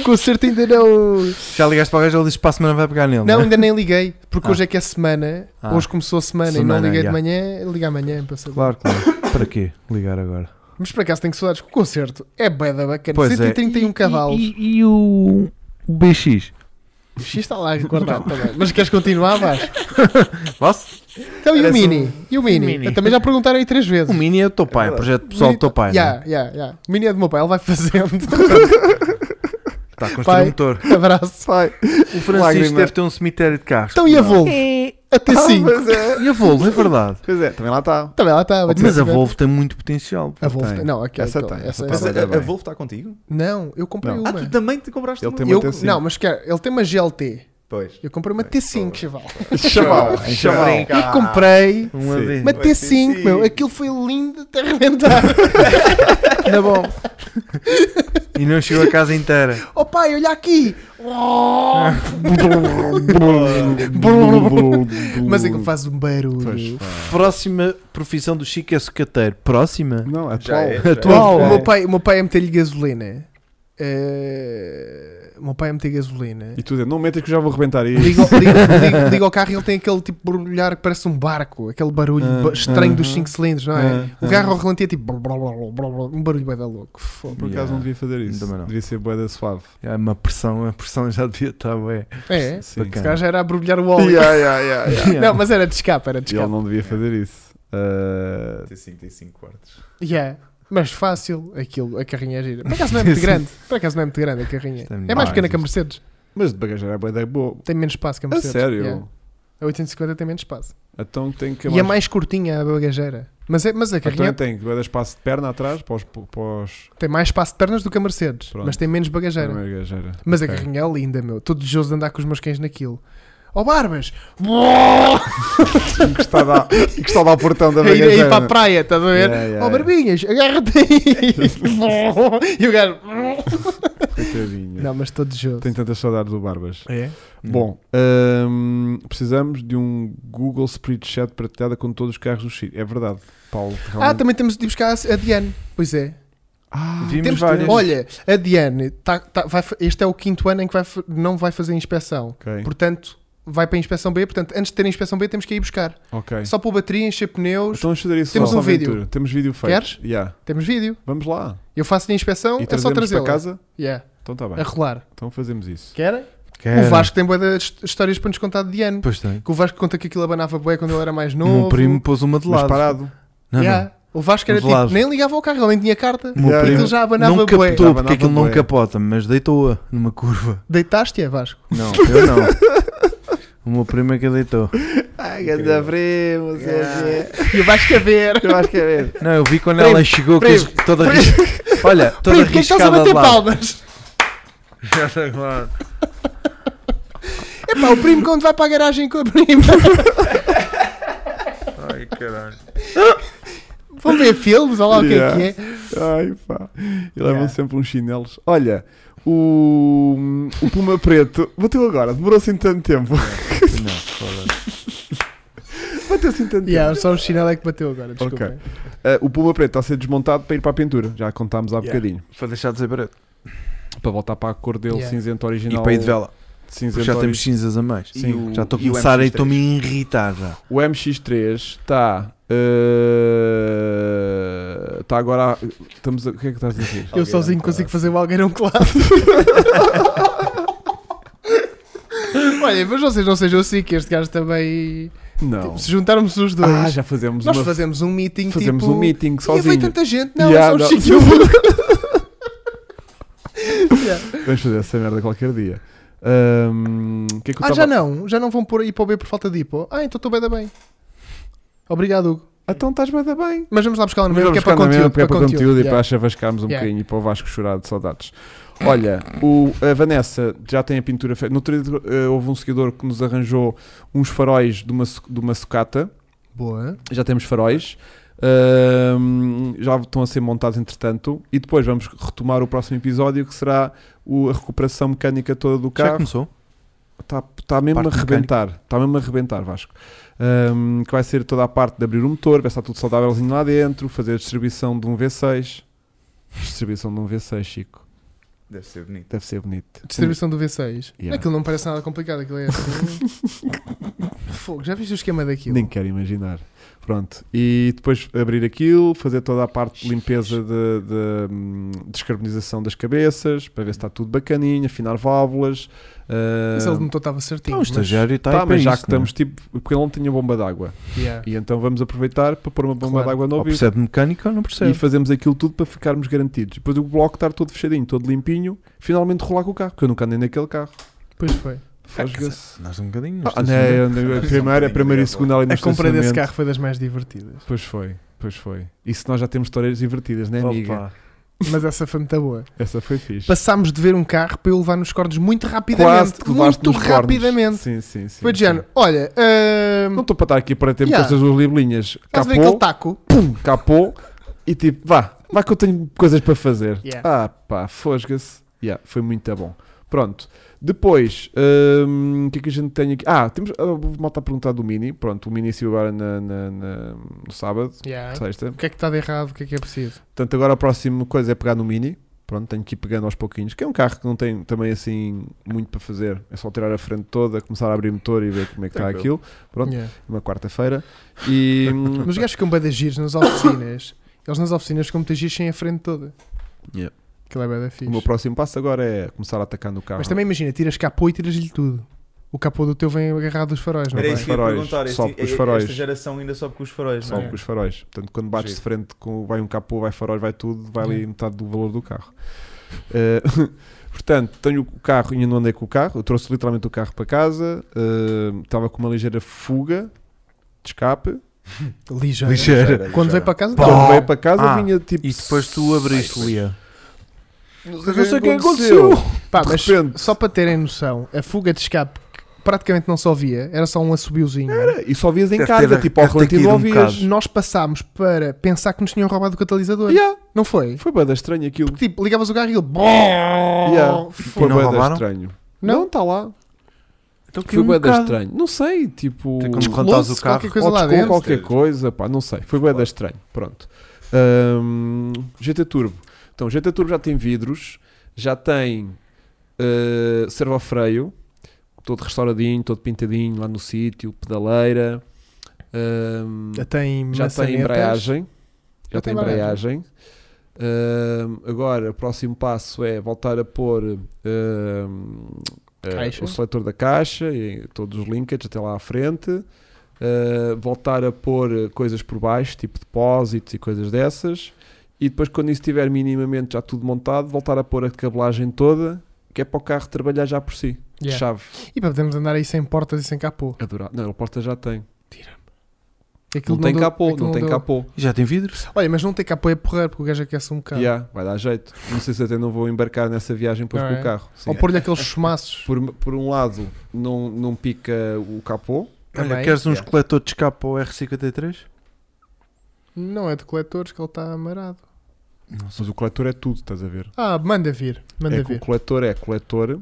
O concerto ainda não. Já ligaste para o gajo, ele disse que para a semana vai pegar nele. Não, né? ainda nem liguei, porque Ah. hoje é que é semana. Ah. Hoje começou a semana, e Semana, não liguei já. de manhã, liga amanhã para saber. Claro, claro. Para quê ligar agora? Mas por acaso tenho que saudades que o concerto é bada bacana. Pois é. 131 cavalos. E, e- e o o BX? O X está lá guardado também. Mas queres continuar, Vasco? Posso? Então e o Parece Mini? E o Mini? um- Mini. Eu também já perguntaram aí três vezes. O Mini é do teu pai, verdade. projeto pessoal do teu pai. é? Yeah, yeah, yeah. O Mini é do meu pai, ele vai fazendo. né? Está a construir Pai. um motor. Abraço. O Francisco Lágrima. deve ter um cemitério de carros. Então e a Não. Volvo? Até Ah, 5. pois é. E a Volvo, é verdade. Pois é, também lá está. Também lá está. Mas a Volvo tem muito potencial. A Volvo Tem. tem. Não, aquela- Essa aquela- tem, essa Mas tá a, bem. a- a Volvo está contigo? Não, eu comprei Não. uma. Ah, tu também te compraste Ele uma? é tem uma Eu- T5. não, mas quer, ele tem uma GLT. Pois. Eu comprei uma Sim. T5, chaval. Chaval, chaval. Eu comprei Uma Sim. vez. uma Uma T5, T5. meu. Aquilo foi lindo até arrebentar. Ainda bom. E não chegou a casa inteira. Oh pai, olha aqui! Ah, Oh. Mas é que faz um barulho. Próxima profissão do Chico é sucateiro. Próxima? Não, Já atual. é, já é. Atual. O É. meu pai, o meu pai a meter-lhe gasolina. Eh, o meu pai a meter gasolina. E tu dizes, não metas que eu já vou arrebentar aí. Liga, liga- liga- liga ao carro e ele tem aquele tipo de borbulhar que parece um barco, aquele barulho Ah, ba- estranho ah, dos ah. 5 cilindros, não é? Ah, o carro ao relantia tipo blá, blá, blá, blá, blá, blá, um barulho bem da louco. Fogo. Por acaso Yeah. não devia fazer isso. Também não. Devia ser boeda suave. É uma pressão, a pressão já devia estar bem. É, Sim. se Bacana. calhar já era a borbulhar o óleo. Yeah, yeah, yeah, yeah. Não, mas era de escape, era E de ele escape. não devia fazer isso. Ah, T5 tem 5 quartos. Yeah. Mas fácil, aquilo, a carrinha é gira. Por acaso não é muito grande, por acaso não é muito grande a carrinha. Isto é muito É mais bom. pequena que a Mercedes, mas de bagageira é boeda boa. tem menos espaço que a A Mercedes. sério. Yeah. A 850 tem menos espaço. Então tem que. E é mais curtinha a bagageira. Mas, é, mas a Então carrinha tem que boeda espaço de perna atrás para os. Para os tem mais espaço de pernas do que a Mercedes, Pronto. mas tem menos para a bagageira. bagageira. Mas Ok. a carrinha é linda, meu. Todo desejoso de andar com os meus cães naquilo. Ó Barbas! Encostado ao- Encostado ao portão da A ir, a ir bagageira. para a praia, estás a ver? né? Yeah, yeah, Ó yeah. Barbinhas, agarra-te aí! e o gajo. Coitadinho. Não, mas todo desejoso. Tenho tantas saudades do Barbas. É? Bom, hum, precisamos de um Google Spreadsheet partilhada com todos os carros do Chile. É verdade, Paulo. Ah, realmente- também temos de ir buscar a a Diane. Pois é. Ah, Vimos Temos de- várias. Olha, a Diane, tá- tá- vai fa- este é o quinto ano em que vai fa- não vai fazer inspeção. ok. Portanto, vai para a inspeção B. Portanto, antes de ter a inspeção B, temos que ir buscar. ok. Só pôr bateria, encher pneus. Então vamos fazer isso Temos só um uma vídeo. aventura. Temos vídeo feito. Queres? Yeah. Temos vídeo. Vamos lá. Eu faço a inspeção, e é só trazemos trazê-la. para casa? Yeah, Então está bem. a rolar. Então fazemos isso. Querem? Quero. O Vasco tem boas histórias para nos contar de Diane. Pois tem. Que o Vasco conta que aquilo abanava bué quando ele era mais O novo. meu primo pôs uma de Mas lado. parado. Não, Yeah. O Vasco era Mas lado. tipo, nem ligava ao carro, ele nem tinha carta. não. O meu Yeah, Aquilo primo já abanava não bué. captou Abanava porque aquilo não bué. capota, mas deitou-a numa curva. Deitaste-a, é, Vasco. Não, eu não. O meu primo é que a deitou. Ah, ganda primo, E o Vasco a ver. Eu acho que é mesmo. Não, eu vi quando Primo, ela chegou que primo, toda ris- Olha, toda Primo, que é que estás a arriscada de bater lado. palmas? Claro. Epá, o primo quando vai para a garagem com a prima. Ai, caralho. Vão ver filmes, olha lá Yeah. o que é que é. Ai pá. E levam sempre uns chinelos. Olha, o, o Puma Preto bateu agora. Demorou assim tanto tempo. Não, foda-se. Bateu assim tanto tempo. Yeah, só o chinelo é que bateu agora, desculpa. Ok. Ah, o Puma Preto está a ser desmontado para ir para a pintura. Já contámos há Yeah. bocadinho. Foi deixar de ser preto. Para voltar para a cor dele Yeah. cinzento E original. para ir de vela. cinzento Porque já temos ori- cinzas a mais. E Sim. o- Já estou a e o começar e MX3? estou-me a irritar já. O MX3 está. ah, está agora. a- Estamos a- o que é que estás a dizer? Eu sozinho consigo fazer o Algueirão clássico. Olha, mas vocês não sejam assim, que este gajo também. Não. Tipo, se juntarmos os dois, Ah, já fazemos nós uma. fazemos um meeting fazemos tipo. um meeting E veio sozinho. tanta gente, não, Yeah, é só não. o Chico e o Hugo. Yeah. Vamos fazer essa merda qualquer dia. Ahm, o que é que eu Ah, tava- já não, já não vão pôr aí para o B por falta de hipo. Ah, então estou bem da bem. Obrigado, Hugo. Então estás bem, bem. Mas vamos lá buscar lá no Mas meio, que é vamos para buscar na mesma, conteúdo. porque é para conteúdo, e yeah. para chavascarmos um Yeah. bocadinho e para o Vasco chorar de saudades. Olha, o- a Vanessa já tem a pintura feita. No outro dia, eh, houve um seguidor que nos arranjou uns faróis de uma, so- de uma sucata. Boa. Já temos faróis. Ahm, já estão a ser montados entretanto. E depois vamos retomar o próximo episódio que será o- a recuperação mecânica toda do Já carro. começou? Está tá mesmo Parte a arrebentar. Está mesmo a arrebentar, Vasco. Ahm, que vai ser toda a parte de abrir o motor, ver se está tudo saudávelzinho lá dentro, fazer a distribuição de um V6. Distribuição de um V6, Chico. Deve ser bonito. Deve ser bonito. Distribuição do V6. Yeah. Aquilo não parece nada complicado, aquilo é assim. Fogo, já viste o esquema daquilo? Nem quero imaginar. Pronto. E depois abrir aquilo, fazer toda a parte de limpeza de, de, hum, descarbonização das cabeças, para ver se está tudo bacaninho, afinar válvulas. Mas ele Uh, não estava certinho. Não, o mas- estagiário está aí tá, para mas já isso, é? que estamos tipo. Porque ele não tinha bomba d'água. Yeah. E então vamos aproveitar para pôr uma bomba Claro. d'água Não é? Ou nova e percebe mecânica ou não e percebe. fazemos aquilo tudo para ficarmos garantidos. Depois o bloco estar todo fechadinho, todo limpinho, finalmente rolar com o carro, porque eu nunca andei naquele carro. Pois foi. Fosga-se. Nós um bocadinho. Ah, né, andei- a primeira, a primeira e a segunda ali no A compra desse estacionamento. carro foi das mais divertidas. Pois foi, pois foi. Isso nós já temos histórias divertidas, é né, amiga? Mas essa foi muito boa. Essa foi fixe. Passámos de ver um carro para eu levar nos cornos muito Quase rapidamente. te levaste muito nos cornos. rapidamente. Sim, sim, sim. Foi de sim. género. Olha, ahm, Não estou para estar aqui para tempo Yeah. com estas duas libelinhas. estás a ver aquele Capou, taco? capou e tipo, vá, vá que eu tenho coisas para fazer. Yeah. Ah pá, fosga-se. Yeah, foi muito bom. Pronto. Depois, hum, o que é que a gente tem aqui? Ah, temos. ah, Vou malta a perguntar do Mini. Pronto, o Mini saiu agora na, na- na- no sábado, Yeah. sexta. O que é que está de errado? O que é que é preciso? Portanto, agora a próxima coisa é pegar no Mini. Pronto, tenho que ir pegando aos pouquinhos. Que é um carro que não tem também assim muito para fazer. É só tirar a frente toda, começar a abrir o motor e ver como é que está Tranquilo. aquilo. Pronto. Yeah. Uma quarta-feira. E. hum, Mas os gajos ficam bem de giros nas oficinas. Eles nas oficinas ficam muito giros sem a frente toda. Yeah. Aquilo é bem da o fixe. meu próximo passo agora é começar a atacar no carro. Mas também imagina, tiras capô e tiras-lhe tudo. O capô do teu vem agarrado dos faróis, não é? Era vai? isso que eu ia Faróis. perguntar. Este, Sobe com os faróis. Esta geração ainda sobe com os faróis, Só não é? com os faróis. Portanto, quando bates Giro. de frente, com, vai um capô, vai faróis, vai tudo, vai ali Uhum. Sim. metade do valor do carro. Eh, portanto, tenho o carro, ainda não andei com o carro, eu trouxe literalmente o carro para casa, eh, estava com uma ligeira fuga de escape. Ligeiro. Ligeira. Quando veio para casa, Pá. Quando tá. veio para casa, Ah, vinha tipo. E depois tu abriste, Lia. Não sei o que Pá, é de mas repente. só para terem noção, a fuga de escape que praticamente não só via, era só um assobiozinho. E só vias em Deve casa, ter- tipo ao deve ter relativo caído um ouvias. bocado. Nós passámos para pensar que nos tinham roubado o catalisador. Yeah, Não foi? Foi bada estranho aquilo. Porque, tipo, ligavas o carro e ele. Yeah, Foi não bada roubaram? estranho. Não? Não, está lá. Então que Foi bada bocado. estranho. Não sei, tipo. Tem como levantares Levantas o carro. qualquer coisa ou lá descou dentro. qualquer coisa, pá, não sei. Foi bem da estranho. Pronto. Ahm, GT Turbo. Então, o GT Turbo já tem vidros, já tem ah, servofreio, todo restauradinho, todo pintadinho lá no sítio, pedaleira. ahm, Já tem já tem maçanetas. embreagem. Já, Já tem tem embreagem. Ahm, agora, o próximo passo é voltar a pôr ahm, ah, Caixa. o seletor da caixa e todos os linkage até lá à frente. Ah, voltar a pôr ah, coisas por baixo, tipo depósitos e coisas dessas. E depois, quando isso estiver minimamente já tudo montado, voltar a pôr a cabelagem toda, que é para o carro trabalhar já por si. de Yeah. Chave. E para podemos andar aí sem portas e sem capô. Adorar. Não, a porta já tem. Aquilo não tem deu- capô, aquilo não tem deu- capô. E Já tem vidros? Olha, mas não tem capô é porrer porque o gajo aquece um bocado. Yeah, vai dar jeito. Não sei se até não vou embarcar nessa viagem depois Não com é? o carro. Sim. Ou pôr-lhe aqueles chumaços. Por, por um lado, não, não pica o capô. Olha, Também. queres uns Yeah. coletores de escape ao R53? Não, é de coletores que ele está amarado. Não Mas o coletor é tudo, estás a ver? Ah, manda vir, manda é que o vir. coletor é coletor,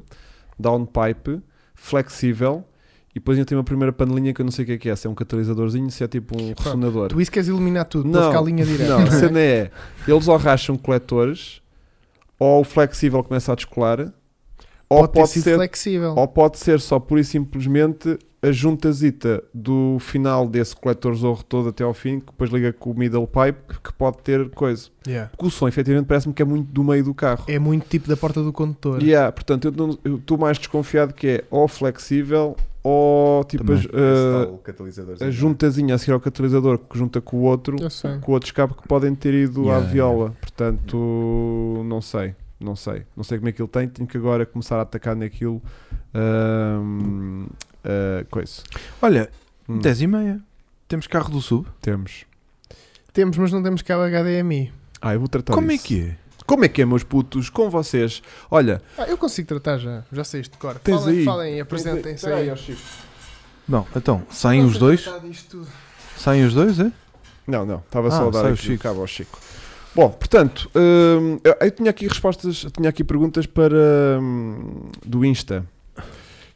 downpipe, flexível e depois ainda tem uma primeira panelinha que eu não sei o que é que é. Se é um catalisadorzinho, se é tipo um ressonador. Tu isso queres iluminar tudo, para ficar a linha direta. Não, a cena é. Eles ou racham coletores, ou o flexível começa a descolar, ou pode, pode, ter sido ser flexível. Ou pode ser só pura e simplesmente a juntazita do final desse coletor zorro todo até ao fim, que depois liga com o middle pipe, que pode ter coisa. Yeah. Porque o som, efetivamente, parece-me que é muito do meio do carro. É muito tipo da porta do condutor. E há, portanto, eu não- eu estou mais desconfiado que é ou flexível ou tipo Também. as, ah, a, juntazinha a seguir ao catalisador que junta com o outro, Eu sei. com o outro escape que podem ter ido Yeah, à viola. Portanto, não sei. Não sei, não sei como é que ele tem. Tenho que agora começar a atacar naquilo. ahm, ah, coisa. Olha, Hum. 10 e meia. Temos carro do sub. Temos. Temos, mas não temos cabo HDMI. Ah, eu vou tratar Como disso. é que é? Como é que é, meus putos? Com vocês. Olha, Ah, eu consigo tratar já. Já sei isto de cor. Tens falem, aí. falem, apresentem-se aí. Bom, então, saem os dois? Saem os dois, é? Não, não, estava só Ah, a dar sai o aqui o Chico. cabo ao Chico. Bom, portanto, hum, eu, eu tinha aqui respostas, eu tinha aqui perguntas para hum, do Insta,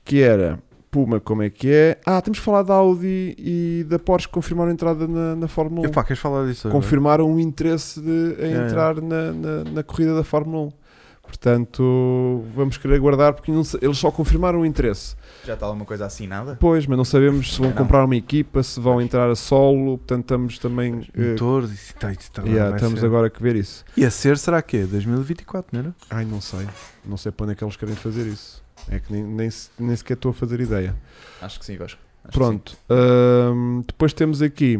que era Puma, como é que é? Ah, temos falado da Audi e da Porsche que confirmaram a entrada na, na Fórmula 1. Epá, queres falar disso agora? confirmaram o interesse de, em É, é. entrar Na, na, na corrida da Fórmula 1. Portanto, vamos querer aguardar porque não sa- eles só confirmaram o interesse. Já está alguma coisa assinada? Pois, mas não sabemos se vão Não. comprar uma equipa, se vão entrar a solo, portanto estamos também. eh, Motores, isso tá, isso tá, yeah, vai estamos ser. agora a que ver isso. E a ser, será que é? 2024, não era? Ai, não sei. Não sei para onde é que eles querem fazer isso. É que nem, nem, se- nem sequer estou a fazer ideia. Acho que sim, Vasco. Acho que Pronto. hum, depois temos aqui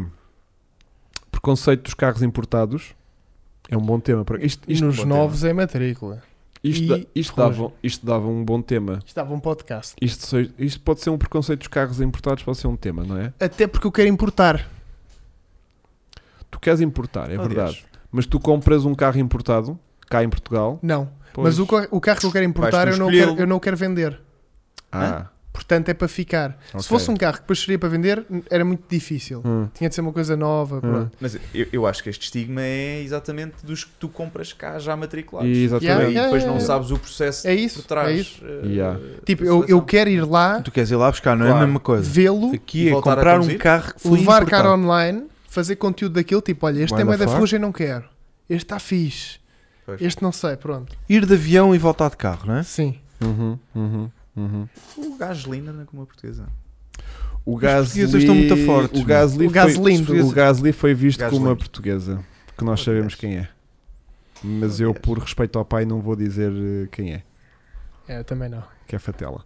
preconceito dos carros importados. É um bom tema. para- Isto, isto, Nos bom novos é matrícula. isto, e da- isto relógio. dava, isto dava um bom tema. Estava um podcast. Isto, se- isto pode ser um preconceito dos carros importados, pode ser um tema, não é? Até porque eu quero importar. Tu queres importar, é Aliás. verdade. Mas tu compras um carro importado, cá em Portugal. Não. pois- Mas o, co- o carro que eu quero importar Vais-te eu não o escolhê-lo. quero, eu não o quero vender. Ah, Portanto, é para ficar. ok. Se fosse um carro que depois seria para vender, n- era muito difícil. Hum. Tinha de ser uma coisa nova. pronto. Mas eu, eu acho que este estigma é exatamente dos que tu compras cá já matriculados. E E Exatamente. Yeah, depois é, não é. sabes o processo É isso, por trás. é isso. eh, Yeah. da Tipo, eu, eu seleção. quero ir lá, Tu queres ir lá buscar, não é a Claro. mesma coisa? vê-lo, Aqui E é voltar a comprar um conduzir? carro que foi levar importado. cara online, fazer conteúdo daquilo, tipo, olha, este What é the meio da fuck? fuja e não quero. Este está fixe. Pois. Este não sei, pronto. Ir de avião e voltar de carro, não é? Sim. Uhum, uhum, uhum. O gasolina não é como a portuguesa. O portugueses Gasly, estão muito fortes, o Gasly, mano. O Gasly, foi, o Gasly foi visto como uma Gasly. portuguesa, que nós sabemos quem é. Mas eu, por respeito ao pai, não vou dizer eh, quem é, É, eu também não. que é Fatela.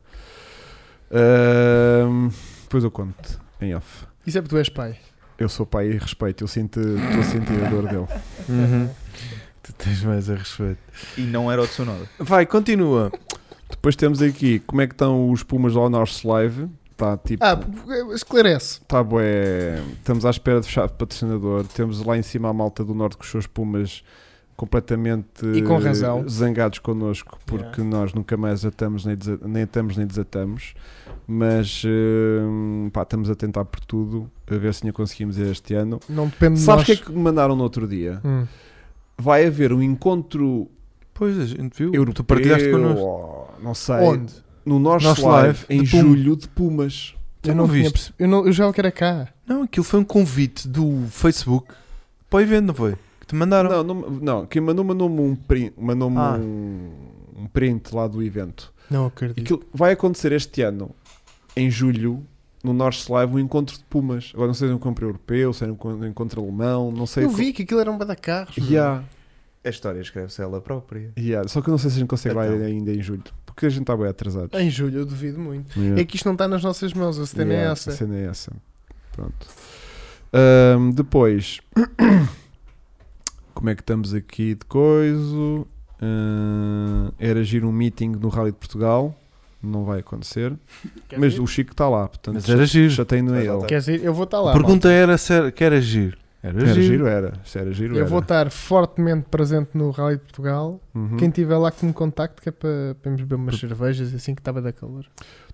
Ahm, depois eu conto, em off. Isso é porque tu és pai. Eu sou pai e respeito, eu sinto, estou a sentir a dor dele. Tu tens mais a respeito. E não era o Tsunoda. Vai, continua. Depois temos aqui como é que estão os Pumas ao nosso live. Está tipo. Ah, esclarece. Tá bué. Estamos à espera de fechar de patrocinador. Temos lá em cima a malta do Norte com os seus Pumas completamente E com razão. eh, zangados connosco porque nós nunca mais atamos nem, desa- nem atamos nem desatamos. Mas eh, pá, estamos a tentar por tudo a ver se ainda conseguimos ir este ano. Não depende Sabes o que de é nós. que me mandaram no outro dia? Hum. Vai haver um encontro Pois, a gente viu. europeu. Tu partilhaste connosco. ou não sei. Onde? No nosso, Nosso live, live, em de Pum- julho de Pumas. Tu não tinha viste? perce- Eu, não, eu já o quero é cá. Não, aquilo foi um convite do Facebook para o evento, não foi? Que te mandaram. Não, não, não, quem mandou mandou-me um print, mandou-me Ah. um, um print lá do evento. Não acredito. Aquilo vai acontecer este ano, em julho, no North Live, um encontro de Pumas. Agora não sei se é um encontro europeu, se é um encon- um encontro alemão, não sei. Eu co- vi que aquilo era um badacarros. meu. Yeah, A história escreve-se ela própria. yeah, Só que eu não sei se a gente consegue lá Então. ainda em julho, porque a gente está bem atrasado. Em julho, eu duvido muito. Yeah. É que isto não está nas nossas mãos, a cena Yeah, é A essa. cena é essa. Pronto. Ahm, depois, como é que estamos aqui de coisa? Ah, era agir um meeting no Rally de Portugal. Não vai acontecer. Queres mas ir? o Chico está lá, portanto. Mas era giro. Já tem não é Mas lá ele. está. Queres ir? Eu vou estar A lá. é pergunta era se era, que era giro. Era, Era giro. giro, era. Se era giro, malta. Eu era. vou estar fortemente presente no Rally de Portugal. Uhum. Quem estiver lá que me contacte, que é para para irmos beber umas cervejas e assim que estava da calor.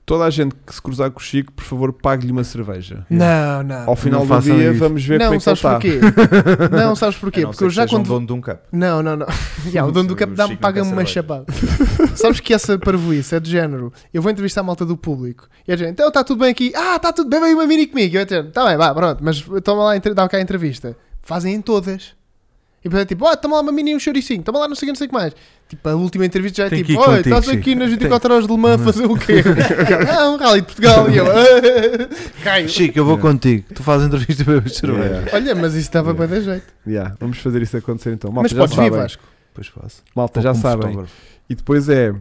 Toda a gente que se cruzar com o Chico, por favor, pague-lhe uma cerveja. Não, não. Ao final do Ah, façam dia, isso. vamos ver como não, é que ele sabes está. porquê? não, sabes porquê? A não Porque ser eu que já seja um quando. dono de um cup. Não, não, não. Yeah, o dono do O campo dá-me Chico não quer paga-me uma cerveja. chapada. sabes que essa parvoíce é do género. Eu vou entrevistar a malta do público e a gente, então está tudo bem aqui. Ah, está tudo bem, bebe aí uma mini comigo. Eu entendo, está bem, vá, pronto, mas toma lá, entre- dá cá a entrevista. Fazem em todas. E depois é tipo, ó, toma lá uma mini e um choricinho, toma lá não sei o que, não sei o que mais. Tipo, a última entrevista já é Tem que ir tipo, oi, contigo, estás aqui Chico. nas Tem- 24 horas de Le Mans a fazer o quê? ah, um rally de Portugal. E eu, "Ah, caio. Chico, eu vou contigo. Tu fazes entrevista para beber cerveja. Yeah. Olha, mas isso estava bem da jeito. Yeah, Vamos fazer isso acontecer então. Malta, Mas já podes vir, sabem. Vasco. Depois faço. Malta, Então já Como sabem. fotógrafo. E depois é.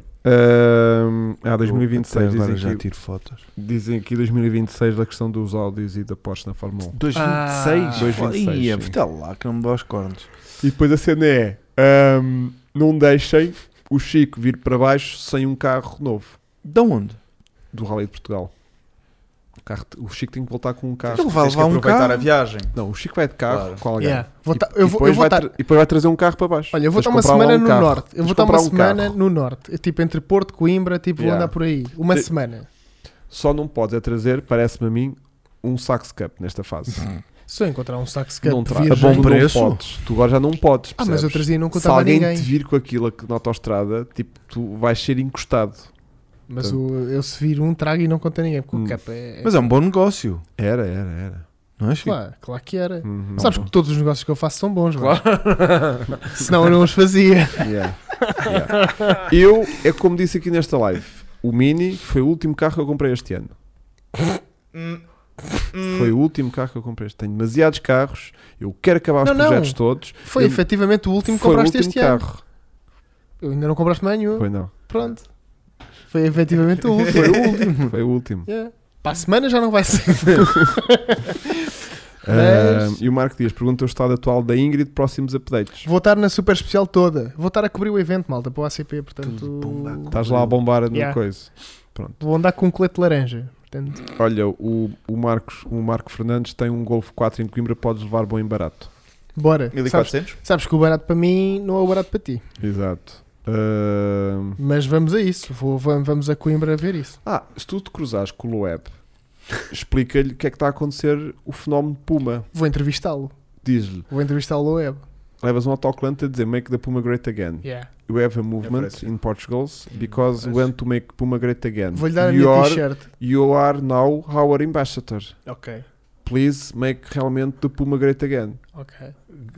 ahm, ah, Eu 2026. até Agora já Dizem aqui, tiro fotos. dizem aqui 2026 da questão dos áudios e da Porsche na Ah, Fórmula 1. 226? 2,26, Ia, sim. vete é lá que não me dá os cornos. E depois a cena é: ahm, não deixem o Chico vir para baixo sem um carro novo De onde? do Rally de Portugal. carro, o Chico tem que voltar com um carro. Ele vai Tens que levar um aproveitar carro. a viagem. Não, o Chico vai de carro Claro. com alguém. Então Yeah. Vou E- tá- eu e vou, depois eu vou vai estar. tra- e depois vai trazer um carro para baixo. Olha, eu vou Tens estar de uma comprar lá semana um no carro. norte. Eu Tens vou de estar uma comprar um semana carro. no norte. Eu, tipo entre Porto, Coimbra, tipo vou Yeah. andar por aí. Uma Te- semana. Só não podes é trazer, parece-me a mim, um sax cup nesta fase. Uhum. Se eu encontrar um saco de não traz. A bom tu preço? Não podes. Tu agora já não podes. Ah, mas eu percebes? trazia e não Se contava a alguém ninguém. te vir com aquilo aqui na autostrada, tipo, tu vais ser encostado. Mas o- eu se vir um trago e não conto a ninguém. Porque Hum. o capa é. Mas é um bom negócio, Era, era, era. não é, Chico? Claro, claro que era. Uhum. Sabes que todos os negócios que eu faço são bons, claro. Senão eu não os fazia. Yeah. Yeah. Eu, é como disse aqui nesta live, o Mini foi o último carro que eu comprei este ano. Foi o último carro que eu comprei. este ano. Tenho demasiados carros, eu quero acabar os Não, não. projetos todos. Foi Eu- efetivamente o último que foi o compraste último este ano. carro. Eu ainda não compraste mais nenhum. Foi não. Pronto. Foi efetivamente o último. Foi o último. foi o último. Yeah. Para a semana já não vai ser. Ah, Mas- e o Marco Dias pergunta o estado atual da Ingrid, próximos updates. Vou estar na super especial toda. Vou estar a cobrir o evento, malta, para o ACP. Portanto, Tudo bomba. Estás lá a bombar na Yeah. coisa. vou andar com um colete de laranja. Portanto, Olha, o, o, Marcos, o Marco Fernandes tem um Golf 4 em Coimbra, podes levar bom em barato. bora. Sabes, 1400? sabes que o barato para mim não é o barato para ti. Exato. Ah, Mas vamos a isso. Vou, va- vamos a Coimbra ver isso. Ah, se tu te cruzares com o Loeb, explica-lhe o que é que está a acontecer o fenómeno Puma. Vou entrevistá-lo. Diz-lhe, Vou entrevistá-lo ao web. levas um autocolante a dizer Make the Puma Great Again. You have a movement parece. in Portugal because parece. we want to make Puma great again. Vou-lhe dar a you, minha are, t-shirt. you are now our ambassador. Ok, Please make realmente the Puma great again. ok.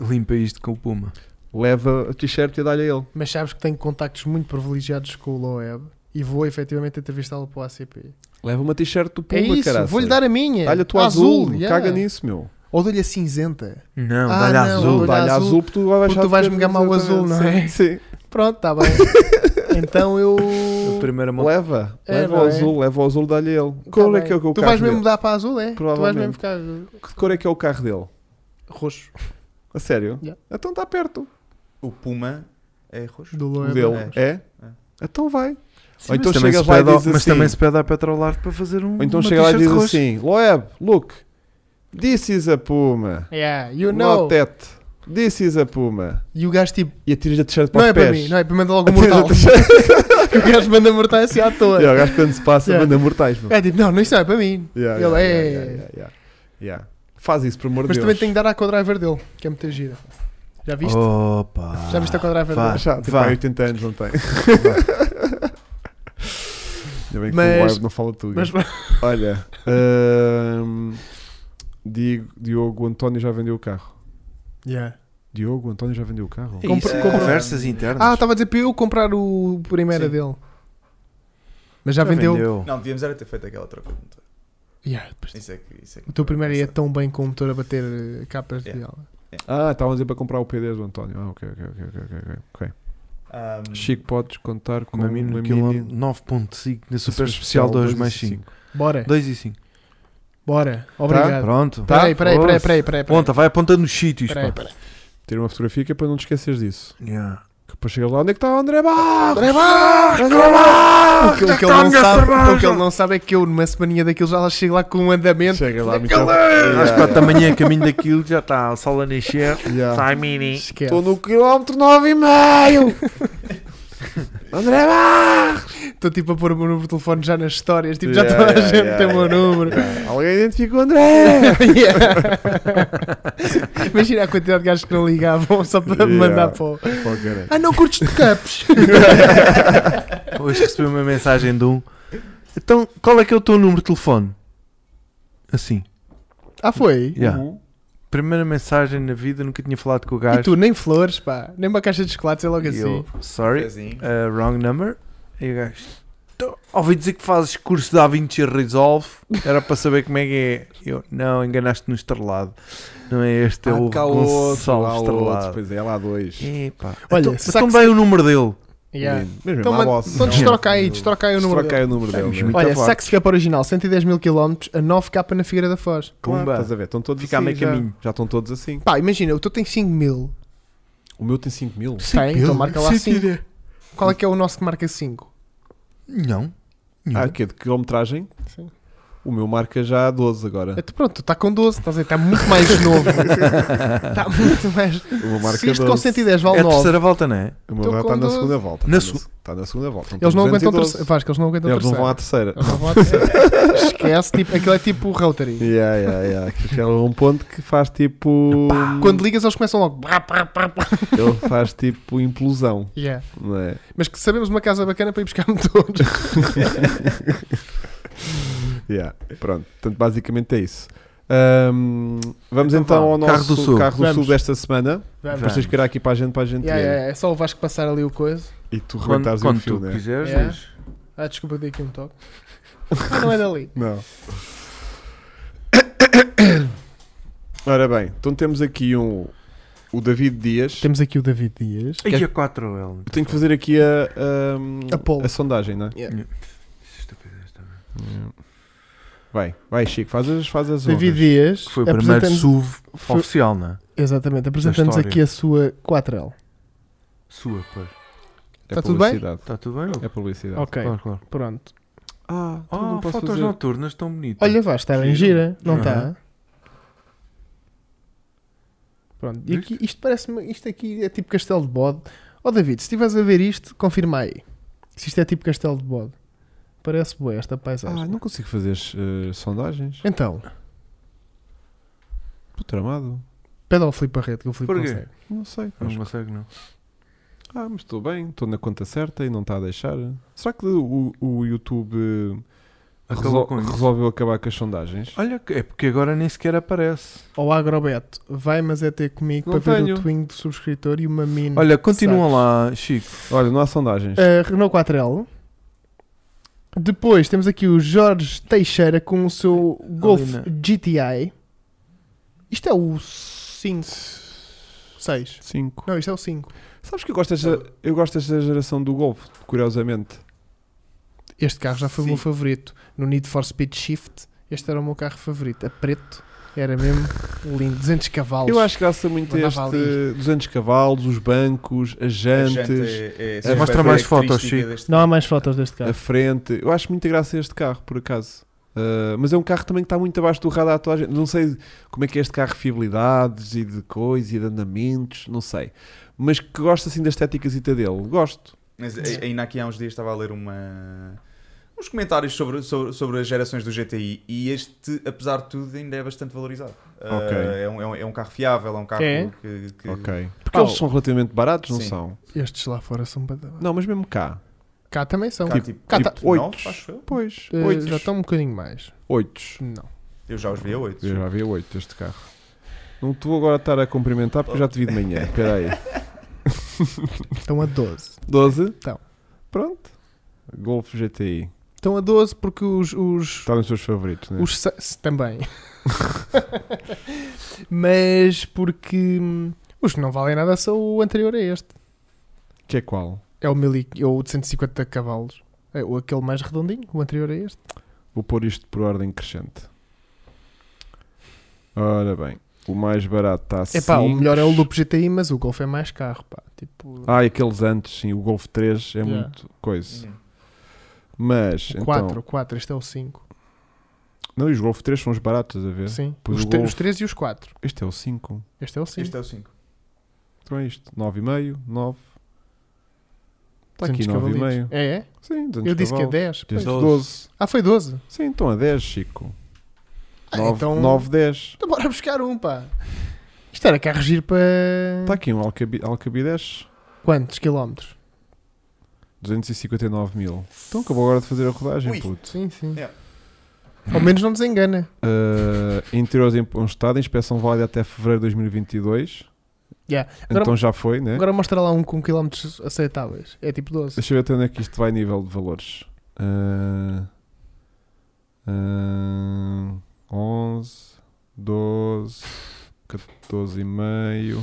Limpa isto com o Puma. Leva a t-shirt e dá-lhe a ele. Mas sabes que tenho contactos muito privilegiados com o Loeb e vou efetivamente entrevistá-lo para o ACP. Leva uma t-shirt do Puma, é isso, caraças. vou-lhe dar a minha. Dá-lhe a tua azul, caga nisso, meu. Ou dou-lhe a cinzenta. Não, Ah, dá-lhe não, azul. dou-lhe Dá-lhe azul, azul porque tu vais porque achar tu vais que- me gamar o azul, não é? Sim, sim. Pronto, está bem. então eu. A primeira moto. Leva, É, leva não o é? azul, leva o azul, dá-lhe ele. Que Tá cor é bem. que é o que eu Tu carro vais dele? mesmo mudar para azul, é? Tu vais mesmo Provavelmente. ficar Que cor é que é o carro dele? roxo. A sério? Yeah. Então está perto. O Puma é roxo. Do O Loeb. dele roxo. é? É. Então vai. Sim, Ou então mas também chegas se lá e pede ao- diz Mas assim- também se pede à Petrolarte para fazer um. Ou então uma chega lá e t-shirt diz roxa. assim: Loeb, look, this is a Puma. Yeah, you know. Not that. This is a Puma. E o gajo tipo. E atiras a t-shirt para Não os é para mim, pés. não é para mandar logo um Atiras mortal. a t-shirt. o gajo manda mortal assim à toa. E o gajo quando se passa Yeah. manda mortais. meu. É tipo, não, não, isso não é para mim. Yeah, Ele yeah, é- yeah, yeah, yeah, yeah. Faz isso, por amor de Mas Deus. Oh, também tenho que dar à co-driver dele, que é muita gira. Já viste? Opa! Já viste a co-driver vá. dele? Já, tipo, Vá. há 80 anos não tem. Ainda bem que o Mas- Loeb não fala tudo. Mas Olha, hum, Diego- Diogo António já vendeu o carro. Yeah. Diogo António já vendeu o carro? É Compra- isso, compra- Conversas internas. Ah, estava a dizer para eu comprar o primeiro é Sim. dele. Mas já, vendeu? Não, devíamos era ter feito aquela troca de motor. Yeah, pois- Isso é que, isso é que O teu primeiro ia Isso é- tão bem com o motor a bater eh, capas de Yeah. ala. Ah, estavam a dizer para comprar o P10 do António. Ah, ok, ok, ok, ok, ok, ok. Ahm, Chico, podes contar com Uma mini um no quilómetro 9.5 na super especial 2 mais 5. Bora, 2 e 5. bora. Obrigado. Pronto. Tá? É. Peraí, peraí, peraí, Ouça. peraí, peraí. peraí. Ponta, vai apontando nos sítios. Peraí, pá. peraí. Tira uma fotografia que é para não te esquecer disso. Yeah. Que depois chegas lá, onde é que está o André Barros? André Barros! André Barros! O é que, o que ele não sabe, o que ele não sabe é que eu, numa semaninha daquilo, já lá chego lá com um andamento. Chega lá, Daquele- Às Miguel. 4 da manhã, é caminho daquilo, já está a sala a nascer. Sai mini. Esquece. Estou no quilómetro 9,5! André Barros! Estou tipo a pôr o meu número de telefone já nas histórias. Tipo, já Yeah, toda a yeah, gente yeah, tem o meu yeah. número. Alguém identifica o André! Yeah. Imagina a quantidade de gajos que não ligavam só para me mandar Yeah. para o... Pô, caralho. Ah, não curtes de cups? Hoje recebi uma mensagem de um. Então, qual é que é o teu número de telefone? Assim. ah, foi? Yeah. Uhum. Primeira mensagem na vida, nunca tinha falado com o gajo. E tu, nem flores, pá. Nem uma caixa de chocolates, é logo E eu, assim. sorry, cafezinho. uh, wrong number. E o gajo, "Tô- ouvi dizer que fazes curso da Vinci Resolve. Era para saber como é que é. Eu, não, enganaste no estrelado. Não é este, é Ah, o cá outro, Gonçalo lá outro, estrelado. pois é, lá dois. Epá. Olha, Olha, sabe que também o número dele. Yeah. Lindo. Mas mesmo, Então, à man- bossa. então Não, destroca aí, não. destroca aí o número Destroca dele. aí o número Vamos dele. muito né? Olha, Então vá. sax Cup original, 110 mil km, a 9k na Figueira da Foz. Claro, Pumba. estás a ver? Estão todos Fica a assim meio já. caminho. Já estão todos assim. Pá, imagina, o teu tem 5 mil. O meu tem 5 mil. Sim, Tem, Pedro, então marca lá sim, cinco. tira. Qual é que é o nosso que marca 5? Não. não. Ah, Ah, que é de quilometragem? Sim. O meu marca já a 12 agora. Então, pronto, está com 12, estás a dizer, está muito mais novo. Está muito mais. O meu marca Se isto 12. com 110 vale É a 9. terceira volta, não é? O meu Estou já está com na 12. segunda volta. Na está su- Está na segunda volta. Então Eles não aguentam 212. terceira. Vasco, eles não aguentam Eles não vão à terceira. terceira. Eles não vão à terceira. Esquece, tipo, aquilo é tipo o Rotary. Yeah, yeah, yeah. Aquilo chega a um ponto que faz tipo. Quando ligas, eles começam logo. Ele faz tipo implosão, Yeah. não é? Mas que sabemos uma casa bacana para ir buscar motores. Yeah, Pronto, portanto, basicamente é isso. Ahm, vamos Então então vá, ao nosso carro do sul. carro do Vamos. sul desta semana. Vamos. Vocês querem aqui para a gente, para a gente Yeah, ver. yeah, é só o Vasco passar ali o tá coisa. E tu Quando, rebentares o quando fio, tu né? quiseres, É. diz. Ah, desculpa, dei aqui um toque. Ah, não é dali. Não. Ora bem, então temos aqui um, o David Dias. Temos aqui o David Dias. E a é 4L. Eu tenho que fazer aqui a, a- A poll. a sondagem, não é? Vai, vai, Chico, faz as, faz as David honras. Dias. Que foi o primeiro apresentando- SUV foi- oficial, não é? Exatamente, apresentamos história. aqui a sua 4L. Sua, pois. É Tá tudo bem? publicidade. Está tudo bem? É publicidade. Ok, Claro, claro. pronto. Ah, então Ah, não posso fotos fazer. noturnas tão bonitas. Olha, vai, está bem Giro. gira, não tá? Aham. está? Pronto, e aqui, isto parece-me, isto aqui é tipo castelo de bode. Ó David, se estiveres a ver isto, confirma aí. Se isto é tipo castelo de bode. Parece boa esta paisagem. Ah, não consigo fazer as eh, sondagens. Então, Estou tramado. pede ao Filipe Barreto que o Filipe Porquê? consegue. Não sei. Não acho- consegue, não. Ah, mas estou bem, estou na conta certa e não está a deixar. Será que o, o YouTube eh, Acabou resol- com isso. resolveu acabar com as sondagens? Olha, que- é porque agora nem sequer aparece. Ao Agrobeto, vai mas é ter comigo Não para ver tenho. o twin do subscritor e uma mina. Olha, continua lá, Chico. Olha, não há sondagens. Uh, Renault 4L. Depois temos aqui o Jorge Teixeira com o seu Golf na- GTI. Isto é o 5. 6. 5. Não, isto é o 5. Sabes que eu gosto, desta, eu gosto desta geração do Golf, curiosamente. Este carro já foi o meu Sim. favorito. No Need for Speed Shift, este era o meu carro favorito. A preto, era mesmo lindo. 200 cavalos. Eu acho que graça muito a Mandava este 200 cavalos, os bancos, as jantes, Gente, é Mostra mais fotos, Chico. Não tipo. há mais fotos deste a carro. frente. Eu acho muito graça a este carro, por acaso. Ah, mas é um carro também que está muito abaixo do radar da toda a gente. Não sei como é que é este carro de fiabilidades e de coisas e de andamentos, não sei. Mas que gosto assim da estética dele. Gosto. Mas a- ainda aqui há uns dias estava a ler uma... uns comentários sobre, sobre, sobre as gerações do GTI e este, apesar de tudo, ainda é bastante valorizado. Ah, Ok. é, um, é um- é um carro fiável, é um carro É? que, que- Porque Paulo. eles são relativamente baratos, não Sim. são? Estes lá fora são. bada- Não, mas mesmo cá. Cá também são. cá, tipo, cá tipo tá- nove, oitos. acho eu. Pois, Uh, tipo oito. já estão um bocadinho mais. Oitos. Não. Eu já os vi a oito. Eu já vi oito este carro. Não te vou agora estar a cumprimentar porque eu já te vi de manhã. Espera aí. Estão a 12. 12? Então. Pronto. Golf GTI. Estão a 12 porque os- os, Está nos seus favoritos, né? Os sa- se- também. Mas porque hum, os que não valem nada são o anterior a este. Que é qual? É o, mil e, é o de 150 cavalos. É o, aquele mais redondinho, o anterior a este. Vou pôr isto por ordem crescente. Ora bem. O mais barato está assim. a É pá, o cinco. melhor é o Loop GTI, mas o Golf é mais carro, pá. Tipo, Ah, e aqueles antes, sim. O Golf 3 é Yeah. muito coisa. Hum. Mas, o então... 4, o 4, este é o 5. Não, e os Golf 3 são os baratos, a ver? Sim, Pois os, É. o te- Golf- os 3 e os 4. Este é o 5. Este é o 5. Este é o 5. Então é isto. 9,5, 9. Está Tá aqui 200 cavalitos. 9,5. É, é? Sim, 200 Eu disse que é cavalos. 10. Dizes pois. 12. Ah, foi 12. Sim, então a 10, Chico. Ah, 9, então- 9 10. Então bora buscar um, pá. Isto era carro giro para. Está aqui um Alcabi, Alcabi 10, Quantos quilómetros? 259 mil. Então acabou agora de fazer a rodagem, Ui. puto. Sim, sim. É. Ao menos não desengana. Ah, interiores em bom estado, inspeção válida até fevereiro de 2022. Yeah. Agora- Então já foi, né? Agora mostra lá um com quilómetros aceitáveis. É tipo 12. Deixa eu ver até onde é que isto vai a nível de valores. Ah, ah, 11, 12, 14,5,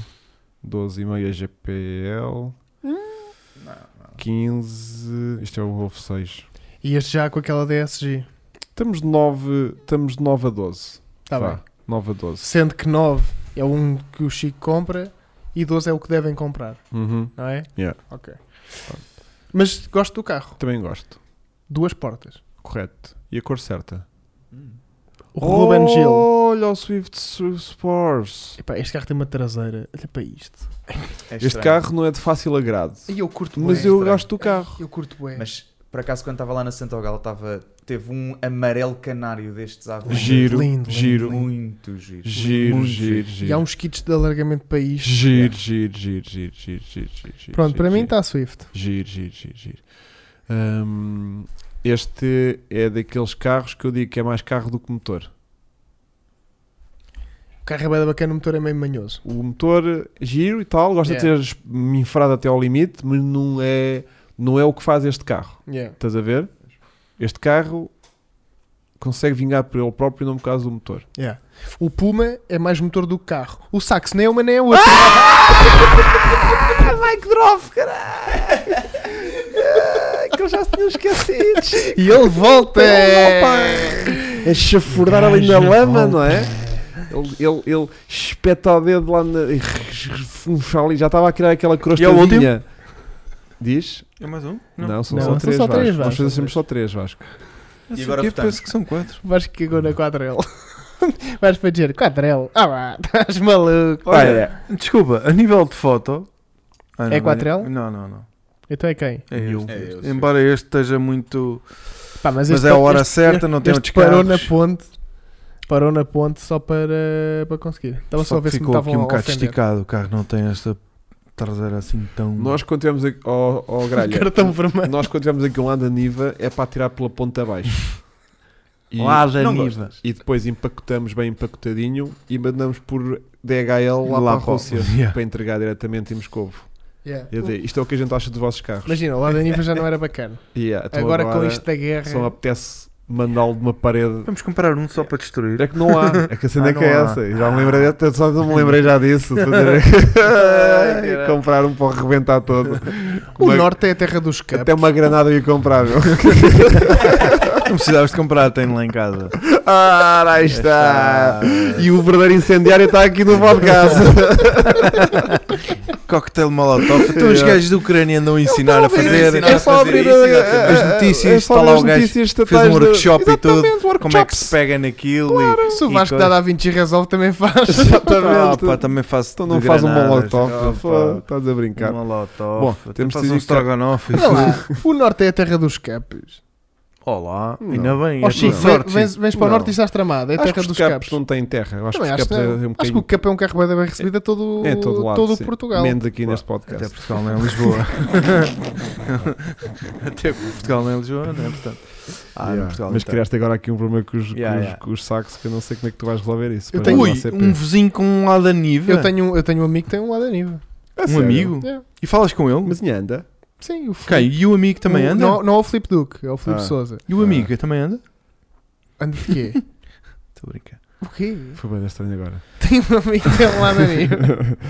12,5 a GPL, Não, não. 15. Isto é o Golf 6. E este já com aquela DSG. Estamos de 9, estamos de 9 a 12. Está Vá, Tá bem. 9 a 12. Sendo que 9 é um que o Chico compra e 12 é o que devem comprar, Uhum. não é? Yeah. Ok. Mas gosto do carro. Também gosto. Duas portas. Correto. E a cor certa? O Oh! Ruben Gil. Olha o Swift Su- Spurs. Epá, este carro tem uma traseira. Olha para isto. É Este estranho. carro não é de fácil agrado. E eu curto Mas é eu estranho. gosto do carro. Eu curto bué. Mas por acaso, quando estava lá na Santa Ogal, estava, teve um amarelo canário destes à venda. Giro, lindo, giro, Muito giro. giro, Muito giro, E há giro. uns kits de alargamento para isto. É Giro, giro, giro, giro, giro, giro, giro, giro. Pronto, para giro, mim giro. tá- está Swift. Giro, giro, giro, giro. Hum, este é daqueles carros que eu digo que é mais carro do que motor. O carro é bué da bacana, o motor é meio manhoso. O motor é giro e tal, gosta Yeah. de ter me infrado até ao limite, mas não é, não é o que faz este carro. Yeah. Estás a ver? Este carro consegue vingar por ele próprio e não por causa do motor. Yeah. O Puma é mais motor do que carro. O Sax nem é uma nem é outra. Mike Droff, caralho! Que eu já tinha esquecido. E ele volta! A É chafurdar ali na lama, não é? Ele, ele, ele espeta o dedo lá na. e refuncha ali, já estava a criar aquela crostadinha. Diz? É mais um? Não, são é só Não, são três, só Vasco. três, Nós Vasco. fazemos só três, Vasco. E agora E agora eu votamos. penso que são quatro. Vais que cagou na quadrela. Vais para dizer quadrela. Ah, vá, estás maluco. Olha, desculpa, a nível de foto. Ah, não, É quatrel? Não, não, não. Então é Então quem? É Eu. este. É eu, sim. Embora este esteja muito. Pá, mas Mas este- é a hora este- certa, não tem este outros parou carros. na ponte. Parou na ponte só para, para conseguir. Estava só, a que ver se me ficou estavam aqui um a bocado ofender. esticado. O carro não tem esta traseira assim tão. Nós quando tivemos aqui. Ó, ó, gralha. Cartão vermelho. Nós quando tivemos aqui um lado da Niva é para tirar pela ponta abaixo. E- lá da não Niva. E depois empacotamos bem empacotadinho e mandamos por DHL lá, para Lá a para o- Rússia Yeah. para entregar diretamente em Moscovo. Yeah. Eu dei, isto é o que a gente acha dos vossos carros. Imagina, o lado da Niva já não era bacana. Yeah, então Agora, com isto da é guerra. Só me apetece mandá-lo de uma parede. Vamos comprar um só para destruir. É que não há. É que a cena Ah, é não que é há. essa. Eu Já me lembrei, até só não me lembrei já disso. de fazer- comprar um para o arrebentar todo. O Uma- norte é a terra dos Então capos. Até uma granada eu ia comprar. meu. Não precisavas de comprar, tenho lá em casa. Ah, lá Ah. está. É E o verdadeiro incendiário está aqui no podcast. Cocktail Molotov. Então os Yeah. gajos da Ucrânia andam a ensinar a Estava ver- fazer. É só fazer abrir isso, a- exatamente. a- As notícias, é só está lá ver o gajo, notícias fez estatais um de- workshop e tudo. Exatamente, Como é que se workshops. pega naquilo e. Se o e é Vasco coisa. dá a 20 e resolve, também faz. Ah, Exatamente. pá, também faço Então de não faz um granadas, molotov. ah, pá, pá, Estás a brincar. Um molotov. Bom, Até temos de faço um dizer que- estrogonofe. Olha lá, o norte é a terra dos capes. Olá, Não. ainda bem. Ó, é Chico, tudo vem- sorte, vens, Chico. vens para o Não. norte e estás tramado. É a Acho que terra os dos capos capes. não têm terra. Eu Acho Também que os acho capos é que um Acho que o bocadinho. cap é um carro bem, bem recebido a todo, É em todo lado. todo o sim. Portugal. Menos aqui Pá, neste podcast. Até Portugal não é Lisboa. Até Portugal não é Lisboa, não é? Portanto, ah, Yeah. no Portugal Mas então. criaste agora aqui um problema com os, com Yeah, os- yeah. com os sacos que eu não sei como é que tu vais resolver isso. Eu Para tenho- lá Ui, na CP. um vizinho com um lado da Niva. Eu tenho, eu tenho um amigo que tem um lado a nível. A um sério? amigo. É. E falas com ele? Mas ainda anda. Sim, o Ok, Filipe. e o amigo também O- anda? Não, não é o Filipe Duque, é o Filipe Ah. Souza. E o amigo também anda? Anda de quê? Estou a brincar. o quê? Foi bem estranho agora. Tem um amigo que tem um lado a nível.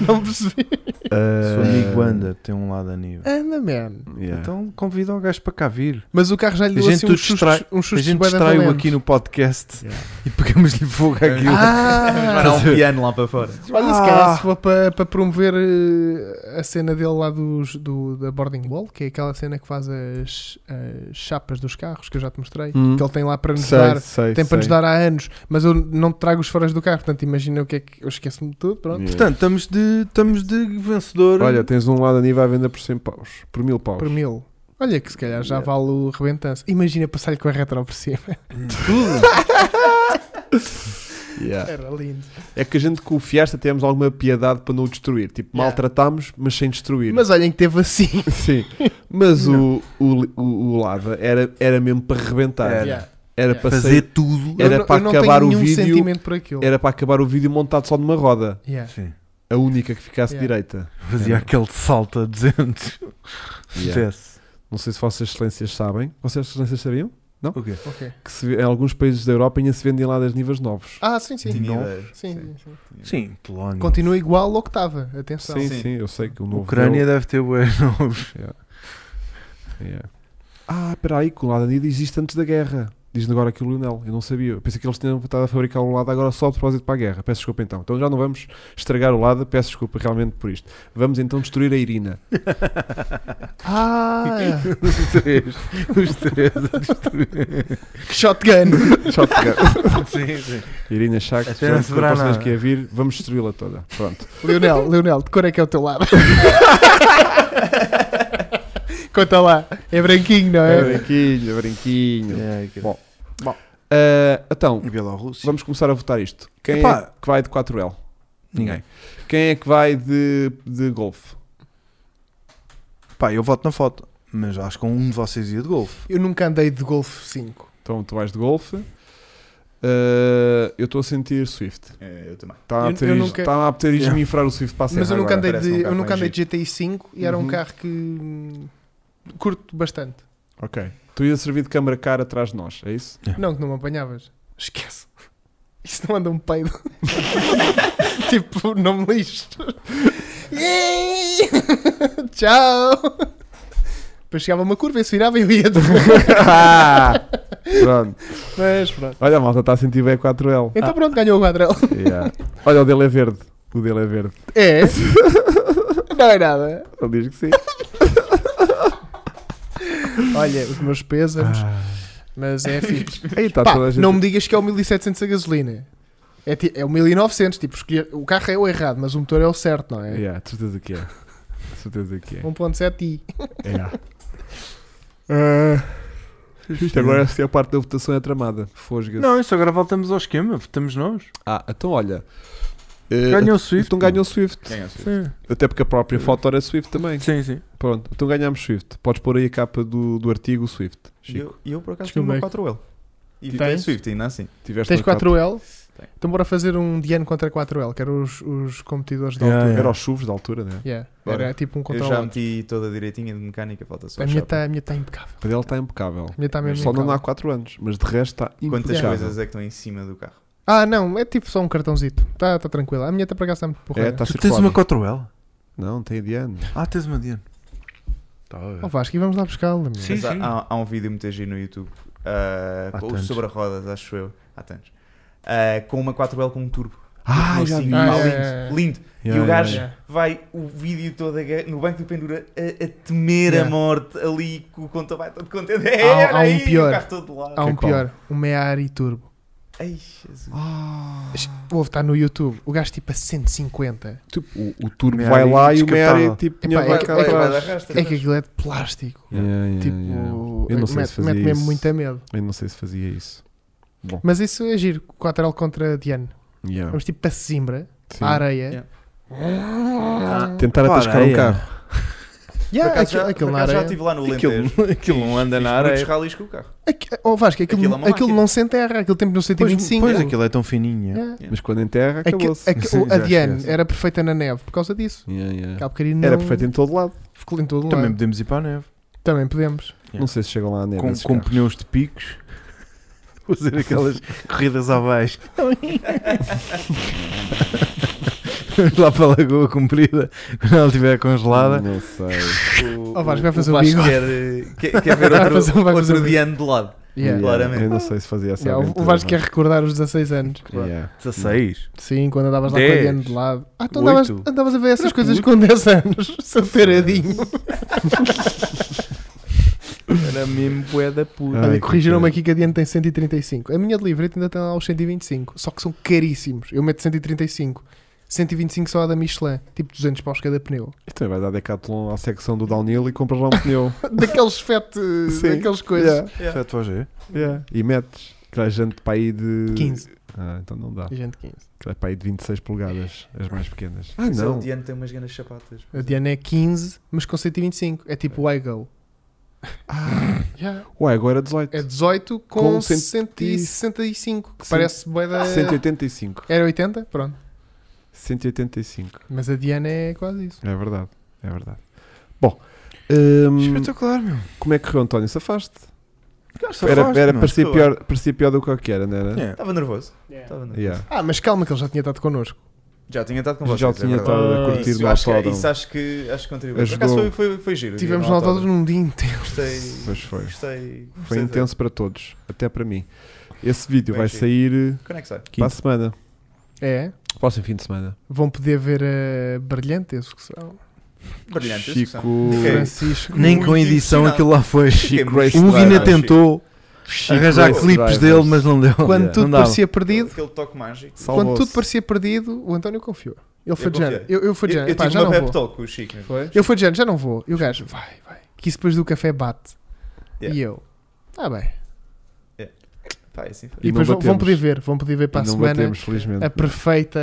Não percebi. Eh, Se o Ah. amigo anda, tem um lado da Niva. Anda, man. Yeah. Então convida o gajo para cá vir. Mas o carro já lhe A deu gente assim o uns sustos, distrai- uns A sustos gente bué da distrai-o valentes. aqui no podcast Yeah. e pegamos-lhe fogo àquilo. Ah! Há um piano lá para fora. Olha, se Ah. calhar é, se for para, para promover eh, a cena dele lá dos, do, da Boarding Wall, que é aquela cena que faz as, as chapas dos carros que eu já te mostrei, Hum. que ele tem lá para nos Sei, dar, sei, tem para nos sei. dar há anos, mas eu não te trago os foras do carro, portanto imagina o que é que eu esqueço-me de tudo, pronto. Yeah. Portanto, estamos de, estamos de vencedor. Olha, tens um lado a nível à venda por 100 paus. Por 1000 paus. Por mil. Olha que se calhar já Yeah. vale o rebentança. Imagina passar-lhe com a retro por cima. Yeah. Era lindo. É que a gente com o Fiesta temos alguma piedade para não o destruir. Tipo, Yeah. maltratámos, mas sem destruir. Mas olhem que teve assim. Sim. Mas o, o, o, o Lada era, era mesmo para rebentar. Era. Yeah. Era Yeah. para fazer sair- tudo. Era eu, não- para eu não acabar o tenho nenhum vídeo, sentimento por aquilo. Era para acabar o vídeo montado só numa roda. Yeah. Sim. A única que ficasse Yeah. direita. Fazia aquele salto a 200. Yeah. Desce. Não sei se vossas excelências sabem. Vossas excelências sabiam? O quê? Ok. Que se, em alguns países da Europa ainda se vendem lá das níveis novos. Ah, sim, sim. Tinha Não. ideia. Sim, sim, sim. Sim, Polónia. Continua igual ao que estava, atenção. sim, sim. sim, eu sei que o A novo. Ucrânia deve ter bué novos. deu- Yeah. Yeah. Ah, espera aí, que o Lada Nida existe antes da guerra. Diz-me agora aqui o Lionel, eu não sabia. Eu pensei que eles tinham estado a fabricar o lado agora só de propósito para a guerra. Peço desculpa então. Então já não vamos estragar o lado, peço desculpa realmente por isto. Vamos então destruir a Irina. Ah, Os três. Os três. Os três. que shotgun. Shotgun. sim, sim. Irina Shaq, Até não durante sobrar a nada. que ia vir, vamos destruí-la toda. Pronto. Leonel, Leonel, de cor é que é o teu lado? Conta lá. É branquinho, não É é? brinquinho, é brinquinho. É, que- Bom. Ah, então, Bielorrússia. vamos começar a votar isto. Quem é Epá. que vai de 4L? Ninguém. Quem é que vai de, de golfe? Pá, eu voto na foto. Mas acho que um de vocês ia de golfe. Eu nunca andei de Golf 5. Então tu vais de golfe. Ah, eu estou a sentir Swift. É, Eu também. Está a Eu- ter eu isto- nunca- está a apetite de me infrar o Swift para a serra Mas eu nunca agora. andei parece um de, eu carro nunca mais andei de GTI 5 e era um Uhum. carro que hum, curto bastante. Ok. Tu ias servir de câmara cara atrás de nós, é isso? Não, que não me apanhavas. Esquece. Isso não anda um peido. tipo, não me lixo. Tchau. Depois chegava uma curva, eu se virava e eu ia. Pronto. Mas pronto. Olha, a malta está a sentir bem 4L. Então pronto, ganhou o quadril. Yeah. Olha, o dele é verde. O dele é verde. É. não é nada. Ele diz que sim. Olha, os meus pésamos. Mas é fixe. Aí está Ah. Pá, toda a gente. não me digas que é o 1700 a gasolina. É, ti- é o 1900, tipo, escolher, o carro é o errado, mas o motor é o certo, não é? Yeah, de certeza que é. De certeza que é. 1.7i. yeah. Ah, isto agora é a parte da votação é tramada. Fosga-se. Não, isso agora voltamos ao esquema. Votamos nós. Ah, então olha. Eh, Ganhou o Swift. Então ganhou Swift. Quem é o seu? Sim, Até porque a própria foto era Swift também. sim. sim. Pronto, então ganhámos Swift. Podes pôr aí a capa do, do artigo Swift. E Chico, eu, e eu, por acaso, Acho que tenho uma eu 4L. E Tens? tem Swift, ainda assim. tiveste Tens uma capa- 4L? Tenho. Então bora fazer um Diano contra 4L, que eram os, os competidores da Yeah, altura. Era aos chuvos da altura, né? Yeah, Bora. Era tipo um Eu contra o já outro. meti toda direitinha de mecânica, falta só A minha chapa. está tá impecável. A dele está impecável. A minha está mesmo Só não É impecável. há 4 anos, mas de resto está impecável. Quantas Yeah. coisas é que estão em cima do carro? Ah, não, é tipo só um cartãozito. Está tá tranquilo. A minha está para cá está muito É, porra. está Tu tens circulada. uma 4L? Não, tem de ano. Ah, tens uma Diana. Oh Vasco, e vamos lá buscá-la. meu. Sim. Mas há, há- há um vídeo muito giro no YouTube ah, Há com- tantos. sobre rodas, acho eu, há tantos, Ah, com uma 4L com um turbo. Ah, Assim, já vi. pá, Ah, lindo, é. lindo. Yeah, e o yeah, gajo yeah. vai o vídeo todo a ga- no banco do pendura a, a temer Yeah. a morte ali com o conta vai todo contente. Há- há um Ei, olha aí, pior. O carro todo lá. Há um Que é qual? pior, um Meari Turbo. Ai, Jesus. Ah. Houve, está no YouTube. O gajo tipo a 150. Tipo, o, o turbo Meia vai aí lá e o descartável. Mary tipo, Epá, tinha é vai que- cá é que- atrás. É que aquilo é de plástico. Yeah, yeah, Tipo, yeah. Eu não sei mete, se fazia mete mesmo isso. muito a medo. Eu não sei se fazia isso. Mas isso é giro. 4L contra Diane. Yeah. Vamos tipo para Zimbra, Sim. para a areia. Yeah. Tentar Pá, atascar um areia. carro. Yeah, é Por acaso aquilo- já- aquilo por na acaso já areia. estive lá no Lentejo. Aquilo, aquilo não anda na área. Muitos ralis com o carro. Aqui, oh Vasco, aquilo, Aquilo é aquilo, uma máquina. não se enterra, aquilo tem no Pois, 125. pois, aquilo é tão fininho. Yeah. Mas quando enterra, Aqui- acabou-se. aqui- Sim, o- a já É. Diane esquece. era perfeita na neve por causa disso. Yeah, yeah. Aquela bocadinha Era não- perfeito em todo lado. ficou em todo lado. Também Também, podemos ir para a neve. podemos. Yeah. Não sei se chegam lá a neve. Com, esses com carros. pneus de picos. Fazer aquelas corridas abaixo. Lá para a lagoa comprida, quando ela estiver congelada. Não sei. O, Oh, Vasco, vai fazer o Vasco bigode. quer, eh, quer, quer ver Vai outro, fazer- vai fazer outro o bigode. Diane de lado. Yeah. Yeah. Claramente. Eu não sei se fazia essa Yeah, o- o aventura, Vasco é é? quer mas- recordar os 16 anos. Yeah. 16. Sim, quando andavas lá com a Dez. Diane de lado. Ah, tu Oito. andavas, andavas a ver essas coisas com 10 anos. Seu taradinho. Era mesmo É boeda pura. Ai, Olha, que corrigiram-me pena. aqui que a Diane tem 135. A minha de livre ainda tem lá os 125. Só que são caríssimos. Eu meto 135. 125 só a da Michelin. Tipo 200 paus cada pneu. Isto também vai dar Decathlon à secção do downhill e compras lá um pneu. Daqueles fete. Sim. Daqueles coisas. Yeah, Ah. Yeah. é? yeah. E metes. Que há gente para aí de. 15. Ah, então não dá. E Gente, 15. Que é para aí de 26 polegadas, as mais pequenas. Ah, Mas não. O Diane tem umas grandes chapatas. A Diane é 15, mas com 125. É tipo o iGo. Yeah. Ué, agora 18. É 18 com, Com 165. Que Sim. parece bué da... 185. Era 80? Pronto. 185. Mas a Diane é quase isso. É verdade. É verdade. Bom. hum, Espetacular, meu. como é que correu, António? Safaste? Era, Safaste, era meu. parecia, Safou. pior, parecia pior do que o que era, não era? É. Estava nervoso. Estava nervoso. Yeah. Ah, mas calma que ele já tinha estado connosco. Já tinha estado com vocês. Já é tinha verdade. estado Ah, a curtir isso, no acho que, é- autódromo. isso acho que, acho que contribuiu. Por Ajudou. acaso foi, foi, foi giro. Tivemos no no autódromo num dia inteiro. Gostei. Pois foi. Gostei. Foi gostei de- intenso para todos, até para mim. Esse vídeo Bem vai giro. sair eh, Quando é que sai? para a semana. É? Próximo fim de semana. Vão poder ver a brilhante execução. Brilhante. Chico. discussão. Fiquei- Francisco. Nem com Muito edição impressionado. aquilo lá foi. fiquei Chico muito Race O Guina impressionado, Chico. tentou Chico arranjar Race clipes Drivers. dele, mas não deu. Quando Não tudo dava. parecia perdido, Aquele toque mágico. quando tudo Salvou-se. parecia perdido, o António confiou. Ele foi de confiei. género. Eu, eu fui de Eu, género. eu Pá, tive já uma não pep vou. talk com o Chico. né? Foi? Eu fui de género, já não vou. E o gajo, vai, vai. Que isso depois do café bate. Yeah. E eu, ah bem. Pá, assim foi. E E, depois não vão, vão batemos. poder ver, vão poder ver para E a não semana batemos, felizmente. a perfeita.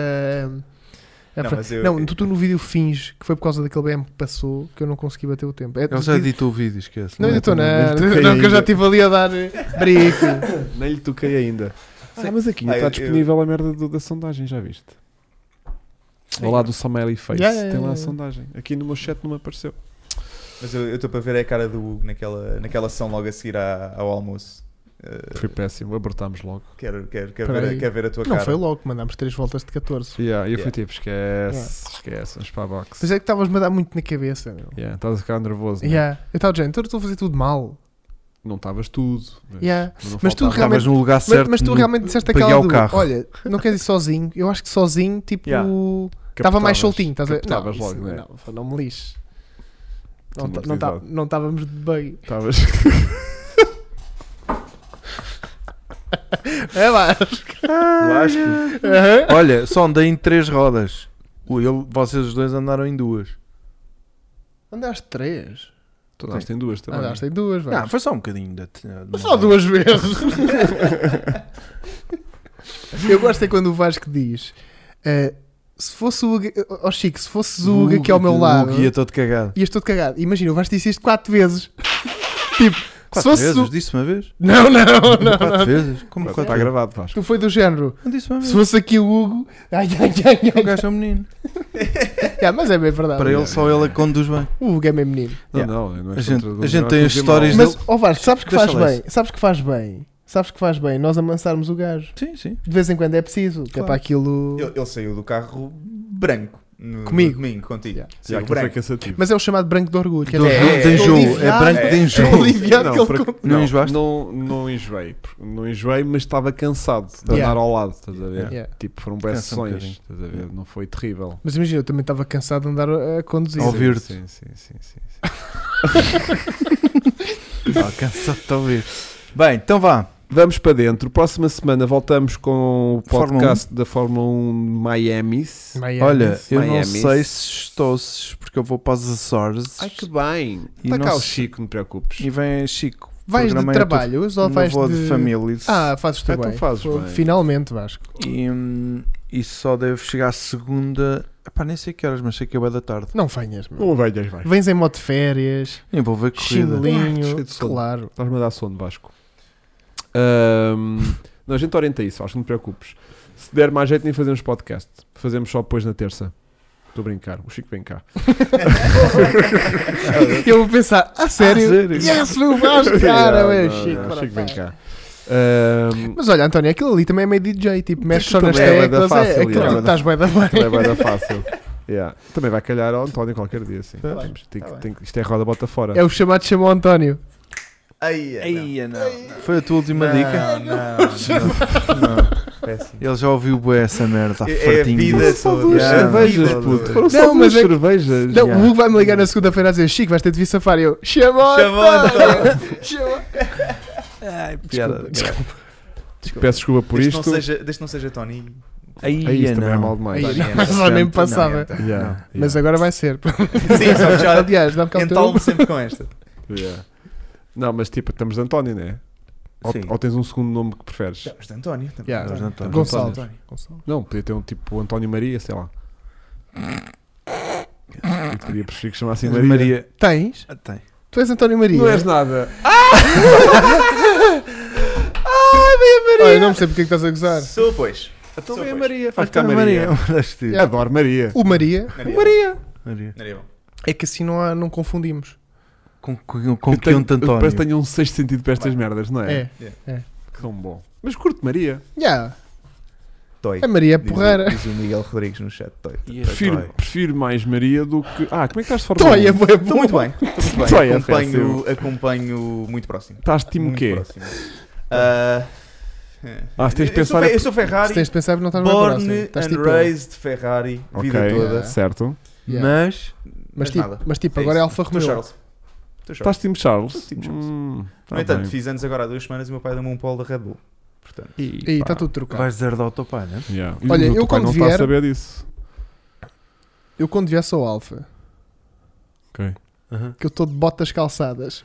a Não, per- mas eu- É não, tu, tu no vídeo finges que foi por causa daquele BM que passou que eu não consegui bater o tempo. É, Ele já editou o vídeo, esquece. Não Não, editou não, nada, não, não, não, que eu já ainda. estive ali a dar eh, briefing. Nem lhe toquei ainda. Ah, mas aqui Ah, está eu- disponível a merda do- da sondagem, já viste? Ao lado do Smiley Face, Yeah, yeah, tem lá a yeah. sondagem. Aqui no meu chat não me apareceu. Mas eu eu estou para ver a cara do Hugo naquela, naquela ação logo a seguir à- ao almoço. Eh, Foi péssimo, abortámos logo. quero, quero, quero, Espera ver, aí. a- quero ver a tua Não cara. foi logo, mandámos 3 voltas de 14. Yeah, eu fui Yeah. tipo, esquece, esquece, vamos para a box. Pois é que estavas-me a dar muito na cabeça. Meu. Yeah, estás a ficar nervoso, não é? é- Yeah. Eu estava dizendo, então eu estou a fazer tudo mal. não estavas tudo. né? Mas, Yeah. não Mas tu faltava. realmente- Estavas no lugar Mas, certo. mas tu no- realmente disseste pegar aquela o do, carro. olha, não queres ir sozinho? Eu acho que sozinho, tipo, Yeah. estava Captavas- mais soltinho. Estás a ver? Não, captavas isso- logo, não é? não, não me lixe. Não Tinhas tá- não tá- idade. Não estávamos de bem. Estavas- É lá. Vasco. Aham. Olha, só andei em três rodas. O- ele- vocês os dois andaram em duas. Andaste 3. Tu andaste em duas também. Andaste em duas, vai. Não, foi só um bocadinho. De, de- Só duas vezes. Eu gosto é quando o Vasco diz: eh, se fosse o Hugo, oh Chico, se fosse o Hugo aqui ao meu lado, O guia todo cagado. ias todo cagado. Imagina, o Vasco disse isto quatro vezes. tipo, se Quatro fosse. vezes? o- Disse uma vez? Não, não, não, quatro não. vezes? Como Está quatro vezes? tá gravado, Vasco. Tu foi do género. Não disse uma Se vez. fosse aqui o Hugo, ai, ai, ai, ai, O gajo é um menino. ai. Ah, mas é bem verdade. Para ele, só ele é que conduz bem. O Hugo é bem menino. Não, Yeah. não, não é A gente- contra- a gente não é contra tem as mal. histórias Mas, ó Vasco, sabes que Deixa faz lá bem? Sabes que faz bem? Sabes que faz bem? Nós amansarmos o gajo. Sim, sim. De vez em quando é preciso, que é Claro. para aquilo. Ele, ele saiu do carro branco. No, Comigo. no domingo, contigo. Yeah. Sim, Saiu aquilo foi branco. cansativo. Mas é assim, o chamado branco de orgulho. que Do- até- do- de enjoo, é branco de é- enjoo. é aliviado que ele por- conta. Não enjoaste? Não, não enjoei. porque- Não enjoei, mas estava cansado de Yeah. andar ao lado, estás a ver? Yeah. Tipo, foram boas Cansa um sessões, bocadinho. estás a ver? Não foi terrível. Mas imagina, eu também estava cansado de andar a a conduzir. Ao Ouvir-te. Sim, sim, sim, sim. sim. Estava Ah, cansado de te ouvir. Bem, então vá. Vamos para dentro. Próxima semana voltamos com o Fórmula um. podcast da Fórmula 1 Miami. Miami. Olha, eu não Miami. sei se estou, se- porque eu vou para os Açores Ai que bem! E Está cá não o se- Chico, não te preocupes. e vem Chico. vais de Programa é trabalho tudo. ou vais não vou de, de... família. Ah, fazes tu Ah, então bem. fazes Pô, bem. Finalmente, Vasco. E, hum, e só devo chegar à segunda. Epá, nem sei que horas, mas sei que é bem da tarde. Não venhas, meu. venhas, vai. Vens em modo de férias, Nem vou ver corrida. Ai, cheio chinelinho, de sono. claro. Estás-me a dar sono, Vasco. Ahm, não, a gente orienta isso, acho que não te preocupes. Se der mais jeito, nem fazemos podcast. Fazemos só depois na terça. Estou a brincar, o Chico vem cá. eu vou pensar, ah, sério? sério? Yes, meu Vasco, cara, Não, meu não, Chico. não, para Chico vem pá. cá. Ahm, Mas olha, António, aquilo ali também é meio DJ, tipo, mexes só nas também é bué da teclas, fácil, é, aquilo yeah. tipo, estás bem da bem. Também vai dar fácil. Yeah. Também vai calhar ao António qualquer dia, sim. Tá Vamos, bem, tem tá que- bem. tem que- isto é roda bota fora. É o chamado chamou António. Ai, ai, é, não. Eia, não. Foi a tua é última dica? Não, não, não. não. Péssimo. Ele já ouviu bué essa merda, está É, é a fartinho. vida disso. Só toda. duas Yeah. cervejas, Vida puto. toda. Foram Não, só mas duas é que- cervejas. Não, Yeah. o Hugo vai-me ligar na segunda-feira a dizer Chico, vais ter de vir safar. E eu, chamou Chamou António! Chamou Ai, piada. Desculpa, Peço desculpa por Desde que isto. não seja, desde que não seja Tony. Aí Eia, isto também é mal não. demais. Ai, Tony é mas só nem bastante- passava. não, então. Yeah, Mas yeah, é agora vai ser. Sim, só que já Aliás, dá-me cá o teu entalmo sempre com esta. yeah. Não, mas tipo, estamos de António, não é? Ou, Sim. ou tens um segundo nome que preferes? Mas de António também. Yeah. Mas António. Gonçalo. António. Gonçalo. Não, podia ter um tipo António Maria, sei lá. Eu teria preferido que chamasse Mas Maria. Maria. Tens? Ah, tem. Tu és António Maria? Ah! Não és nada. Ah, Olha, não percebo porque é que estás a gozar. Sou, pois. Então Sou, vem a pois. Maria. Ah, Vai ficar tá, Maria. mandaste tu. Eu Adoro Maria. O Maria Maria. Maria. Maria. é que assim não, há, não confundimos. Com, com, Eu com tenho- Quinto eu Parece que António. tenho um sexto É. É. sentido para estas merdas, não é? É. Que tão bom. Mas curto Maria. Yeah. Toy. A Maria é Diz o- porreira. Diz, o Miguel Rodrigues no chat Toy. Prefiro, prefiro mais Maria do que. Ah, como é que estás de forma? Toia, é um? bué Estou bom. muito bem. Estou muito Toy bem. é Acompanho, acompanho muito próximo. Estás de time o muito quê? próximo. Ah, Ah, se tens de eu sou pensar. Fe- Eu sou Ferrari. Se tens de pensar, não estás bem Born próximo. Estás and tipo. raised Ferrari, vida Ok. toda. Yeah. Certo. Yeah. Mas Mas, Mas tipo, nada. mas tipo, É agora é isso. Alfa Tu, Romeo. Charles. Tu, Charles. Estás de time Charles? Sou time Charles. Hum, tá No entanto, bem. fiz anos agora há duas semanas e o meu pai deu-me um polo da Red Bull. Portanto, E aí, tá Pá. está tá tudo trocado. vais dizer da autopai, né? Yeah. Olha, E o teu eu pai quando não está vier- a saber disso. Eu quando vier sou Alfa, Ok. Uhum. que eu estou de botas calçadas.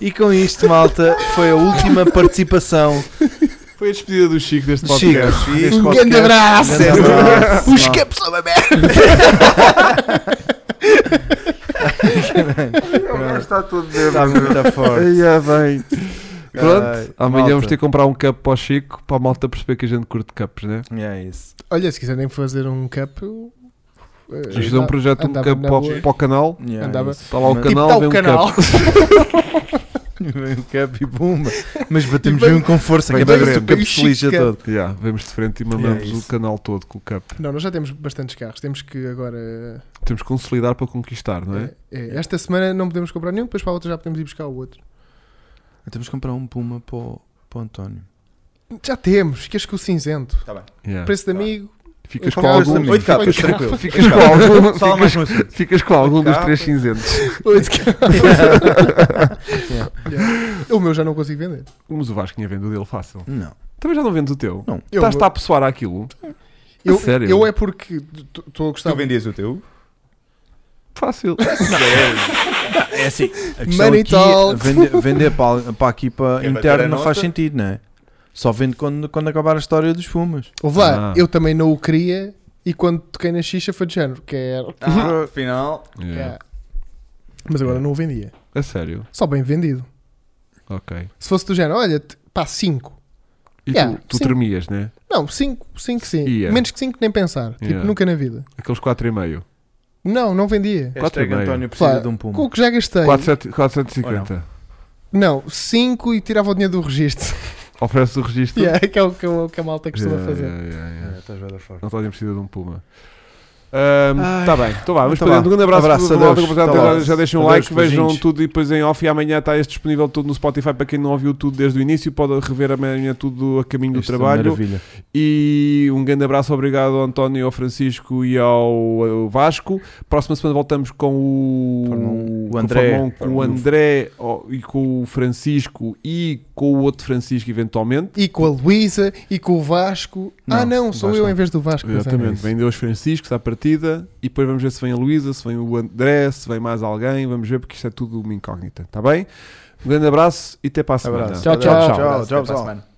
e com isto, malta, foi a última participação Foi a despedida do Chico deste de podcast. Chico. neste Um podcast. é grande abraço! Grande abraço, Os malta. capos são a merda! É um Está É. tudo Está muito forte. Ai, ah, bem. Ai, Pronto, amanhã malta. vamos ter que comprar um cup para o Chico para a malta perceber que a gente curte cups, né? É isso. Olha, se quiserem fazer um cup. eu, eh, Vamos fazer um projeto, um andava cup na para, boa. o- para o canal. Yeah, é Andava- isso. Está lá o Mas- Tipo, canal, tá vem o um canal. cup. Vem o cap e pumba. Mas batemos E vem- mesmo com força, que vem é para vem ver o o cap Chico feliz a Cup. todo. Yeah, vemos de frente e Yeah, mandamos é o isso. canal todo com o cup. Não, nós já temos bastantes carros. Temos que agora. Temos que consolidar para conquistar, não é? eh, eh, esta semana não podemos comprar nenhum, depois para a outra já podemos ir buscar o outro. Temos que comprar um puma para o, para o António. Já temos, ficas com o cinzento. está bem. Yeah. Preço de Tá. amigo. Ficas Eu com comprava algum. também. Oito capas, Oito capas. tranquilo. Ficas com algum. Fala mais Ficas, um assunto. ficas com algum dos capas. três cinzentos. Oito carros. O meu já não consigo vender. Mas o Vasco tinha vendo o dele fácil. Não. Também já não vendes o teu. Não. Eu- Estás-te a apessoar aquilo. Eu, sério? eu é porque estou a gostar. Tu vendias o teu? Fácil. É assim. A questão Money aqui, talks. vender, vender para, para aqui para Quem bater interno a não faz nota? sentido, não é? Só vende quando, quando acabar a história dos fumas. Ouve lá, Ah. eu também não o queria e quando toquei na xixa foi de género. é- Quero. Ah, afinal. Yeah. quero. Mas agora É. não o vendia. A sério. Só bem vendido. Ok. Se fosse do género, olha, t- pá, 5. E Yeah, tu, tu sim. tremias, né? Não, 5, 5 sim. Yeah. Menos que 5 nem pensar. Tipo, Yeah. nunca na vida. Aqueles 4,5. Não, não vendia. Quatro e Hashtag meio. António precisa Pá, de um puma. Com o que já gastei. 4,750. Não, 5 e tirava o dinheiro do registro. Oferece o registro. Yeah, que é o que, o que a malta costuma Yeah, fazer. yeah, yeah, yeah. É, estás bem da forma. Não está a precisa de um puma. Ahm, Ai. Tá bem, então vá, vamos Então para vá. dentro. Um grande abraço, Abraço, para adeus. toda a malta. Até lá. Já deixem um Adeus, like, vejam beijinhos. tudo e depois em off. E amanhã está este disponível tudo no Spotify para quem não ouviu tudo desde o início. Pode rever amanhã tudo a caminho do Isto é uma trabalho. maravilha. E um grande abraço, obrigado ao António, ao Francisco e ao, ao Vasco. Próxima semana voltamos com o, Fórmula um. O com André. Fórmula um, com o Fórmula um. André ó, e com o Francisco e com o outro Francisco, eventualmente. E com a Luísa e com o Vasco. ah, Não, não, sou Vasco eu não. em vez do Vasco. pois é. Exatamente, vem dois Franciscos à partida e depois vamos ver se vem a Luísa, se vem o André, se vem mais alguém. Vamos ver, porque isto é tudo uma incógnita, tá bem? Um grande abraço e até para a semana. Abraço. Tchau, tchau. Tchau, tchau, Abraço, até para a pessoal. semana.